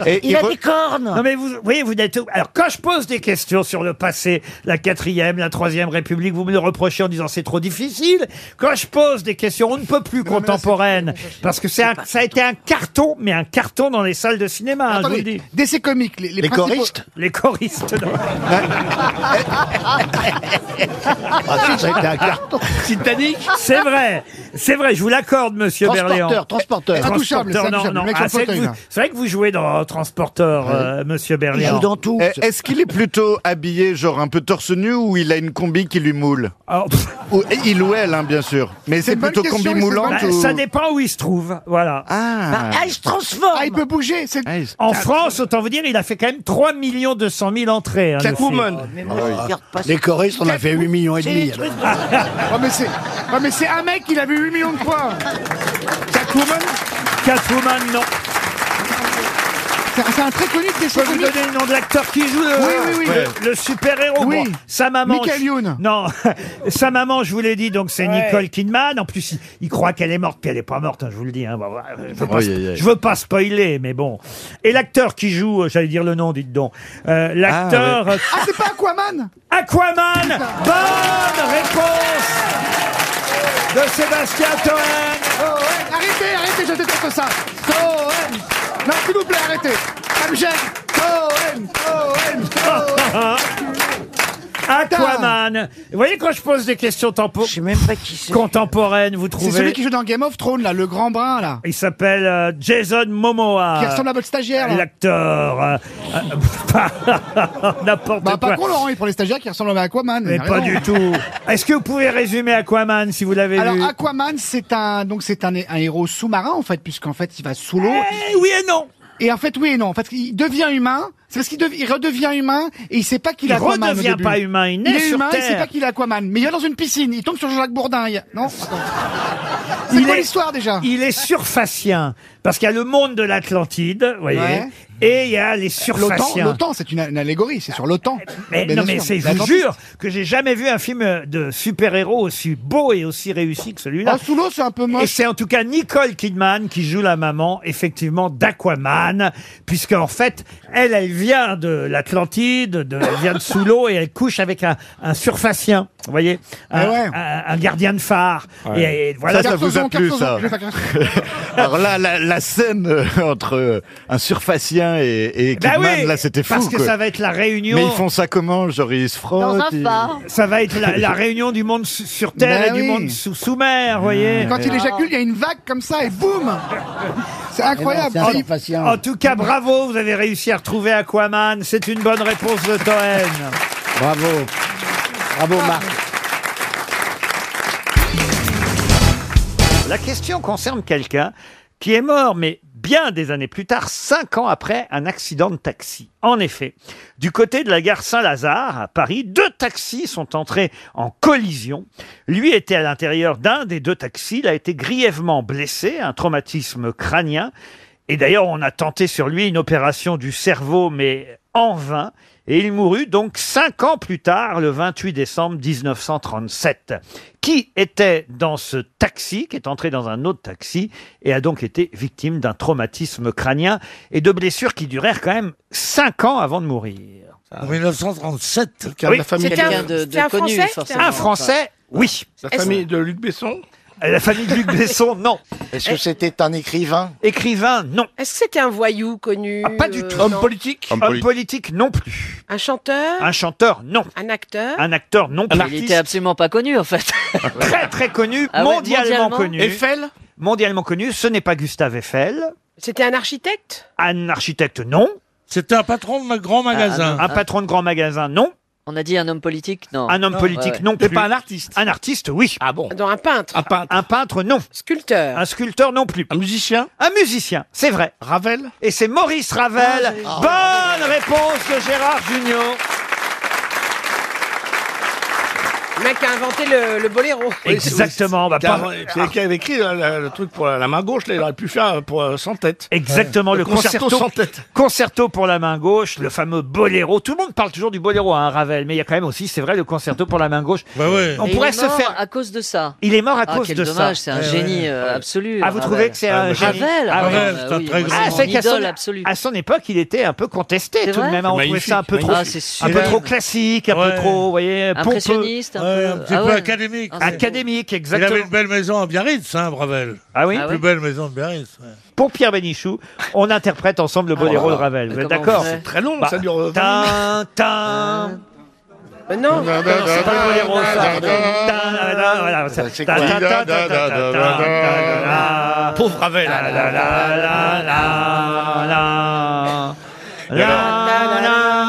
Speaker 2: Et
Speaker 21: Il a des cornes.
Speaker 2: Non mais vous voyez, vous n'êtes... Alors quand je pose des questions sur le passé, la quatrième, la troisième République, vous me le reprochez en disant c'est trop difficile. Quand je pose des questions, on ne peut plus contemporaines, parce que c'est un- ça a été un carton, mais un carton dans les salles de cinéma, hein, je vous le dis.
Speaker 15: Attendez, DC Comics, les, les, principaux-
Speaker 2: Les choristes, non.
Speaker 15: Ah,
Speaker 2: Titanic C'est vrai, c'est vrai, je vous l'accorde, monsieur
Speaker 33: Transporteur,
Speaker 2: Berléand.
Speaker 33: transporteur.
Speaker 2: Transporteur,
Speaker 33: Intouchable, c'est
Speaker 2: non,
Speaker 33: intouchable,
Speaker 2: non.
Speaker 33: le mec sur
Speaker 2: Ah,
Speaker 33: le
Speaker 2: c'est,
Speaker 33: fauteuil,
Speaker 2: que vous-
Speaker 33: là.
Speaker 2: c'est vrai que vous jouez dans Transporteur, euh, monsieur Berléand.
Speaker 13: tout.
Speaker 29: Eh,
Speaker 13: Eh, Est-ce qu'il est plutôt habillé, genre un peu torse nu, ou il a une combi qui lui moule Ou- et Il ou elle, hein, bien sûr. Mais c'est plutôt combi moulante
Speaker 2: Bah,
Speaker 13: ou...
Speaker 2: Ça dépend où il se trouve, voilà. Ah,
Speaker 15: transforme Bah, Ah, il peut bouger c'est-
Speaker 2: En France, autant vous dire, il a fait quand même 3 200 000 entrées. hein, le film.
Speaker 33: Les choristes, on a fait 8 millions et demi. alors.
Speaker 15: oh, mais c'est oh, mais c'est un mec qu'il a vu 8 millions de fois
Speaker 2: Catwoman Catwoman, non.
Speaker 15: C'est c'est un très connu de
Speaker 2: Je
Speaker 15: DC
Speaker 2: peux vous
Speaker 15: Comics
Speaker 2: donner le nom de l'acteur qui joue euh, le,
Speaker 15: Oui, oui, oui.
Speaker 2: le- le super-héros.
Speaker 15: Oui.
Speaker 2: Bon, sa maman.
Speaker 15: Michael
Speaker 2: je-
Speaker 15: Youn.
Speaker 2: Non, (laughs) sa maman, je vous l'ai dit, donc c'est
Speaker 15: Ouais.
Speaker 2: Nicole Kidman. En plus, il, il croit qu'elle est morte, puis elle n'est pas morte, hein, je vous le dis. hein. Bon, voilà, je veux pas,
Speaker 13: Aïe, aïe, aïe.
Speaker 2: je veux pas spoiler, mais bon. Et l'acteur qui joue, euh, j'allais dire le nom, dites donc. Euh, l'acteur. euh,
Speaker 15: Ah, c'est pas Aquaman
Speaker 2: Aquaman Bonne réponse de Sébastien Toen
Speaker 15: Oh, ouais. Arrêtez, arrêtez, je déteste ça Cohen Non, s'il vous plaît, arrêtez Ça me gêne Cohen Cohen
Speaker 2: Hein?
Speaker 15: Cohen
Speaker 2: euh, Aquaman. Vous voyez quand je pose des questions tempo... contemporaines, vous trouvez
Speaker 15: C'est celui qui joue dans Game of Thrones, là, le grand brun, là
Speaker 2: Il s'appelle euh, Jason Momoa.
Speaker 15: Qui ressemble à votre stagiaire, là
Speaker 2: L'acteur. euh, (laughs) euh, N'importe
Speaker 15: Bah,
Speaker 2: quoi.
Speaker 15: pas con, Laurent, il prend les stagiaires qui ressemblent à Aquaman Ah
Speaker 2: Mais
Speaker 15: il a
Speaker 2: pas
Speaker 15: raison.
Speaker 2: du tout. Est-ce que vous pouvez résumer Aquaman si vous l'avez
Speaker 15: Alors
Speaker 2: lu
Speaker 15: Aquaman, c'est un donc c'est un, un héros sous-marin en fait, puisqu'en fait il va sous l'eau.
Speaker 2: Eh (laughs) oui et non.
Speaker 15: Et en fait oui et non. En fait il devient humain. C'est parce qu'il dev- il redevient humain et il sait pas qu'il
Speaker 2: Il
Speaker 15: est Aquaman. au
Speaker 2: redevient
Speaker 15: début.
Speaker 2: pas humain, il naît
Speaker 15: est
Speaker 2: sur
Speaker 15: humain, il sait
Speaker 2: Terre.
Speaker 15: pas qu'il est Aquaman. Mais il va dans une piscine, il tombe sur Jacques Bourdin. il- Non.
Speaker 2: (laughs)
Speaker 15: attends. C'est
Speaker 2: Il
Speaker 15: quoi
Speaker 2: est-
Speaker 15: l'histoire déjà
Speaker 2: Il est surfacien. Parce qu'il y a le monde de l'Atlantide, vous voyez.
Speaker 15: Ouais.
Speaker 2: Et il y a les
Speaker 15: L'OTAN,
Speaker 2: surfaciens.
Speaker 15: l'OTAN, c'est une, une allégorie, c'est sur l'OTAN.
Speaker 2: Mais,
Speaker 15: Bien
Speaker 2: non,
Speaker 15: sûr.
Speaker 2: mais c'est, je vous
Speaker 15: L'Atlantique.
Speaker 2: jure que j'ai jamais vu un film euh, de super-héros aussi beau et aussi réussi que celui-là.
Speaker 15: Ah, sous l'eau, c'est un peu
Speaker 2: Et
Speaker 15: moche.
Speaker 2: c'est en tout cas Nicole Kidman qui joue la maman, effectivement, d'Aquaman, puisque en fait, elle, elle vient de l'Atlantide, de, elle vient de sous l'eau et elle couche avec un, un surfacien, vous voyez, un,
Speaker 15: Ah ouais.
Speaker 2: un- un gardien de phare.
Speaker 13: Ouais.
Speaker 2: Et, et
Speaker 13: Ça,
Speaker 2: voilà.
Speaker 13: ça Cartezan, vous a plu, ça. Cartezan. (laughs) Alors là, la, la scène euh, entre euh, un surfacien et, et
Speaker 2: Bah
Speaker 13: Kidman,
Speaker 2: oui,
Speaker 13: là, c'était fou.
Speaker 2: parce que
Speaker 13: quoi.
Speaker 2: ça va être la réunion.
Speaker 13: Mais ils font ça comment Genre, ils se frottent ils-
Speaker 2: Ça va être
Speaker 13: (laughs)
Speaker 2: la, la réunion du monde su- sur terre
Speaker 13: Bah
Speaker 2: et du
Speaker 13: oui.
Speaker 2: monde sous sous mer, vous voyez. Ah.
Speaker 15: Quand il éjacule, il y a une vague comme ça et boum
Speaker 2: Eh
Speaker 15: C'est
Speaker 2: ben,
Speaker 15: incroyable.
Speaker 2: En- En tout cas, bravo, vous avez réussi à retrouver Aquaman. C'est une bonne réponse de Toen. Bravo. Bravo, Marc. La question concerne quelqu'un qui est mort, mais bien des années plus tard, cinq ans après un accident de taxi. En effet, du côté de la gare Saint-Lazare, à Paris, deux taxis sont entrés en collision. Lui était à l'intérieur d'un des deux taxis, il a été grièvement blessé, un traumatisme crânien. Et d'ailleurs, on a tenté sur lui une opération du cerveau, mais en vain. Et il mourut donc cinq ans plus tard, le 28 décembre 1937. Qui était dans ce taxi, qui est entré dans un autre taxi, et a donc été victime d'un traumatisme crânien et de blessures qui durèrent quand même cinq ans avant de mourir. En 1937,
Speaker 12: Quelqu'un de la famille C'était un- Quelqu'un de- de c'était un connu, Français qui forcément. était
Speaker 2: Un Français, oui.
Speaker 12: La famille de Luc Besson
Speaker 2: La famille de Luc Besson, non.
Speaker 12: Est-ce que c'était un écrivain
Speaker 2: Écrivain, non. Ah,
Speaker 4: Est-ce que c'était un voyou connu
Speaker 2: Pas du
Speaker 4: euh,
Speaker 2: tout.
Speaker 4: non
Speaker 2: Homme politique, non plus.
Speaker 4: Un chanteur
Speaker 2: Un chanteur, non.
Speaker 4: Un acteur
Speaker 2: Un acteur non plus.
Speaker 4: Ah, mais il était
Speaker 2: absolument pas connu en fait. (laughs) très très connu,
Speaker 4: Ah ouais,
Speaker 2: mondialement,
Speaker 4: mondialement
Speaker 2: connu.
Speaker 4: Eiffel
Speaker 2: Mondialement connu, ce n'est pas Gustave Eiffel.
Speaker 4: C'était un architecte
Speaker 2: Un architecte, non. C'était un patron de grand
Speaker 19: magasin.
Speaker 2: Un, patron de grand magasin, non.
Speaker 19: On a dit un homme politique, non.
Speaker 2: Un homme politique, non plus.
Speaker 19: C'est pas un artiste.
Speaker 2: Un artiste, oui. Ah bon
Speaker 4: un peintre.
Speaker 2: Un peintre. non.
Speaker 4: Sculpteur.
Speaker 2: Un sculpteur, non plus. Un musicien Un musicien, c'est vrai. Ravel Et c'est Maurice Ravel. Bonne réponse de Gérard Junior.
Speaker 4: Le mec qui a inventé le, le boléro.
Speaker 2: Exactement. Bah,
Speaker 12: Car-
Speaker 2: par-
Speaker 12: C'est qui avait écrit euh, la- le, truc pour la, la main gauche, là, il aurait pu faire euh, pour euh, sans tête.
Speaker 2: Exactement, le, concerto,
Speaker 12: sans tête.
Speaker 2: concerto pour la main gauche, le fameux boléro. Tout le monde parle toujours du boléro, hein, Ravel, mais il y a quand même aussi, c'est vrai, le concerto pour la main gauche. On
Speaker 19: Et il
Speaker 2: pourrait
Speaker 19: est
Speaker 2: se
Speaker 19: mort
Speaker 2: faire.
Speaker 19: à cause de ça.
Speaker 2: Il est mort à
Speaker 19: Ah,
Speaker 2: cause
Speaker 19: quel
Speaker 2: de
Speaker 19: dommage,
Speaker 2: ça.
Speaker 19: C'est un
Speaker 2: Ouais,
Speaker 19: génie
Speaker 2: ouais.
Speaker 19: euh, absolu. bah,
Speaker 2: Ah, vous trouvez que c'est un génie
Speaker 19: Ravel,
Speaker 2: Ah, ouais.
Speaker 19: Ravel, oui, moi,
Speaker 2: Ah,
Speaker 19: c'est
Speaker 2: c'est
Speaker 19: mon
Speaker 2: qu'à son,
Speaker 19: idole absolue.
Speaker 2: à son époque, il était un peu contesté
Speaker 19: C'est
Speaker 2: tout de
Speaker 19: vrai
Speaker 2: même. hein, On trouvait
Speaker 19: Magnifique,
Speaker 2: ça un peu trop,
Speaker 19: magnifique. Ah,
Speaker 2: un
Speaker 19: c'est
Speaker 2: peu trop
Speaker 19: sublime.
Speaker 2: classique, un peu
Speaker 19: Ouais.
Speaker 2: trop, vous voyez, pompeux.
Speaker 19: Impressionniste, un peu. Ouais, un petit Ah peu ouais. académique. Ah, c'est beau.
Speaker 2: Académique,
Speaker 12: Il
Speaker 2: exactement.
Speaker 12: avait une belle maison à Biarritz, hein, Bravel.
Speaker 2: Ah oui
Speaker 12: La plus belle maison de Biarritz. ouais.
Speaker 2: Pour Pierre Bénichou, on interprète ensemble le
Speaker 12: Ah,
Speaker 19: Oh
Speaker 2: boléro
Speaker 12: voilà.
Speaker 2: de Ravel. Vous
Speaker 12: Mais
Speaker 2: êtes
Speaker 12: comment
Speaker 2: d'accord Bah,
Speaker 12: on fait C'est très long, ça dure 20 minutes.
Speaker 2: Tin, tin.
Speaker 4: Mais non,
Speaker 2: Non, c'est pas le boléro, ça. Tin, tin, voilà, ça. Tin, tin, tin, tin, tin, tin, tin, tin.
Speaker 12: Pauvre Ravel.
Speaker 2: La, la, la, la, la, la.
Speaker 12: Et alors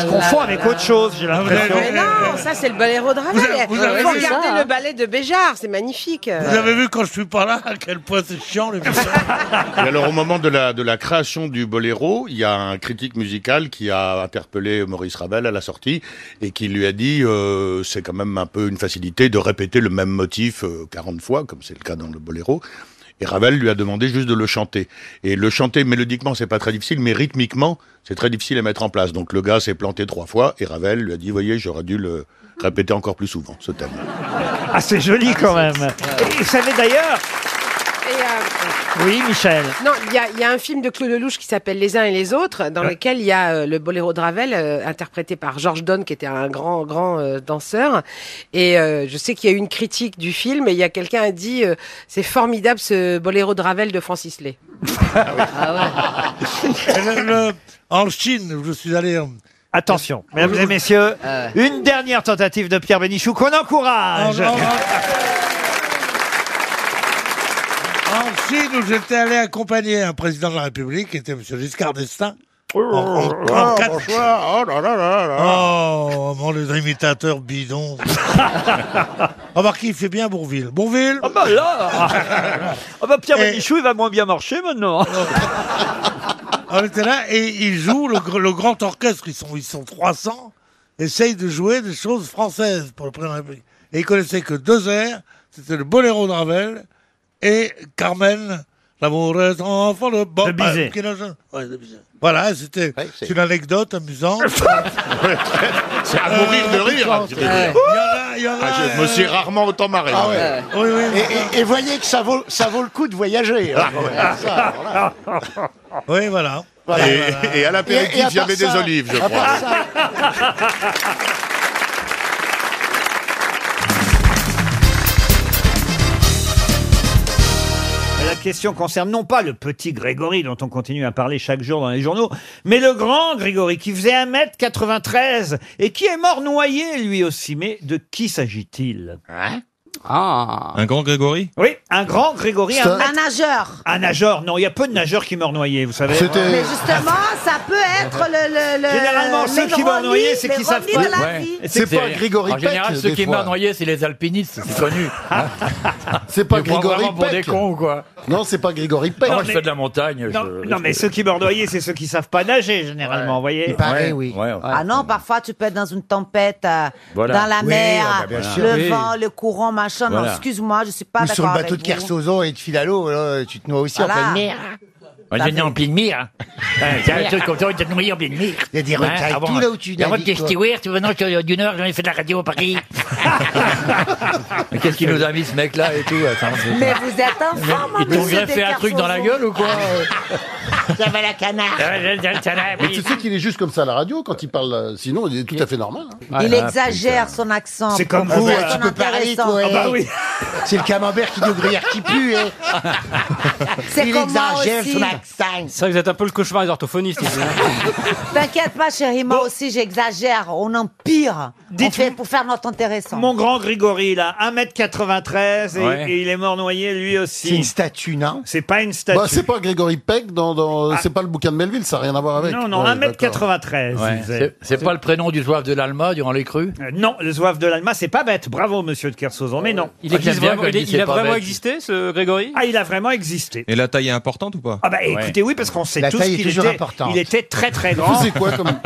Speaker 2: Je confonds avec autre chose, j'ai l'impression.
Speaker 4: Mais non, ça c'est le boléro de Ravel.
Speaker 12: Vous avez- vous
Speaker 4: Faut
Speaker 12: avez vu
Speaker 4: regarder
Speaker 12: ça,
Speaker 4: le
Speaker 12: hein
Speaker 4: ballet de Béjart, c'est magnifique.
Speaker 19: Euh.
Speaker 12: Vous avez vu quand je suis pas là à quel point c'est
Speaker 19: (laughs)
Speaker 12: chiant les
Speaker 14: Et alors, au moment de la, de la création du boléro, il y a un critique musical qui a interpellé Maurice Ravel à la sortie et qui lui a dit euh, c'est quand même un peu une facilité de répéter le même motif euh, 40 fois, comme c'est le cas dans le boléro. Et Ravel lui a demandé juste de le chanter. Et le chanter mélodiquement, c'est pas très difficile, mais rythmiquement, c'est très difficile à mettre en place. Donc le gars s'est planté trois fois et Ravel lui a dit voyez, j'aurais dû le répéter encore plus souvent, ce thème.
Speaker 2: Ah, c'est joli quand même. Et vous savez d'ailleurs.
Speaker 4: Et, euh,
Speaker 2: Oui, Michel.
Speaker 4: non, il y a, il y a un film de Claude Lelouch qui s'appelle Les uns et les autres, dans
Speaker 2: Ouais.
Speaker 4: lequel il y a euh, le boléro de Ravel euh, interprété par Georges Donne, qui était un grand grand euh, danseur. Et euh, je sais qu'il y a eu une critique du film, et il y a quelqu'un a dit euh, c'est formidable ce boléro de Ravel de Francis Lay.
Speaker 19: Ah
Speaker 12: Le- le- euh, en Chine, où je suis allé. euh,
Speaker 2: Attention, mesdames et messieurs, une dernière tentative de Pierre Bénichou qu'on encourage.
Speaker 12: En, en- en- en Chine, où j'étais allé accompagner un président de la République, qui était M. Giscard d'Estaing.
Speaker 2: Oh,
Speaker 12: En- en 34. Oh, mon les
Speaker 2: (laughs)
Speaker 12: imitateurs bidons. Remarquez, il fait bien Bourville. Bourville Ah
Speaker 2: bah
Speaker 12: (laughs)
Speaker 2: là Ah bah Pierre Bénichou, il va moins bien marcher maintenant.
Speaker 12: On était Ah, là et il joue le, gr- le grand orchestre, ils sont, ils sont 300, essaye de jouer des choses françaises pour le président de la République. Et il connaissait que deux airs, c'était le boléro de Ravel et Carmen, l'amour est enfant de... Bon,
Speaker 2: De Bizet.
Speaker 12: ah, qui n'a- ouais, de Bizet. voilà, c'était
Speaker 14: (laughs)
Speaker 12: c'est une anecdote amusante.
Speaker 14: C'est à mourir de rire, un petit peu.
Speaker 12: Euh, Il y en a- aura- Ah il y aura-
Speaker 14: Ah, je me suis rarement autant marré.
Speaker 33: Ah ouais.
Speaker 12: Oui, oui. Ah
Speaker 33: et, et- et voyez que ça vaut, ça vaut le coup de voyager. hein, quand même. Ça, alors là.
Speaker 12: Oui, voilà.
Speaker 33: Voilà.
Speaker 14: Et, et à l'apéritif,
Speaker 33: Et- et à
Speaker 14: il y
Speaker 33: part
Speaker 14: avait
Speaker 33: ça-
Speaker 14: des olives, je
Speaker 33: à
Speaker 14: crois.
Speaker 33: part ça-
Speaker 2: La question concerne non pas le petit Grégory dont on continue à parler chaque jour dans les journaux, mais le grand Grégory qui faisait 1m93 et qui est mort noyé lui aussi. Mais de qui s'agit-il Ah
Speaker 3: Un grand Grégory
Speaker 2: Oui, un grand Grégory.
Speaker 27: Un,
Speaker 2: 1m-
Speaker 27: nageur.
Speaker 2: Un nageur, non, il y a peu de nageurs qui meurent noyés, vous savez.
Speaker 27: Mais justement, ça peut être le. le- le-
Speaker 2: Généralement, ceux
Speaker 27: les
Speaker 2: qui meurent
Speaker 27: Ronnie-
Speaker 2: noyés, c'est
Speaker 27: les
Speaker 2: qu'ils savent
Speaker 27: Ronnie
Speaker 2: pas.
Speaker 27: de la
Speaker 2: Ouais.
Speaker 27: vie.
Speaker 2: C'est C'est pas Grégory
Speaker 18: En général,
Speaker 2: Peck,
Speaker 18: ceux
Speaker 2: des
Speaker 18: qui
Speaker 2: fois.
Speaker 18: meurent noyés, c'est les alpinistes, c'est connu.
Speaker 33: C'est pas
Speaker 18: Je prends
Speaker 33: Grégory
Speaker 18: vraiment pour des
Speaker 33: Peck.
Speaker 18: cons ou quoi
Speaker 33: Non, c'est pas Grégory Peck.
Speaker 18: Moi, je fais de la montagne.
Speaker 2: Non,
Speaker 18: je-
Speaker 2: non, mais ceux qui meurent noyés, c'est ceux qui savent pas nager, généralement, vous voyez.
Speaker 18: Il paraît, Ouais, oui. ouais, ouais.
Speaker 27: Ah non, parfois tu peux être dans une tempête, euh,
Speaker 18: Voilà.
Speaker 27: dans la
Speaker 18: Oui,
Speaker 27: mer,
Speaker 18: ah bah bien
Speaker 27: euh,
Speaker 18: sûr.
Speaker 27: le
Speaker 18: Oui.
Speaker 27: vent, le courant, machin. Non,
Speaker 5: Voilà.
Speaker 27: excuse-moi, je suis pas
Speaker 5: Ou
Speaker 27: d'accord
Speaker 5: sur le bateau
Speaker 27: avec
Speaker 5: de
Speaker 27: vous.
Speaker 5: Kersozo et de Filalo, là, tu te noies aussi
Speaker 27: Voilà.
Speaker 5: en pleine mer.
Speaker 18: Moi, j'ai né en pleine mire. hein.
Speaker 27: (laughs)
Speaker 18: C'est un
Speaker 5: Mire.
Speaker 18: truc comme ça, on était noyé en pleine mire.
Speaker 5: Il y a des requins
Speaker 18: ah
Speaker 5: et
Speaker 18: hein.
Speaker 5: tout, là, où tu
Speaker 18: Avant
Speaker 5: navigues,
Speaker 18: que ben, t'es
Speaker 5: toi.
Speaker 18: steward, tu venais que, euh, d'une heure, j'en ai fait de la radio à Paris. (laughs) Mais qu'est-ce qu'il nous a mis, ce mec-là, et tout attends, c'est-
Speaker 27: Mais vous êtes enfant, mon
Speaker 18: Ils t'ont
Speaker 27: monsieur
Speaker 18: greffé un truc dans la gueule ou quoi
Speaker 27: (laughs) Ça va la
Speaker 1: (laughs)
Speaker 27: canard.
Speaker 2: Ah.
Speaker 23: (laughs)
Speaker 18: Mais
Speaker 23: tu sais qu'il est juste comme ça à la radio quand il parle, euh, sinon il est tout à fait normal. hein.
Speaker 27: Il
Speaker 1: Ah,
Speaker 27: exagère son accent.
Speaker 23: C'est comme
Speaker 5: Ah
Speaker 27: pour
Speaker 23: vous,
Speaker 5: bah,
Speaker 27: que ça
Speaker 23: hein.
Speaker 27: sonne
Speaker 23: Tu peux parler,
Speaker 27: intéressant.
Speaker 23: toi, hein. Ah bah oui.
Speaker 5: eh. C'est le camembert qui de gruyère qui pue, hein.
Speaker 27: (laughs) C'est
Speaker 5: eh. Il
Speaker 27: comme moi
Speaker 5: exagère
Speaker 27: aussi.
Speaker 5: son accent.
Speaker 18: C'est vrai que vous êtes un peu le cauchemar des orthophonistes ici.
Speaker 27: T'inquiète pas, chérie, moi aussi j'exagère. On empire. On fait pour faire notre intéressant.
Speaker 2: Mon
Speaker 27: (laughs)
Speaker 2: grand (laughs) Grégory, là, 1m93 et,
Speaker 23: Ouais.
Speaker 2: et il est mort noyé lui aussi.
Speaker 23: C'est une
Speaker 5: statue, non
Speaker 2: C'est pas une statue.
Speaker 23: Bah, c'est pas Grégory Peck dans, dans-
Speaker 2: Ah.
Speaker 23: c'est pas le bouquin de Melville, ça n'a rien à voir avec.
Speaker 2: Non, non,
Speaker 23: Ouais,
Speaker 2: 1m93.
Speaker 18: Ouais.
Speaker 2: il faisait.
Speaker 18: C'est- C'est pas le prénom du zouave de l'Alma durant les crues
Speaker 2: Euh, Non, le zouave de l'Alma, c'est pas bête. Bravo, monsieur de Kersauzon, mais non.
Speaker 18: Il existe J'aime bien Ah, vraiment- quand il il dit il c'est a pas vraiment bête.
Speaker 2: existé, ce Grégory Ah, il a vraiment existé.
Speaker 3: Et la taille est importante ou pas
Speaker 2: Ah bah écoutez, oui, parce qu'on sait
Speaker 3: La
Speaker 2: tous
Speaker 3: taille est
Speaker 2: qu'il
Speaker 3: toujours
Speaker 2: était,
Speaker 3: importante.
Speaker 2: il était très très
Speaker 23: (laughs)
Speaker 3: Il
Speaker 2: grand.
Speaker 3: faisait
Speaker 2: (laughs)
Speaker 3: quoi comme-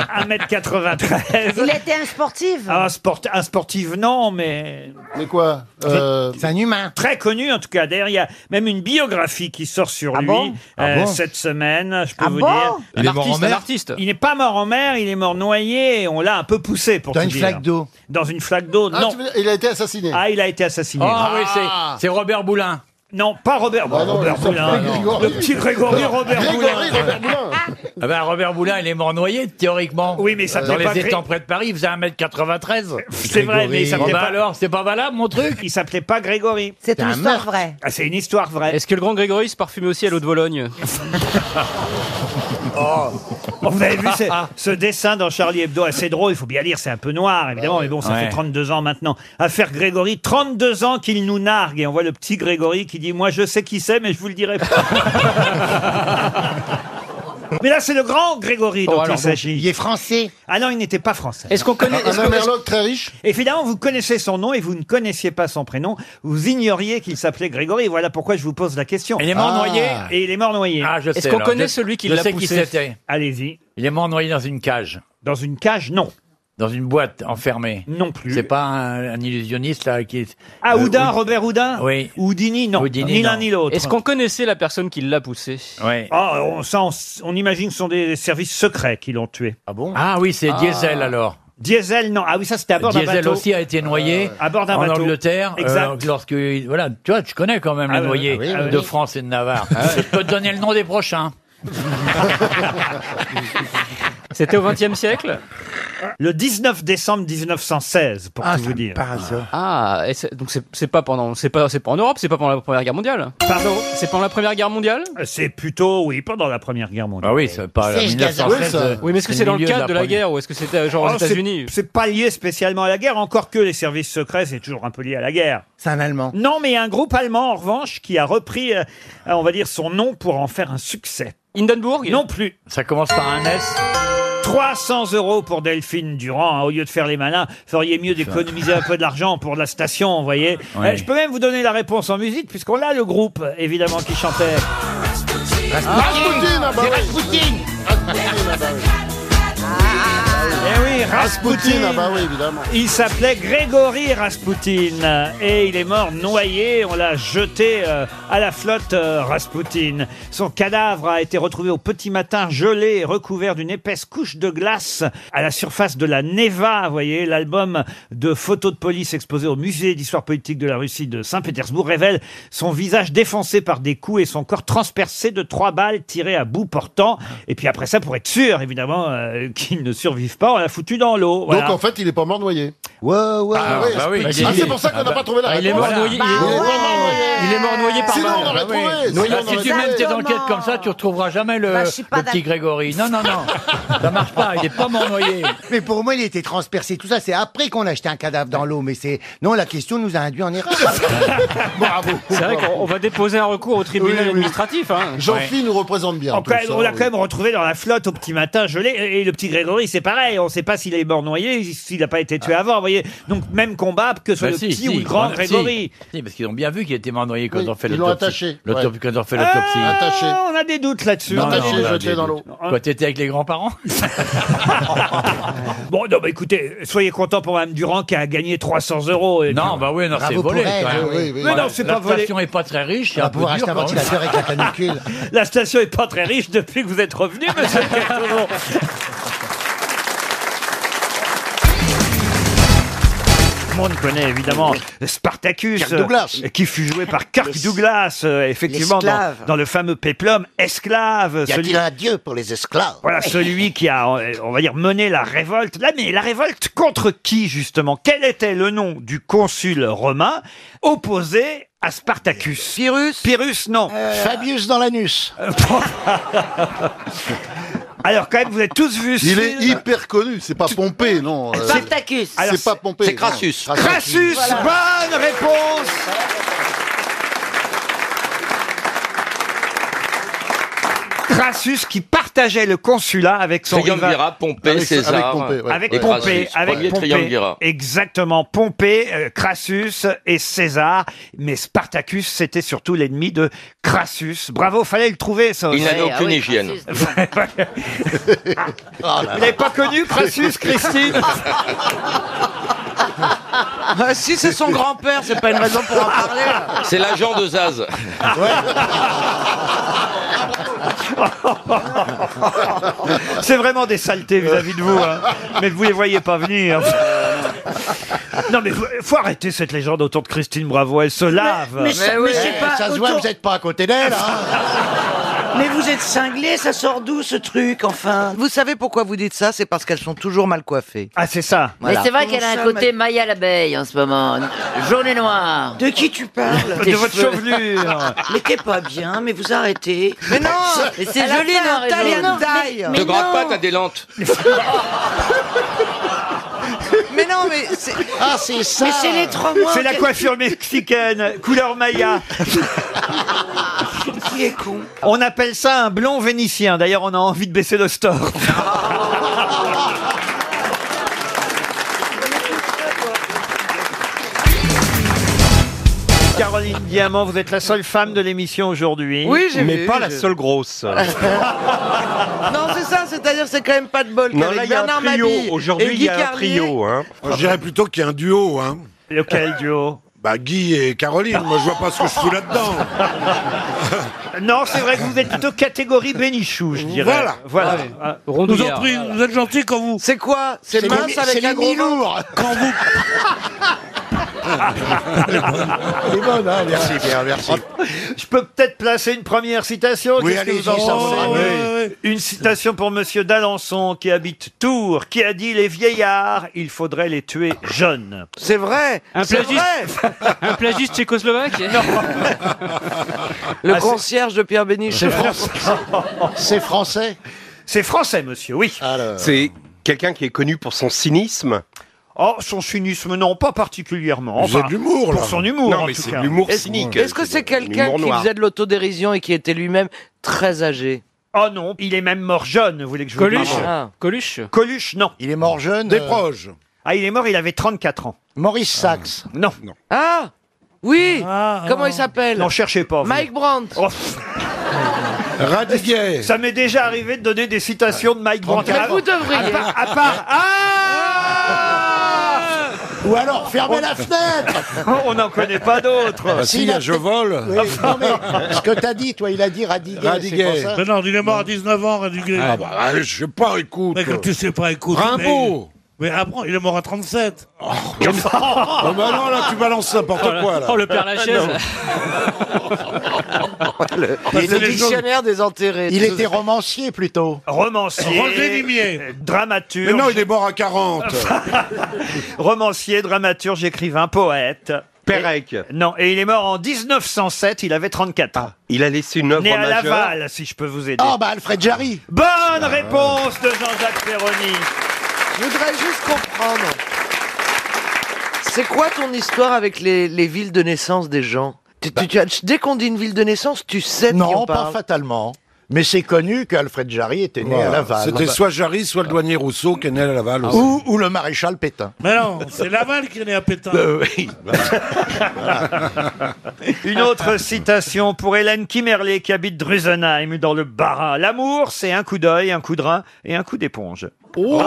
Speaker 2: 1m93.
Speaker 27: Il était un sportif.
Speaker 2: Ah, Un, sport, un sportif, non, mais... Mais quoi
Speaker 23: euh,
Speaker 5: C'est un humain.
Speaker 2: Très connu, en tout cas. D'ailleurs, il y a même une biographie qui sort sur lui
Speaker 18: bon
Speaker 2: euh,
Speaker 18: Ah bon
Speaker 2: cette semaine, je peux
Speaker 18: Ah
Speaker 2: vous
Speaker 18: bon
Speaker 2: dire.
Speaker 18: Il est Un mort artiste, en mer un artiste.
Speaker 2: Il n'est pas mort en mer, il est mort noyé. et On l'a un peu poussé, pour
Speaker 23: Dans
Speaker 2: tout
Speaker 23: une
Speaker 2: dire.
Speaker 23: flaque
Speaker 2: d'eau. Dans une flaque d'eau,
Speaker 23: Ah,
Speaker 2: non.
Speaker 23: tu veux dire, il a été assassiné.
Speaker 2: Ah, il a été assassiné.
Speaker 23: Ah
Speaker 18: oui, c'est- c'est Robert Boulin.
Speaker 2: Non, pas Robert,
Speaker 23: Ah non,
Speaker 2: Robert
Speaker 23: il s'appelle
Speaker 2: Boulin.
Speaker 23: Grégory.
Speaker 2: Le petit Grégory Robert
Speaker 23: Grégory
Speaker 2: Boulin.
Speaker 23: Robert Boulin.
Speaker 18: Ah ben Robert Boulin, il est mort noyé, théoriquement. Oui, mais
Speaker 2: ça
Speaker 18: Dans
Speaker 2: peut
Speaker 18: les
Speaker 2: pas
Speaker 18: étangs
Speaker 2: Gré-
Speaker 18: près de Paris, il faisait 1m93.
Speaker 2: C'est vrai, mais il s'appelait
Speaker 18: Bon, ben
Speaker 2: pas-
Speaker 18: alors, c'est pas valable, mon truc
Speaker 2: Il s'appelait pas Grégory.
Speaker 27: C'est une histoire vraie.
Speaker 2: Ah, c'est une histoire vraie.
Speaker 24: Est-ce que le grand Grégory se parfumait aussi à l'eau de (laughs) Bologne
Speaker 2: (laughs) Oh, vous avez vu ce, ce dessin dans Charlie Hebdo, assez drôle, il faut bien dire, c'est un peu noir, évidemment, mais bon, ça
Speaker 18: Ouais.
Speaker 2: fait 32 ans maintenant. Affaire Grégory, 32 ans qu'il nous nargue, et on voit le petit Grégory qui dit, moi je sais qui c'est, mais je vous le dirai pas.
Speaker 24: (laughs)
Speaker 2: Mais là, c'est le
Speaker 18: Oh,
Speaker 2: grand
Speaker 24: Oh,
Speaker 2: Grégory dont il s'agit. Il
Speaker 5: est français.
Speaker 2: Ah non, il n'était pas français.
Speaker 23: Est-ce qu'on connaît- Un- est-ce un qu'on- Amerloc très riche
Speaker 2: Évidemment, vous connaissez son nom et vous ne connaissiez pas son prénom. Vous ignoriez qu'il s'appelait Grégory. Voilà pourquoi je vous pose la question.
Speaker 18: Il est mort noyé
Speaker 2: Et il est mort noyé.
Speaker 18: Ah, je sais. alors, je- je sais qui c'était.
Speaker 2: Allez-y.
Speaker 18: Il est mort noyé dans une cage.
Speaker 2: Dans une cage, non.
Speaker 18: Dans une boîte enfermée.
Speaker 2: Non plus.
Speaker 18: C'est pas un, un illutionniste là qui est.
Speaker 2: Ah,
Speaker 18: Euh,
Speaker 2: Houdin,
Speaker 18: Houd-
Speaker 2: Robert Houdin
Speaker 18: Oui.
Speaker 2: Houdini, non. ni l'un
Speaker 18: non.
Speaker 2: ni l'autre.
Speaker 24: Est-ce qu'on connaissait la personne qui l'a poussé
Speaker 18: Ouais.
Speaker 2: Ah, on, ça, on, s- on imagine que ce sont des services secrets qui l'ont tué. Ah bon
Speaker 18: Ah oui, c'est Diesel alors.
Speaker 2: Diesel, non. Ah oui, ça c'était à bord d'un
Speaker 18: Diesel
Speaker 2: bateau.
Speaker 18: aussi a été noyé
Speaker 2: à bord d'un
Speaker 18: en
Speaker 2: bateau.
Speaker 18: Angleterre. euh,
Speaker 2: Exact.
Speaker 18: lorsque voilà, tu vois, tu connais quand même
Speaker 2: Ah
Speaker 18: les
Speaker 2: oui,
Speaker 18: noyés
Speaker 2: oui, oui,
Speaker 18: de
Speaker 2: oui.
Speaker 18: France et de Navarre. Je peux te donner le nom des prochains.
Speaker 24: C'était au XXe siècle
Speaker 2: Le 19 décembre 1916, pour tout vous dire.
Speaker 24: Ah, et c'est- donc c'est c'est pas pendant, c'est pas, c'est pas en Europe, c'est pas pendant la Première Guerre mondiale.
Speaker 2: Pardon Euh,
Speaker 24: C'est pendant la Première Guerre mondiale
Speaker 2: C'est plutôt, oui, pendant la Première Guerre mondiale.
Speaker 18: Ah oui, c'est pas la 1916, euh,
Speaker 24: Oui, mais est-ce que c'est dans le
Speaker 2: milieu
Speaker 24: cadre
Speaker 2: de
Speaker 24: de la,
Speaker 2: première-
Speaker 24: guerre ou est-ce que c'était Euh, genre
Speaker 2: Oh,
Speaker 24: aux
Speaker 2: c'est-
Speaker 24: États-Unis
Speaker 2: C'est pas lié spécialement à la guerre, encore que les services secrets, c'est toujours un peu lié à la guerre.
Speaker 5: C'est un Allemand.
Speaker 2: Non, mais un groupe allemand, en revanche, qui a repris, euh, euh, on va dire, son nom pour en faire un succès.
Speaker 24: Hindenburg
Speaker 2: Non plus.
Speaker 18: Ça commence par un S
Speaker 2: 300 euros pour Delphine Durand. hein. Au lieu de faire les malins, feriez mieux d'économiser un peu de l'argent pour la station, vous voyez.
Speaker 18: Oui.
Speaker 2: Euh, je peux même vous donner la réponse en musique, puisqu'on a le groupe, évidemment, qui chantait.
Speaker 23: Raspoutine, ah bah oui.
Speaker 2: Eh oui, Rasputin.
Speaker 23: ah bah oui, évidemment.
Speaker 2: Il s'appelait Grégory Rasputin et il est mort noyé. On l'a jeté euh, à la flotte euh, Rasputin. Son cadavre a été retrouvé au petit matin, gelé et recouvert d'une épaisse couche de glace à la surface de la Neva. Vous voyez, l'album de photos de police exposé au musée d'histoire politique de la Russie de Saint-Pétersbourg révèle son visage défoncé par des coups et son corps transpercé de trois balles tirées à bout portant. Et puis après ça, pour être sûr, évidemment, euh, (laughs) qu'il ne survive pas, on l'a foutu dans l'eau. Voilà.
Speaker 23: Donc en fait, il est pas mort noyé.
Speaker 33: Ouais, ouais.
Speaker 23: Ah, ouais, bah oui, ah, il est- c'est pour ça qu'on ah, n'a bah- pas trouvé la ah, réponse. il est mort noyé, il est- il est mort noyé.
Speaker 18: Il est mort noyé par
Speaker 23: Sinon,
Speaker 18: balle.
Speaker 23: on l'aurait
Speaker 18: Bah oui.
Speaker 23: trouvé, sinon,
Speaker 18: Bah,
Speaker 23: on
Speaker 18: si
Speaker 23: l'aurait
Speaker 18: tu mènes tes
Speaker 12: Ah,
Speaker 23: trouvé.
Speaker 18: enquêtes comme ça, tu retrouveras jamais le,
Speaker 24: Bah, je suis pas
Speaker 18: le petit
Speaker 24: d'accord.
Speaker 18: Grégory. Non, non,
Speaker 24: (laughs)
Speaker 18: non. ça marche pas. Ah, Il est pas mort noyé.
Speaker 5: (laughs) Mais pour moi, il était transpercé. Tout ça, c'est après qu'on a jeté un cadavre dans l'eau. Mais c'est. Non, la question nous a induit en
Speaker 18: (laughs)
Speaker 5: erreur.
Speaker 23: Bravo.
Speaker 18: C'est vrai qu'on on va déposer un recours au tribunal administratif. Hein.
Speaker 23: Jean-Phil nous représente bien.
Speaker 2: On,
Speaker 23: en plus,
Speaker 2: quand même-
Speaker 23: hein,
Speaker 2: on l'a
Speaker 23: oui.
Speaker 2: quand même retrouvé dans la flotte au petit matin gelé. Et et le petit Grégory, c'est pareil. On ne sait pas s'il est mort noyé, s'il n'a pas été tué avant. Vous voyez Donc, même combat que ce soit
Speaker 18: Ah. Bah,
Speaker 2: le
Speaker 18: si,
Speaker 2: petit
Speaker 18: si,
Speaker 2: ou le grand
Speaker 18: si.
Speaker 2: Grégory.
Speaker 18: Si, parce qu'ils ont bien vu qu'il était mort noyé quand
Speaker 23: Oui,
Speaker 18: on fait
Speaker 23: ils l'ont
Speaker 18: l'autopsie.
Speaker 23: attaché,
Speaker 18: L'autopsie-
Speaker 23: ouais.
Speaker 18: Quand on fait l'autopsie.
Speaker 23: Attaché.
Speaker 2: Ah, on a des doutes Ah. là-dessus.
Speaker 18: Non,
Speaker 23: attaché,
Speaker 18: non, non,
Speaker 23: Bah, jeté
Speaker 18: des
Speaker 23: dans
Speaker 18: doutes.
Speaker 23: l'eau.
Speaker 18: Quoi, t'étais avec les grands-parents (laughs)
Speaker 2: Bon, non, bah, écoutez, soyez contents pour Mme Durand qui a gagné 300 euros. et
Speaker 18: Non,
Speaker 2: puis-
Speaker 18: bah oui, non, c'est volé. quand même.
Speaker 2: Mais non, c'est pas
Speaker 18: La
Speaker 2: volé.
Speaker 18: station est pas très riche. c'est
Speaker 7: Ah,
Speaker 2: On va
Speaker 18: un peu
Speaker 2: pouvoir
Speaker 18: dur,
Speaker 2: Ah, acheter
Speaker 18: quand
Speaker 2: un
Speaker 18: même.
Speaker 2: ventilateur avec la
Speaker 18: (laughs)
Speaker 2: canicule. (laughs) La station est pas très riche depuis que vous êtes revenu,
Speaker 7: (laughs)
Speaker 2: monsieur Kertoron. Tout le monde connaît évidemment Spartacus,
Speaker 7: Kirk Douglas.
Speaker 2: euh, qui fut joué par Kirk Douglas, euh, effectivement, dans,
Speaker 7: L'esclave.
Speaker 2: dans le fameux péplum Esclave.
Speaker 7: Y a-t-il
Speaker 2: celui-
Speaker 7: un dieu pour les esclaves
Speaker 2: (laughs) Voilà, celui qui a, euh, on va dire, mené la révolte. Là, mais la révolte contre qui, justement Quel était le nom du consul romain opposé à Spartacus Pyrrhus Pyrrhus, non. Euh, Fabius dans l'anus. (laughs) Alors, quand même, vous avez tous vu ce
Speaker 23: Il
Speaker 2: film.
Speaker 23: est hyper connu, c'est pas Pompée, non. euh,
Speaker 2: Spartacus. Alors,
Speaker 23: C'est pas
Speaker 2: c'est-
Speaker 23: Pompée.
Speaker 2: c'est
Speaker 23: non.
Speaker 2: Crassus. Crassus, bonne réponse Crassus qui partageait le consulat avec son
Speaker 8: Triangle
Speaker 2: rival.
Speaker 8: Guerra, Pompée,
Speaker 2: avec,
Speaker 8: César,
Speaker 2: Avec Pompée,
Speaker 8: ouais.
Speaker 2: avec
Speaker 8: Ouais,
Speaker 2: Pompée,
Speaker 8: Crassus,
Speaker 2: avec
Speaker 8: ouais.
Speaker 2: Pompée.
Speaker 8: Triangle Guerra.
Speaker 2: Exactement, Pompée, euh, Crassus et César. Mais Spartacus, c'était surtout l'ennemi de Crassus. Bravo, fallait le trouver, ça.
Speaker 8: Il
Speaker 2: aussi.
Speaker 8: n'avait
Speaker 3: ah
Speaker 8: aucune hygiène.
Speaker 2: (laughs)
Speaker 8: Oh
Speaker 2: Vous l'avez pas connu, Crassus, Christine
Speaker 7: Ah, Si c'est son grand-père, c'est pas une raison pour en parler.
Speaker 8: (laughs)
Speaker 2: (laughs)
Speaker 8: C'est l'agent de Zaz.
Speaker 2: C'est vraiment des saletés vis-à-vis de vous, hein. mais vous les voyez pas venir. Non mais faut- faut arrêter cette légende autour de Christine Bravo, elle se lave.
Speaker 19: mais ça- Mais mais oui. c'est pas
Speaker 33: Eh, ça se voit,
Speaker 19: autour-
Speaker 33: vous n'êtes pas à côté d'elle. hein.
Speaker 7: (laughs) Mais vous êtes cinglés, ça sort d'où ce truc, enfin Vous savez pourquoi vous dites ça C'est parce qu'elles sont toujours mal coiffées.
Speaker 2: Ah, c'est ça
Speaker 7: Voilà.
Speaker 19: Mais c'est vrai qu'elle a un
Speaker 7: Comment ça,
Speaker 19: côté maille à l'abeille en ce moment. Jaune et noir.
Speaker 7: De qui tu parles
Speaker 19: De votre chevelure.
Speaker 7: Mais t'es pas bien, mais vous arrêtez. Mais non
Speaker 19: (laughs) Mais c'est joli, noir et
Speaker 7: taille
Speaker 19: jaune.
Speaker 7: taille
Speaker 8: Ne gratte pas, t'as des lentes.
Speaker 7: (laughs) Mais non, mais c'est... Ah, c'est ça Mais c'est les trois mois
Speaker 2: C'est la
Speaker 7: qu'elle-
Speaker 2: coiffure (laughs) mexicaine, couleur maya.
Speaker 7: (laughs) Qui est con
Speaker 2: On appelle ça un blond vénitien. D'ailleurs, on a envie de baisser
Speaker 7: (laughs)
Speaker 2: le store. Caroline Diamant, vous êtes la seule femme de l'émission aujourd'hui.
Speaker 7: Oui, j'ai Mais vu, pas la je- seule (laughs)
Speaker 29: grosse.
Speaker 7: Non, c'est ça, c'est-à-dire c'est quand même pas de bol
Speaker 29: Non,
Speaker 7: qu'avec
Speaker 29: là, il y a un
Speaker 7: Bernard
Speaker 29: trio.
Speaker 7: Mabille
Speaker 29: Aujourd'hui,
Speaker 7: et
Speaker 29: il
Speaker 7: Guy
Speaker 29: y a un
Speaker 7: Carlier.
Speaker 29: trio. Hein.
Speaker 3: Je dirais plutôt qu'il y a un duo. Hein.
Speaker 2: Lequel duo
Speaker 3: Bah Guy et Caroline, moi je vois pas ce que je fous là-dedans.
Speaker 2: (laughs) Non, c'est vrai que vous êtes plutôt catégorie bénichou, je dirais.
Speaker 3: Voilà.
Speaker 2: Voilà.
Speaker 3: Ouais.
Speaker 2: Ah,
Speaker 12: Vous en prie, vous êtes gentil quand vous.
Speaker 7: C'est quoi
Speaker 2: C'est mince les- avec c'est un les gros mi-lourds.
Speaker 12: Quand vous.
Speaker 3: C'est bon, hein, merci Pierre, merci.
Speaker 2: Ah, Je peux peut-être placer une première citation.
Speaker 3: Oui,
Speaker 2: Qu'est-ce que
Speaker 3: allez-y,
Speaker 2: vous en
Speaker 3: ça
Speaker 2: pensez
Speaker 3: va, oui.
Speaker 2: Une citation pour Monsieur d'Alençon qui habite Tours, qui a dit les vieillards, il faudrait les tuer jeunes.
Speaker 7: C'est vrai.
Speaker 2: Un
Speaker 7: c'est
Speaker 2: plagiste.
Speaker 7: vrai.
Speaker 2: (laughs) Un plagiste tchécoslovaque
Speaker 7: Le
Speaker 2: Ah, c'est-
Speaker 7: concierge de Pierre Bénichou.
Speaker 2: C'est français.
Speaker 3: C'est français.
Speaker 2: C'est français, monsieur. Oui.
Speaker 29: C'est quelqu'un qui est connu pour son cynisme.
Speaker 2: Oh, son cynisme, non, pas particulièrement.
Speaker 29: Vous
Speaker 2: Enfin,
Speaker 29: avez de l'humour, là.
Speaker 2: Pour son humour.
Speaker 29: Non,
Speaker 2: en
Speaker 29: mais
Speaker 2: tout
Speaker 29: c'est
Speaker 2: cas.
Speaker 29: de l'humour
Speaker 7: Est-ce est-ce que c'est quelqu'un qui faisait de l'autodérision et qui était lui-même très âgé
Speaker 2: Oh non, il est même mort jeune, vous voulez que je
Speaker 7: Coluche
Speaker 2: vous dise
Speaker 7: Ah.
Speaker 2: Coluche Coluche, non. Il est mort jeune
Speaker 3: Des euh, proches.
Speaker 2: Ah, il est mort, il avait 34 ans. Maurice Sachs Non. Non,
Speaker 7: Ah Oui Comment il s'appelle
Speaker 2: cherchez pas. vous. Oh.
Speaker 7: Mike Brandt.
Speaker 2: (laughs) Ça m'est déjà arrivé de donner des citations de Mike Brandt.
Speaker 7: Mais vous devriez.
Speaker 2: À part, à part- Ah Ou alors,
Speaker 1: fermez la fenêtre
Speaker 2: (laughs) On n'en connaît pas d'autres.
Speaker 1: Bah, si, il y a Je vole.
Speaker 2: Oui, non, mais
Speaker 5: Ah,
Speaker 1: ce que t'as dit, toi, il a dit Radiguet.
Speaker 5: bah,
Speaker 12: Radiguet. Mais non, il est mort à 19 ans, Radiguet.
Speaker 1: Ah bah, allez, je sais pas, écoute.
Speaker 12: Mais comme tu sais pas, écoute.
Speaker 1: Rimbaud.
Speaker 12: Mais, mais après, il est mort à 37. Oh, (laughs)
Speaker 1: Oh, bah non, là, tu balances n'importe quoi, là.
Speaker 2: Il est dictionnaire
Speaker 7: des enterrés.
Speaker 2: Il était
Speaker 7: romancier plutôt.
Speaker 2: Romancier.
Speaker 12: Roger Limier.
Speaker 2: euh, Dramaturge.
Speaker 12: Mais non, il est mort à 40.
Speaker 2: (laughs) romancier, dramaturge, écrivain, poète.
Speaker 34: Pérec.
Speaker 2: Non, et il est mort en 1907, il avait 34 ans.
Speaker 34: Ah, Il a laissé une œuvre
Speaker 2: Né à
Speaker 34: majeure.
Speaker 2: Laval, si je peux vous aider.
Speaker 12: Ah,
Speaker 34: Oh,
Speaker 2: bah Alfred Jarry. Bonne réponse de Jean-Jacques Perroni.
Speaker 7: Je voudrais juste comprendre. C'est quoi ton histoire avec les, les villes de naissance des gens Tu- tu- tu as- Dès qu'on dit une ville de naissance, tu sais de qui
Speaker 5: Bah. Non,
Speaker 7: on
Speaker 5: pas
Speaker 7: parle.
Speaker 5: fatalement. Mais c'est connu qu'Alfred Jarry était né à
Speaker 1: Voilà.
Speaker 5: Laval.
Speaker 1: C'était soit Jarry, soit le douanier Rousseau qui est né à Laval aussi.
Speaker 5: Ou, ou le maréchal Pétain.
Speaker 12: Mais non, c'est Laval qui est né à Pétain.
Speaker 2: Une autre citation pour Hélène Kimmerley qui habite Drusenheim dans le Bas-Rhin. L'amour, c'est un coup d'œil, un coup de rein et un coup d'éponge.
Speaker 5: Oh,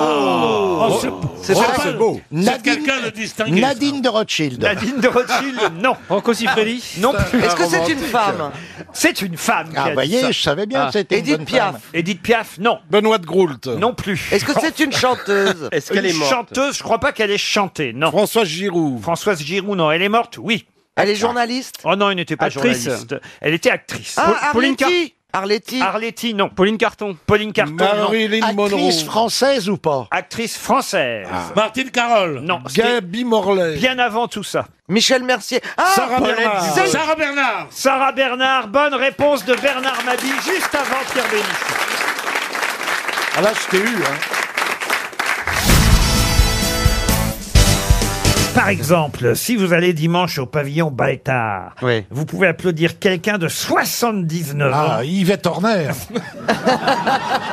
Speaker 12: Oh, c'est-
Speaker 5: C'est
Speaker 12: oh,
Speaker 5: vrai,
Speaker 12: c'est
Speaker 5: c'est
Speaker 12: beau. C'est
Speaker 5: Nadine,
Speaker 12: quelqu'un de distingué.
Speaker 5: Nadine de Rothschild.
Speaker 2: Nadine de
Speaker 5: (laughs)
Speaker 2: Rothschild, non.
Speaker 5: Rocco
Speaker 2: Siffredi Non plus.
Speaker 5: Est-ce que c'est une femme
Speaker 2: C'est une femme. qui
Speaker 5: Ah,
Speaker 2: a dit
Speaker 5: voyez,
Speaker 2: ça.
Speaker 5: je savais bien que c'était une
Speaker 2: Édith
Speaker 5: bonne
Speaker 2: Piaf.
Speaker 5: femme.
Speaker 2: Édith Piaf, non. Benoît de Groult. Non plus. Oh.
Speaker 7: Est-ce que c'est une
Speaker 2: (laughs)
Speaker 7: chanteuse
Speaker 34: Est-ce qu'elle
Speaker 2: Une
Speaker 34: est morte
Speaker 2: chanteuse, je crois pas qu'elle ait chanté, non. Françoise Giroud. Françoise Giroud, non. Elle est morte, oui.
Speaker 7: Elle est journaliste
Speaker 2: Oh non, elle n'était pas
Speaker 6: Actrice.
Speaker 2: journaliste. Elle était actrice.
Speaker 7: Ah,
Speaker 2: Pauline Car-
Speaker 7: Arletty Arletty
Speaker 2: Arletty, non. Pauline Carton. Pauline Carton.
Speaker 5: Marilyn
Speaker 2: non.
Speaker 5: Monroe. Actrice
Speaker 2: française ou pas Actrice française.
Speaker 7: Ah.
Speaker 12: Martine Carole.
Speaker 2: Non. Gabi Morlaix. Bien avant tout ça.
Speaker 7: Michel Mercier. Ah,
Speaker 12: Sarah
Speaker 2: Paulette
Speaker 12: Bernard.
Speaker 2: Zell-
Speaker 12: Sarah Bernard.
Speaker 2: Sarah Bernard. Bonne réponse de Bernard Mabie juste avant Pierre Bénichou.
Speaker 1: Ah là, je t'ai eu, hein.
Speaker 2: Par exemple, si vous allez dimanche au pavillon Baltard, vous pouvez applaudir quelqu'un de 79 ans.
Speaker 35: Ah, Yvette
Speaker 2: (laughs)
Speaker 35: Horner.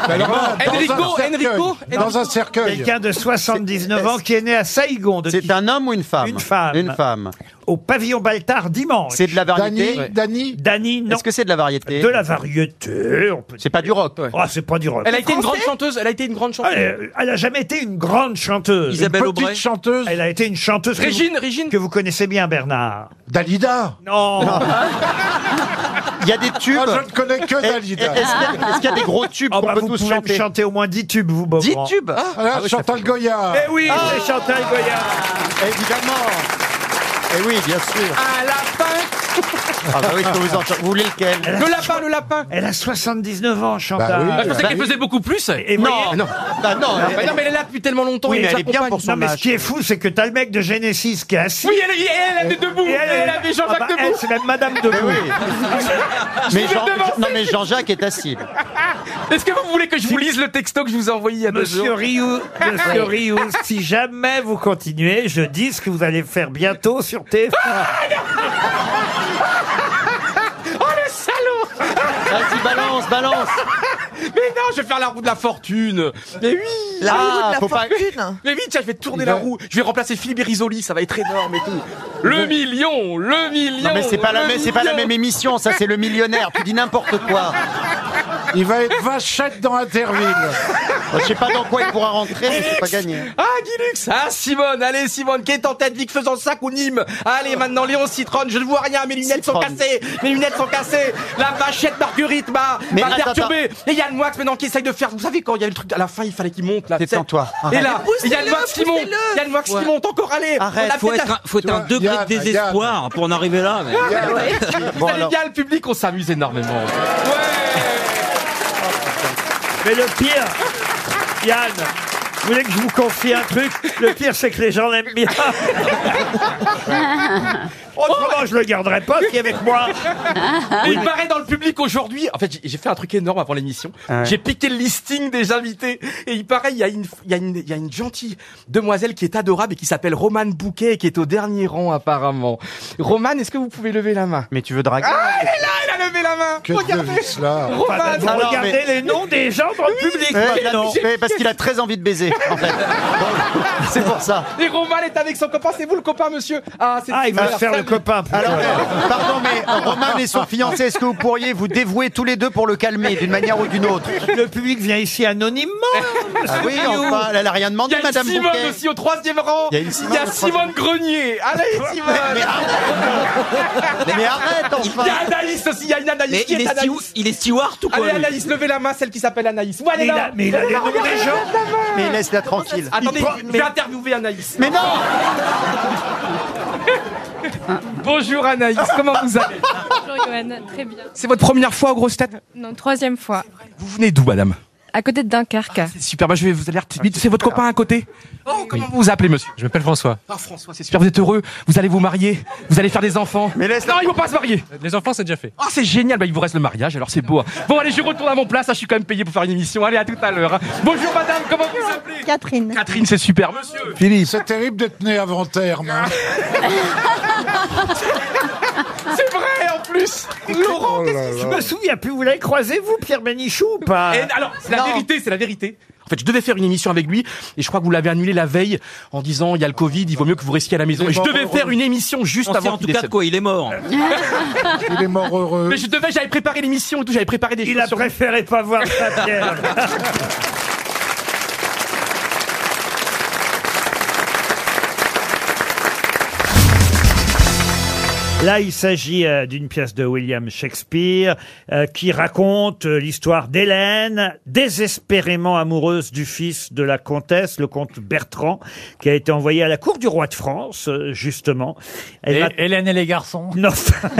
Speaker 35: alors là, dans un cercueil. Dans un cercueil.
Speaker 2: Quelqu'un de 79 ans qui est né à Saïgon. C'est un homme ou une femme Une femme.
Speaker 17: Une femme.
Speaker 2: Au pavillon Baltard dimanche.
Speaker 17: C'est de la variété
Speaker 2: Dany,
Speaker 17: Ouais.
Speaker 2: Dany Dany, non.
Speaker 17: Est-ce que c'est de la variété
Speaker 2: De la variété. C'est pas du rock. Ah, c'est pas du rock.
Speaker 6: Elle a été une grande chanteuse. Elle a été une grande chanteuse.
Speaker 2: Ah, Elle, elle a jamais été une grande chanteuse.
Speaker 6: Isabelle
Speaker 2: une
Speaker 6: Aubray.
Speaker 2: chanteuse. Elle a été une chanteuse.
Speaker 6: Régine,
Speaker 2: que vous, Que vous connaissez bien, Bernard. Dalida. Non. (laughs)
Speaker 17: Il y a des tubes.
Speaker 2: Ah, je ne connais que
Speaker 17: Est-
Speaker 2: Dalida.
Speaker 17: Est-ce qu'il y a- est-ce qu'il y a des gros tubes
Speaker 2: Oh,
Speaker 17: qu'on
Speaker 2: bah,
Speaker 17: peut
Speaker 2: vous
Speaker 17: tous
Speaker 2: pouvez me
Speaker 17: chanter
Speaker 2: chanter au moins 10 tubes, vous, Beaugrand.
Speaker 17: 10 tubes
Speaker 2: Ah,
Speaker 17: Ah, ah oui, ça Ah.
Speaker 2: Chantal Goya. Eh oui,
Speaker 7: Ah.
Speaker 2: c'est Chantal Goya.
Speaker 17: Évidemment. Eh oui, bien sûr.
Speaker 6: Un lapin.
Speaker 17: Ah bah oui, je peux vous entendre. Vous voulez lequel
Speaker 6: Le lapin, le lapin.
Speaker 2: Elle a 79 ans, Chantal.
Speaker 17: Bah oui.
Speaker 6: Bah, je pensais
Speaker 17: Bah
Speaker 6: qu'elle
Speaker 17: oui.
Speaker 6: faisait beaucoup plus.
Speaker 2: Et
Speaker 6: non.
Speaker 2: voyez-
Speaker 6: non.
Speaker 17: Bah non,
Speaker 6: Bah non, mais elle est là depuis tellement longtemps.
Speaker 2: Oui,
Speaker 6: il
Speaker 2: elle est bien
Speaker 6: s'accompagne.
Speaker 2: pour son Non, mais ce qui est fou, c'est que t'as le mec de Genesis qui est assis.
Speaker 6: Oui, elle, est- elle, elle est debout.
Speaker 2: Et
Speaker 6: Elle,
Speaker 2: est-
Speaker 6: avait Jean-Jacques
Speaker 2: Ah bah,
Speaker 6: debout.
Speaker 2: elle, c'est même Madame (laughs) debout.
Speaker 17: Mais Jean- non mais Jean-Jacques est assis.
Speaker 6: Est-ce que vous voulez que je vous lise le texto que je vous ai envoyé il y a deux
Speaker 2: Monsieur
Speaker 6: jours
Speaker 2: Rioux,
Speaker 6: (laughs)
Speaker 2: monsieur Rioux, si jamais vous continuez, je dis ce que vous allez faire bientôt sur TF1.
Speaker 6: Ah, Oh le salaud
Speaker 17: Vas-y, balance, balance
Speaker 6: (laughs) Mais non, je vais faire la roue de la fortune Mais oui Ah,
Speaker 17: La roue de la
Speaker 6: faut pas-
Speaker 17: fortune
Speaker 6: (laughs) Mais oui, tiens, je vais tourner la roue, je vais remplacer Philippe Risoli, ça va être énorme et tout Le million Le million
Speaker 17: Non mais c'est pas la
Speaker 6: le
Speaker 17: même, c'est pas la
Speaker 6: million.
Speaker 17: même émission. Ça c'est le millionnaire. Tu dis n'importe quoi.
Speaker 35: Il va être vachette dans Interville.
Speaker 5: (laughs)
Speaker 17: Je sais pas dans quoi il pourra rentrer, mais c'est pas gagné.
Speaker 6: Ah, Guilux Ah, Simone Allez, Simone, qui est en tête Vic faisant sac ou Nîmes Allez, maintenant, Léon Citron, je ne vois rien, mes lunettes sont cassées Mes lunettes sont cassées La vachette Marguerite m'a
Speaker 17: Mais
Speaker 6: m'a
Speaker 17: attends,
Speaker 6: perturbé Et Yann Moix, maintenant, qui essaye de faire... Vous savez, quand il y a eu le truc, à la fin, il fallait qu'il monte, là, tu sais.
Speaker 17: Détends-toi.
Speaker 6: Et
Speaker 17: Arrête.
Speaker 6: là,
Speaker 17: Mais
Speaker 6: et Yann Moix qui monte Yann Moix qui monte, encore, allez Eh,
Speaker 3: Arrête,
Speaker 6: On a
Speaker 3: faut
Speaker 6: fait la-
Speaker 3: être un, faut être
Speaker 6: Tu
Speaker 3: un
Speaker 6: vois,
Speaker 3: degré
Speaker 6: Yann,
Speaker 3: de désespoir pour en arriver là. mais-
Speaker 6: Yann.
Speaker 3: Ouais.
Speaker 6: Vous savez bien, le public, on s'amuse énormément
Speaker 2: Mais le pire, Yann, vous voulez que je vous confie un truc Le pire, c'est que les gens l'aiment bien.
Speaker 8: (laughs)
Speaker 6: Oh,
Speaker 2: Autrement, je le garderais pas, qui est avec moi.
Speaker 6: Et (laughs) il paraît dans le public aujourd'hui. En fait, j'ai- j'ai fait un truc énorme avant l'émission. J'ai piqué le listing des invités. Et il paraît, il y, a une- il y, a une- il y a une gentille demoiselle qui est adorable et qui s'appelle Romane Bouquet et qui est au dernier rang apparemment. Romane, est-ce que vous pouvez lever la main
Speaker 17: Mais tu veux draguer
Speaker 6: Ah, elle est là, elle a levé la main.
Speaker 17: Que de
Speaker 6: Regardez.
Speaker 17: vices, là.
Speaker 6: Romane,
Speaker 17: Enfin, alors, Regardez mais-
Speaker 2: les noms des gens dans le public.
Speaker 17: Ouais, il a- mais parce qu'il a très envie de baiser. En fait. Donc, C'est pour ça.
Speaker 6: Et Romane est avec son copain, c'est vous le copain, monsieur Ah, c'est
Speaker 2: Ah, il va
Speaker 6: Alors,
Speaker 2: faire
Speaker 6: ça
Speaker 2: le copain. plutôt.
Speaker 7: Alors,
Speaker 6: (laughs)
Speaker 7: euh, pardon,
Speaker 6: Ah.
Speaker 7: mais Roman et son fiancé, est-ce que vous pourriez vous dévouer tous les deux pour le calmer d'une manière ou d'une autre
Speaker 2: Le public vient ici anonymement.
Speaker 7: Ah oui, enfin, elle n'a rien demandé,
Speaker 6: Il y a une
Speaker 7: Madame
Speaker 6: Simone
Speaker 7: Bouquet.
Speaker 6: aussi au troisième rang.
Speaker 7: Il y a une
Speaker 6: Il y
Speaker 7: Simone
Speaker 6: a
Speaker 7: au
Speaker 6: Simone
Speaker 7: troisième-
Speaker 6: Grenier. Allez, Simone.
Speaker 7: Mais- mais arrête, enfin.
Speaker 6: Il y a Anaïs aussi. Il y a une Anaïs.
Speaker 15: Mais
Speaker 6: qui
Speaker 15: il est
Speaker 6: Anaïs
Speaker 15: stew- il est steward ou quoi,
Speaker 6: Allez,
Speaker 15: lui
Speaker 6: Anaïs, levez la main, celle qui s'appelle Anaïs. Voilà,
Speaker 2: Mais il a- mais il a les noms des gens.
Speaker 7: Mais laisse-la tranquille.
Speaker 6: Attendez,
Speaker 7: Il prend-
Speaker 6: je vais interviewer Anaïs.
Speaker 7: Mais non
Speaker 6: Bonjour Anaïs, Ah, comment
Speaker 7: (laughs)
Speaker 6: vous allez
Speaker 4: Bonjour Johan, très bien.
Speaker 6: C'est votre première fois au gros stade
Speaker 4: Non, troisième fois.
Speaker 6: Vous venez d'où, madame
Speaker 4: À côté de Dunkerque.
Speaker 6: C'est super, bah, je vais vous aller vite. C'est votre copain à côté Oh, comment vous vous appelez, monsieur Je m'appelle François. Ah, François, c'est super, vous êtes heureux, vous allez vous marier, vous allez faire des enfants. Mais laisse Non, ils vont pas se marier
Speaker 15: Euh,
Speaker 6: Les enfants, c'est déjà fait. Oh, c'est génial, bah, il vous reste le mariage, alors c'est beau. hein. Bon, allez, je retourne à mon place, hein, je suis quand même payé pour faire une émission. Allez, à tout à l'heure. hein. Bonjour, madame, comment vous appelez Catherine. Catherine, c'est super, monsieur.
Speaker 1: Philippe. C'est terrible d'être né avant terme. hein.
Speaker 6: C'est vrai, en plus Oh Laurent, qu'est-ce que
Speaker 2: Je me souviens plus, vous l'avez croisé, vous, Pierre Bénichou, ou pas
Speaker 6: Et alors, c'est la vérité, c'est la vérité. En fait, je devais faire une émission avec lui et je crois que vous l'avez annulé la veille en disant il y a le Covid, il vaut mieux que vous restiez à la maison. Et je devais faire une émission juste
Speaker 15: On sait
Speaker 6: avant.
Speaker 15: en
Speaker 6: qu'il
Speaker 15: tout cas de
Speaker 6: décède.
Speaker 15: quoi il est mort.
Speaker 1: Il est mort heureux.
Speaker 6: Mais je devais, j'avais préparé l'émission et tout, j'avais préparé des
Speaker 2: Il a préféré pas voir
Speaker 6: (laughs)
Speaker 2: ça, Pierre.
Speaker 12: (laughs)
Speaker 2: Là, il s'agit euh, d'une pièce de William Shakespeare euh, qui raconte euh, l'histoire d'Hélène, désespérément amoureuse du fils de la comtesse, le comte Bertrand, qui a été envoyé à la cour du roi de France, euh, justement. Hélène et les garçons
Speaker 18: (laughs)
Speaker 2: Non. (laughs)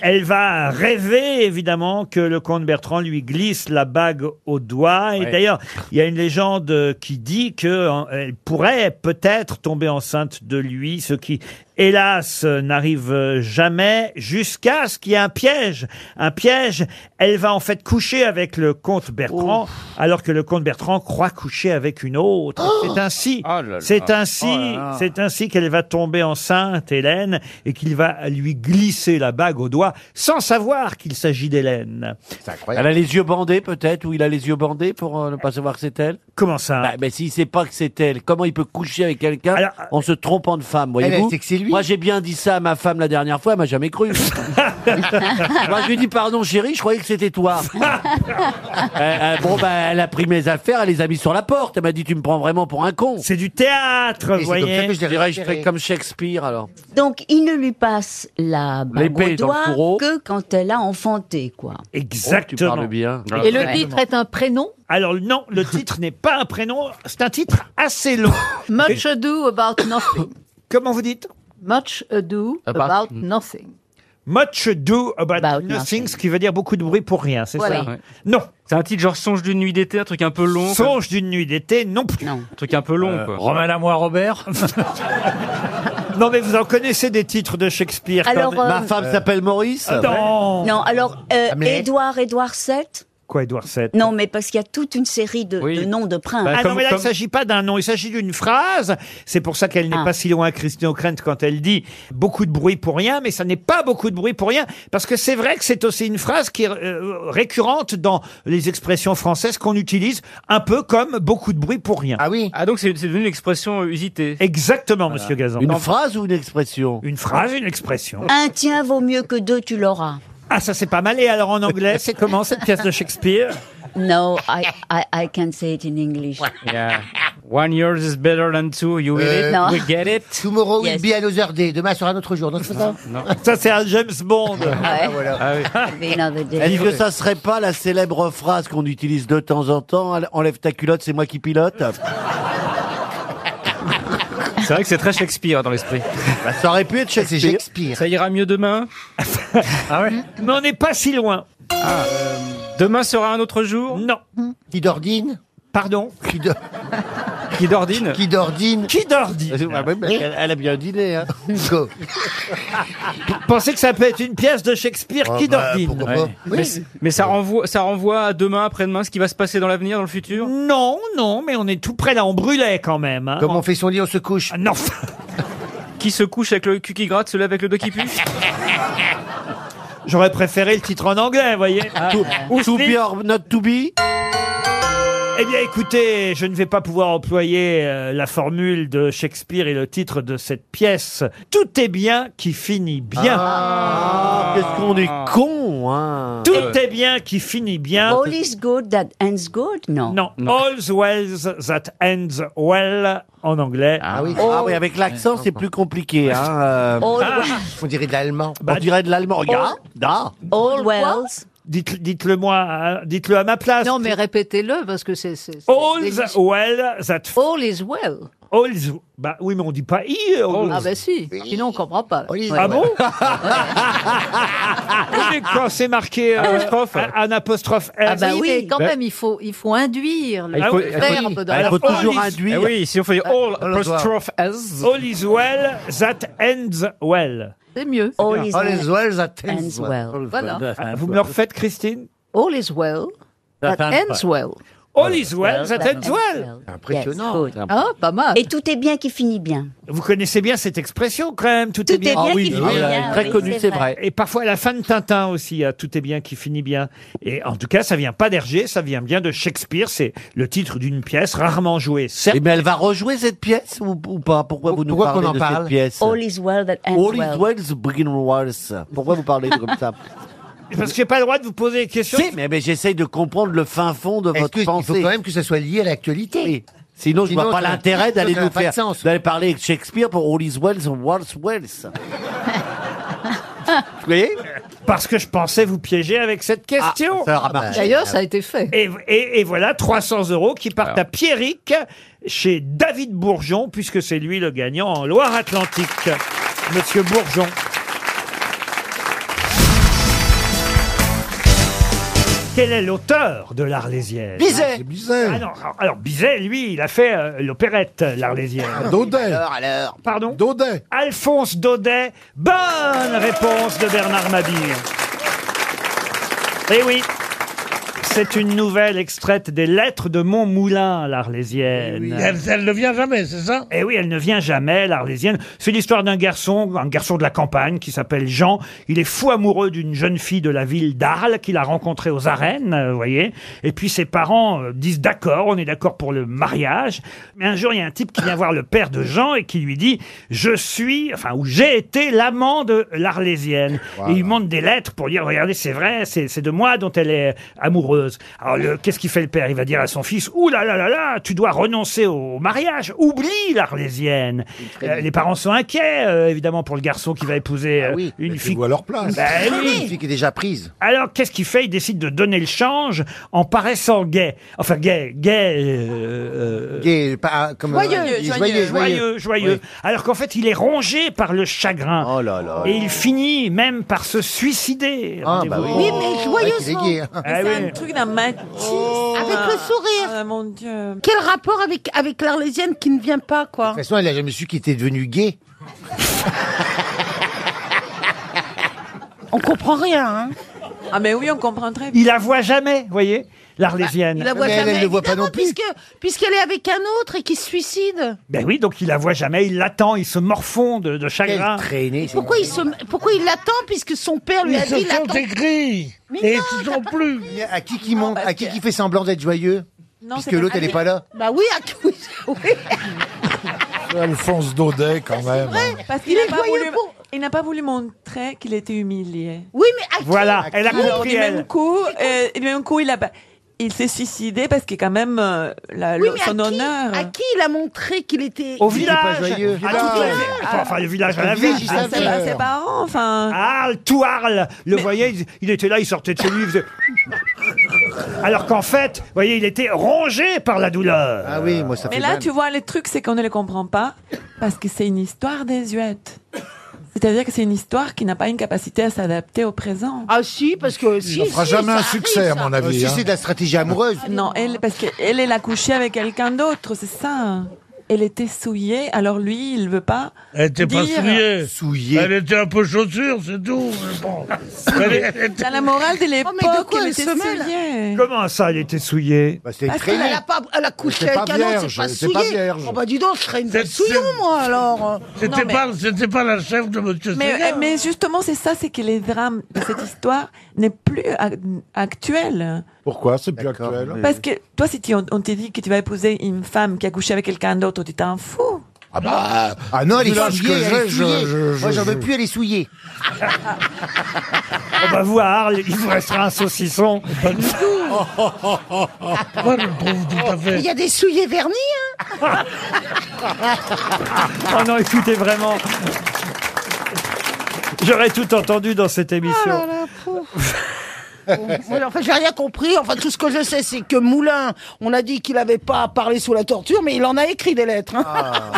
Speaker 2: Elle va rêver, évidemment, que le comte Bertrand lui glisse la bague au doigt. Et
Speaker 16: Ouais.
Speaker 2: d'ailleurs, il y a une légende euh, qui dit qu'elle pourrait peut-être tomber enceinte de lui, ce qui, hélas, euh, n'arrive euh, jamais, jusqu'à ce qu'il y ait un piège. Un piège, elle va en fait coucher avec le comte Bertrand, alors que le comte Bertrand croit coucher avec une autre. C'est ainsi. C'est ainsi,
Speaker 16: Oh là là.
Speaker 2: c'est ainsi qu'elle va tomber enceinte, Hélène, et qu'il va lui glisser la bague au doigt sans savoir qu'il s'agit d'Hélène.
Speaker 16: Elle a les yeux bandés peut-être, ou il a les yeux bandés pour euh, ne pas savoir que c'est elle Bah,
Speaker 2: Comment ça
Speaker 16: Mais s'il sait pas que c'est elle, comment il peut coucher avec quelqu'un
Speaker 2: euh,
Speaker 16: en se trompant de femme,
Speaker 2: Eh ben,
Speaker 16: voyez-vous
Speaker 5: sait que c'est lui.
Speaker 16: Moi j'ai bien dit ça à ma femme la dernière fois, elle m'a
Speaker 2: (laughs)
Speaker 16: jamais cru. Moi je lui ai dit pardon chérie, je croyais que
Speaker 2: (laughs)
Speaker 16: c'était toi. Euh, euh, bon bah elle a pris mes affaires, elle les a mis sur la porte, elle m'a dit tu me prends vraiment pour un con.
Speaker 2: C'est du théâtre,
Speaker 16: vous
Speaker 2: voyez.
Speaker 16: Je dirais je fais comme Shakespeare alors.
Speaker 8: (laughs) Donc, il ne lui passe la bague
Speaker 16: L'épée
Speaker 8: au
Speaker 16: dans le
Speaker 8: doigt
Speaker 16: fourreau.
Speaker 8: que quand elle a enfanté, quoi.
Speaker 16: Oh, tu parles bien.
Speaker 8: Et le titre
Speaker 2: est un prénom Alors non, le titre n'est pas un prénom, c'est un titre assez long.
Speaker 21: (laughs) Much ado about nothing.
Speaker 2: (coughs) Comment vous dites
Speaker 21: Much ado
Speaker 2: About-
Speaker 21: about nothing.
Speaker 2: Much do about, nothing, ce qui veut dire beaucoup de bruit pour rien, c'est
Speaker 21: Voilà.
Speaker 2: ça
Speaker 21: Ouais.
Speaker 2: Non.
Speaker 18: C'est un titre genre Songe d'une nuit d'été, un truc un peu long.
Speaker 2: Songe d'une nuit d'été, non plus.
Speaker 18: Un truc un peu long,
Speaker 16: Euh,
Speaker 18: quoi.
Speaker 2: Romain à moi, Robert. (laughs) non, mais vous en connaissez des titres de Shakespeare. quand
Speaker 8: Alors,
Speaker 2: même.
Speaker 21: euh,
Speaker 16: Ma femme s'appelle Maurice Ah,
Speaker 2: Non.
Speaker 8: Non, alors, euh,
Speaker 2: Mais-
Speaker 8: Édouard, Édouard VII
Speaker 2: Quoi, Édouard VII
Speaker 8: Non, mais parce qu'il y a toute une série de, de noms de
Speaker 18: Ben,
Speaker 8: princes.
Speaker 16: Bah,
Speaker 2: ah non, mais là, il ne s'agit pas d'un nom, il s'agit d'une phrase. C'est pour ça
Speaker 18: Ah.
Speaker 2: qu'elle n'est pas si loin à Christine O'Krent quand elle dit beaucoup de bruit pour rien, mais ça n'est pas beaucoup de bruit pour rien, parce que c'est vrai que c'est aussi une phrase qui est euh, récurrente dans les expressions françaises qu'on utilise un peu comme beaucoup de bruit pour rien. Ah oui
Speaker 18: Ah donc c'est c'est devenu une expression euh, usitée.
Speaker 2: Exactement, monsieur Gazan.
Speaker 16: Une
Speaker 2: Non,
Speaker 16: phrase ou une expression Ah.
Speaker 2: Une phrase, une expression.
Speaker 8: Un tien vaut mieux que deux, tu l'auras.
Speaker 2: Ah, ça c'est pas mal. Et alors en anglais, c'est comment cette pièce de Shakespeare
Speaker 8: No, I, I, I can say it in English.
Speaker 18: (laughs) Yeah. One year is better than two. You will
Speaker 8: Euh,
Speaker 18: it.
Speaker 8: non.
Speaker 18: We get it.
Speaker 5: Tomorrow will be another day. Demain sera un autre jour. Non, c'est pas ça
Speaker 2: Ça, c'est un James
Speaker 5: (laughs)
Speaker 2: Bond.
Speaker 8: Ah
Speaker 16: voilà. Est-ce
Speaker 8: Est-ce
Speaker 16: que ça serait pas la célèbre phrase qu'on utilise de temps en temps Enlève ta culotte, c'est moi qui pilote
Speaker 18: C'est vrai que c'est très Shakespeare hein, dans l'esprit.
Speaker 16: ça aurait pu être Shakespeare.
Speaker 18: Ça ira mieux
Speaker 16: (laughs)
Speaker 18: demain. ah ouais.
Speaker 2: Mais on n'est pas si loin.
Speaker 18: Demain sera un autre jour. Hmm.
Speaker 2: Non.
Speaker 16: Ah. Qui d'ordine
Speaker 2: Pardon
Speaker 16: Qui
Speaker 18: Qui d'ordine
Speaker 16: Qui d'ordine
Speaker 2: Qui d'ordine
Speaker 16: Ah, bah, elle, elle a bien dîné. Hein. Go.
Speaker 2: Pensez que ça peut être une pièce de Shakespeare
Speaker 16: Ah
Speaker 2: qui
Speaker 16: bah,
Speaker 2: d'ordine.
Speaker 16: pourquoi pas. Ouais.
Speaker 18: Mais, c'est- mais ça renvoie, ça renvoie à demain, après-demain, ce qui va se passer dans l'avenir, dans le futur.
Speaker 2: Non, non, mais on est tout près là, on brûlait quand même. hein.
Speaker 16: Comme on fait son lit, on se couche.
Speaker 2: Non.
Speaker 18: Qui se couche avec le cul qui gratte, se lève avec le dos qui
Speaker 2: (laughs)
Speaker 18: pue.
Speaker 16: Ah,
Speaker 2: J'aurais préféré le titre en anglais, vous voyez.
Speaker 16: To, to be or not to be
Speaker 2: Eh bien, écoutez, je ne vais pas pouvoir employer euh, la formule de Shakespeare et le titre de cette pièce. Tout est bien qui finit bien.
Speaker 16: Ah,
Speaker 2: qu'est-ce qu'on est con,
Speaker 16: hein.
Speaker 2: Tout
Speaker 17: Ouais.
Speaker 2: est bien qui finit bien.
Speaker 17: All is good that ends good Non.
Speaker 2: Non, all's well that ends well en anglais. Euh, Ah
Speaker 16: oui, ah oui, avec l'accent, c'est plus compliqué. Hein, euh.
Speaker 2: All
Speaker 16: Ah,
Speaker 2: well.
Speaker 16: on dirait de l'allemand.
Speaker 2: Bah,
Speaker 16: on dirait de l'allemand. Ya, da.
Speaker 17: All wells.
Speaker 2: Dites, dites-le moi, hein, dites-le à ma place.
Speaker 28: Non, mais répétez-le parce que c'est. c'est- c'est-
Speaker 2: All's
Speaker 28: c'est-
Speaker 2: well that...
Speaker 28: All is well.
Speaker 2: All's... Bah oui, mais on dit pas i. on-
Speaker 28: Ah ben si, sinon on comprend pas.
Speaker 2: Ah bon (laughs) Oui, mais quand c'est marqué euh,
Speaker 28: Apostrophe.
Speaker 2: un- un apostrophe R.
Speaker 15: Euh,
Speaker 28: Ah bah oui, mais quand même, il faut, il faut induire le
Speaker 2: Ah oui,
Speaker 28: verbe dans la phrase.
Speaker 2: induire.
Speaker 24: oui, si on fait all apostrophe as.
Speaker 2: All is well that ends well.
Speaker 28: C'est mieux.
Speaker 2: All is All is well that ends well.
Speaker 28: Voilà.
Speaker 2: Ah, Vous me le refaites, Christine
Speaker 28: All is well that
Speaker 2: That ends
Speaker 28: ends well.
Speaker 2: All is well that ends well.
Speaker 17: Impressionnant.
Speaker 28: Ah, pas mal.
Speaker 17: Et tout est bien qui finit bien.
Speaker 2: Vous connaissez bien cette expression quand même, tout,
Speaker 17: est bien Ah oui, qui oui, finit oui, bien, elle est très oui, connue, c'est c'est vrai. vrai.
Speaker 2: Et parfois à la fin de Tintin aussi, il y a tout est bien qui finit bien. Et en tout cas, ça vient pas d'Hergé, ça vient bien de Shakespeare, c'est le titre d'une pièce rarement jouée. certes.
Speaker 16: Mais elle va rejouer cette pièce ou, ou pas Pourquoi vous nous
Speaker 2: Pourquoi
Speaker 16: parlez
Speaker 2: qu'on en
Speaker 16: de
Speaker 2: parle
Speaker 16: cette pièce
Speaker 17: All is well that ends
Speaker 16: All is
Speaker 17: well.
Speaker 16: well, the begin was. Pourquoi vous parlez comme ça
Speaker 2: (laughs) Parce que j'ai pas le droit de vous poser des questions.
Speaker 16: Si, mais, mais j'essaye de comprendre le fin fond de votre pensée. Il faut quand même que ça soit lié à l'actualité. Sinon, je
Speaker 5: Sinon,
Speaker 16: vois pas
Speaker 5: ça-
Speaker 16: l'intérêt
Speaker 5: sinon,
Speaker 16: d'aller
Speaker 5: ça
Speaker 16: nous
Speaker 5: n'a pas de
Speaker 16: faire
Speaker 5: sens.
Speaker 16: d'aller parler avec Shakespeare pour All is well, the world's
Speaker 17: (laughs)
Speaker 16: wells.
Speaker 2: Vous voyez Parce que je pensais vous piéger avec cette question.
Speaker 16: ça aura marché.
Speaker 28: D'ailleurs, ça a été fait.
Speaker 2: Et, et- et voilà 300 euros qui partent à Pierrick chez David Bourgeon, puisque c'est lui le gagnant en Loire-Atlantique. Monsieur Bourgeon. Quel est l'auteur de l'Arlésienne
Speaker 16: Bizet.
Speaker 2: Ah non, alors- alors Bizet, lui, il a fait euh, l'opérette, l'Arlésienne. Ah, Daudet
Speaker 16: Alors, alors.
Speaker 2: Pardon Daudet Alphonse Daudet. Bonne réponse de Bernard Mabille. Eh oui c'est une nouvelle extraite des lettres de Montmoulin, l'Arlésienne.
Speaker 12: Elle, elle ne vient jamais, c'est ça
Speaker 2: Eh oui, elle ne vient jamais, l'Arlésienne. C'est l'histoire d'un garçon, un garçon de la campagne qui s'appelle Jean. Il est fou amoureux d'une jeune fille de la ville d'Arles qu'il a rencontrée aux arènes, euh, vous voyez. Et puis ses parents euh, disent d'accord, on est d'accord pour le mariage. Mais un jour, il y a un type qui vient voir le père de Jean et qui lui dit Je suis, enfin, ou j'ai été l'amant de l'Arlésienne. Et il montre des lettres pour dire Regardez, c'est vrai, c'est c'est de moi dont elle est amoureuse. Alors, le- qu'est-ce qu'il fait le père Il va dire à son fils Ouh là là là là, tu dois renoncer au mariage, oublie l'Arlésienne. Euh, les parents sont inquiets, euh, évidemment, pour le garçon qui va épouser euh, une fille. à leur place.
Speaker 5: Une fille qui Ah, est déjà prise.
Speaker 2: Ben Alors, qu'est-ce qu'il fait Il décide de donner le change en paraissant gay. Enfin, gay, gay. euh, euh,
Speaker 5: Gay, pas, comme,
Speaker 2: Joyeux,
Speaker 5: euh,
Speaker 2: joyeux,
Speaker 5: joyeux,
Speaker 2: joyeux, joyeux. Alors qu'en fait, il est rongé par le chagrin.
Speaker 5: Oh
Speaker 2: Et il finit même par se suicider.
Speaker 5: Ah,
Speaker 2: rendez-vous.
Speaker 5: bah oui.
Speaker 27: Oui,
Speaker 16: Oh.
Speaker 27: mais joyeusement.
Speaker 5: hein.
Speaker 2: Ah
Speaker 27: c'est
Speaker 2: oui.
Speaker 27: un truc d'un matisme.
Speaker 15: Avec le sourire.
Speaker 27: Ah, mon Dieu.
Speaker 15: Quel rapport avec, avec l'Arlésienne qui ne vient pas, quoi
Speaker 5: De toute façon, elle a jamais su qu'il était devenu gay.
Speaker 15: On comprend rien, hein
Speaker 27: Ah, mais oui, on comprend très bien.
Speaker 2: Il la voit jamais, voyez, l'Arlésienne.
Speaker 15: Il la voit jamais.
Speaker 21: Ah
Speaker 15: évidemment, puisque- Puisqu'elle est avec un autre et qui se suicide.
Speaker 2: Ben oui, donc il la voit jamais, il l'attend, il se morfond de, de chagrin.
Speaker 15: Pourquoi il, se... Pourquoi il l'attend puisque son père lui
Speaker 12: Ils
Speaker 15: a
Speaker 12: se
Speaker 15: dit
Speaker 12: sont
Speaker 15: l'attend
Speaker 12: écrits
Speaker 15: Mais
Speaker 12: et
Speaker 15: non,
Speaker 12: ils
Speaker 15: t'as
Speaker 12: sont
Speaker 15: pas
Speaker 12: plus.
Speaker 15: compris.
Speaker 5: Il y a- À qui qui monte À qui qui fait semblant d'être joyeux
Speaker 15: Non,
Speaker 5: Puisque
Speaker 15: c'est
Speaker 5: l'autre, elle n'est pas là.
Speaker 15: Bah oui, à qui oui, oui.
Speaker 1: (laughs) Alphonse Daudet, quand même. hein.
Speaker 27: Parce
Speaker 15: Il
Speaker 27: qu'il n'a
Speaker 15: est
Speaker 27: pas,
Speaker 15: joyeux
Speaker 27: voulu- il n'a pas voulu montrer qu'il était humilié.
Speaker 15: Oui, mais à qui
Speaker 2: Voilà, elle a
Speaker 27: Alors,
Speaker 2: compris,
Speaker 27: du même
Speaker 2: elle.
Speaker 27: coup, euh, du même coup, il a, il s'est suicidé parce que quand même, euh, la-
Speaker 15: Oui,
Speaker 27: le-
Speaker 15: mais
Speaker 27: son
Speaker 15: à qui,
Speaker 27: honneur.
Speaker 15: À qui il a montré qu'il était.
Speaker 2: Au
Speaker 15: qu'il était
Speaker 2: village,
Speaker 15: pas joyeux.
Speaker 2: À tout le vi- euh, enfin, enfin, le village à la
Speaker 15: Le
Speaker 2: ville.
Speaker 15: village, il
Speaker 2: Ah,
Speaker 15: savait.
Speaker 2: c'est-
Speaker 27: à ses parents, enfin.
Speaker 2: Arles, tout Arles. Le voyez, il, il était là, il sortait de chez lui, il faisait... Alors qu'en fait, vous voyez, il était rongé par la douleur.
Speaker 5: Ah oui, moi ça
Speaker 27: Mais là, tu vois, le truc, c'est qu'on ne le comprend pas parce que c'est une histoire désuète. C'est-à-dire que c'est une histoire qui n'a pas une capacité à s'adapter au présent.
Speaker 15: Ah si, parce que si.
Speaker 1: On fera
Speaker 15: si,
Speaker 1: jamais
Speaker 15: ça
Speaker 1: un
Speaker 15: arrive,
Speaker 1: succès, à
Speaker 15: ça.
Speaker 1: mon avis.
Speaker 5: Euh, si
Speaker 1: hein.
Speaker 5: c'est de la stratégie amoureuse.
Speaker 27: Non, elle, parce qu'elle, elle a couché avec quelqu'un d'autre, c'est ça. Elle était souillée, alors lui, il veut pas.
Speaker 12: Elle était pas
Speaker 27: dire-
Speaker 12: souillée.
Speaker 5: Souillée.
Speaker 12: Elle était un peu chaussure, c'est tout. mais bon. Elle était-
Speaker 27: Dans la morale
Speaker 15: Oh,
Speaker 27: de
Speaker 15: mais de
Speaker 27: l'époque,
Speaker 15: quoi
Speaker 27: elle
Speaker 15: elle
Speaker 27: était
Speaker 15: se mêle
Speaker 27: souillée.
Speaker 2: Comment ça, il était souillé
Speaker 5: c'est
Speaker 15: Parce qu'elle a, pas, elle a couché
Speaker 5: C'est pas
Speaker 15: avec un autre,
Speaker 5: vierge,
Speaker 15: c'est pas
Speaker 5: c'est pas
Speaker 15: souillé.
Speaker 5: vierge.
Speaker 15: Oh bah dis donc, je serais une
Speaker 12: C'est-
Speaker 15: belle souillon,
Speaker 12: c'est-
Speaker 15: moi alors.
Speaker 12: C'était
Speaker 27: mais-
Speaker 12: pas, c'était pas la chef de Monsieur
Speaker 27: Mais,
Speaker 12: Sénat.
Speaker 27: euh, mais justement, c'est ça, c'est que les drames de cette histoire n'est plus ac- actuel.
Speaker 36: Pourquoi C'est plus actuel.
Speaker 27: Parce que toi, si tu- on, on te dit que tu vas épouser une femme qui a couché avec quelqu'un d'autre, tu t'en fous.
Speaker 1: Ah bah Ah non, elle
Speaker 27: Vu
Speaker 1: est
Speaker 27: l'âge
Speaker 1: souillée,
Speaker 27: que
Speaker 1: elle est
Speaker 27: j'ai, je-
Speaker 1: souillée.
Speaker 27: je-
Speaker 1: Moi,
Speaker 27: je-
Speaker 1: j'en veux
Speaker 27: je-
Speaker 1: plus, elle est souillée.
Speaker 2: On va voir, il Eh ben, vous restera un saucisson.
Speaker 27: euh,
Speaker 7: Il y a des souliers vernis, (laughs) hein
Speaker 2: Oh non, écoutez vraiment. J'aurais tout entendu dans cette
Speaker 7: Oh
Speaker 2: émission.
Speaker 7: là là, pouf. Bon, moi, enfin, j'ai rien compris. Enfin, tout ce que je sais, c'est que Moulin, on a dit qu'il n'avait pas parlé
Speaker 2: (laughs)
Speaker 5: Ah.
Speaker 7: sous la torture, mais il en a écrit des lettres. hein.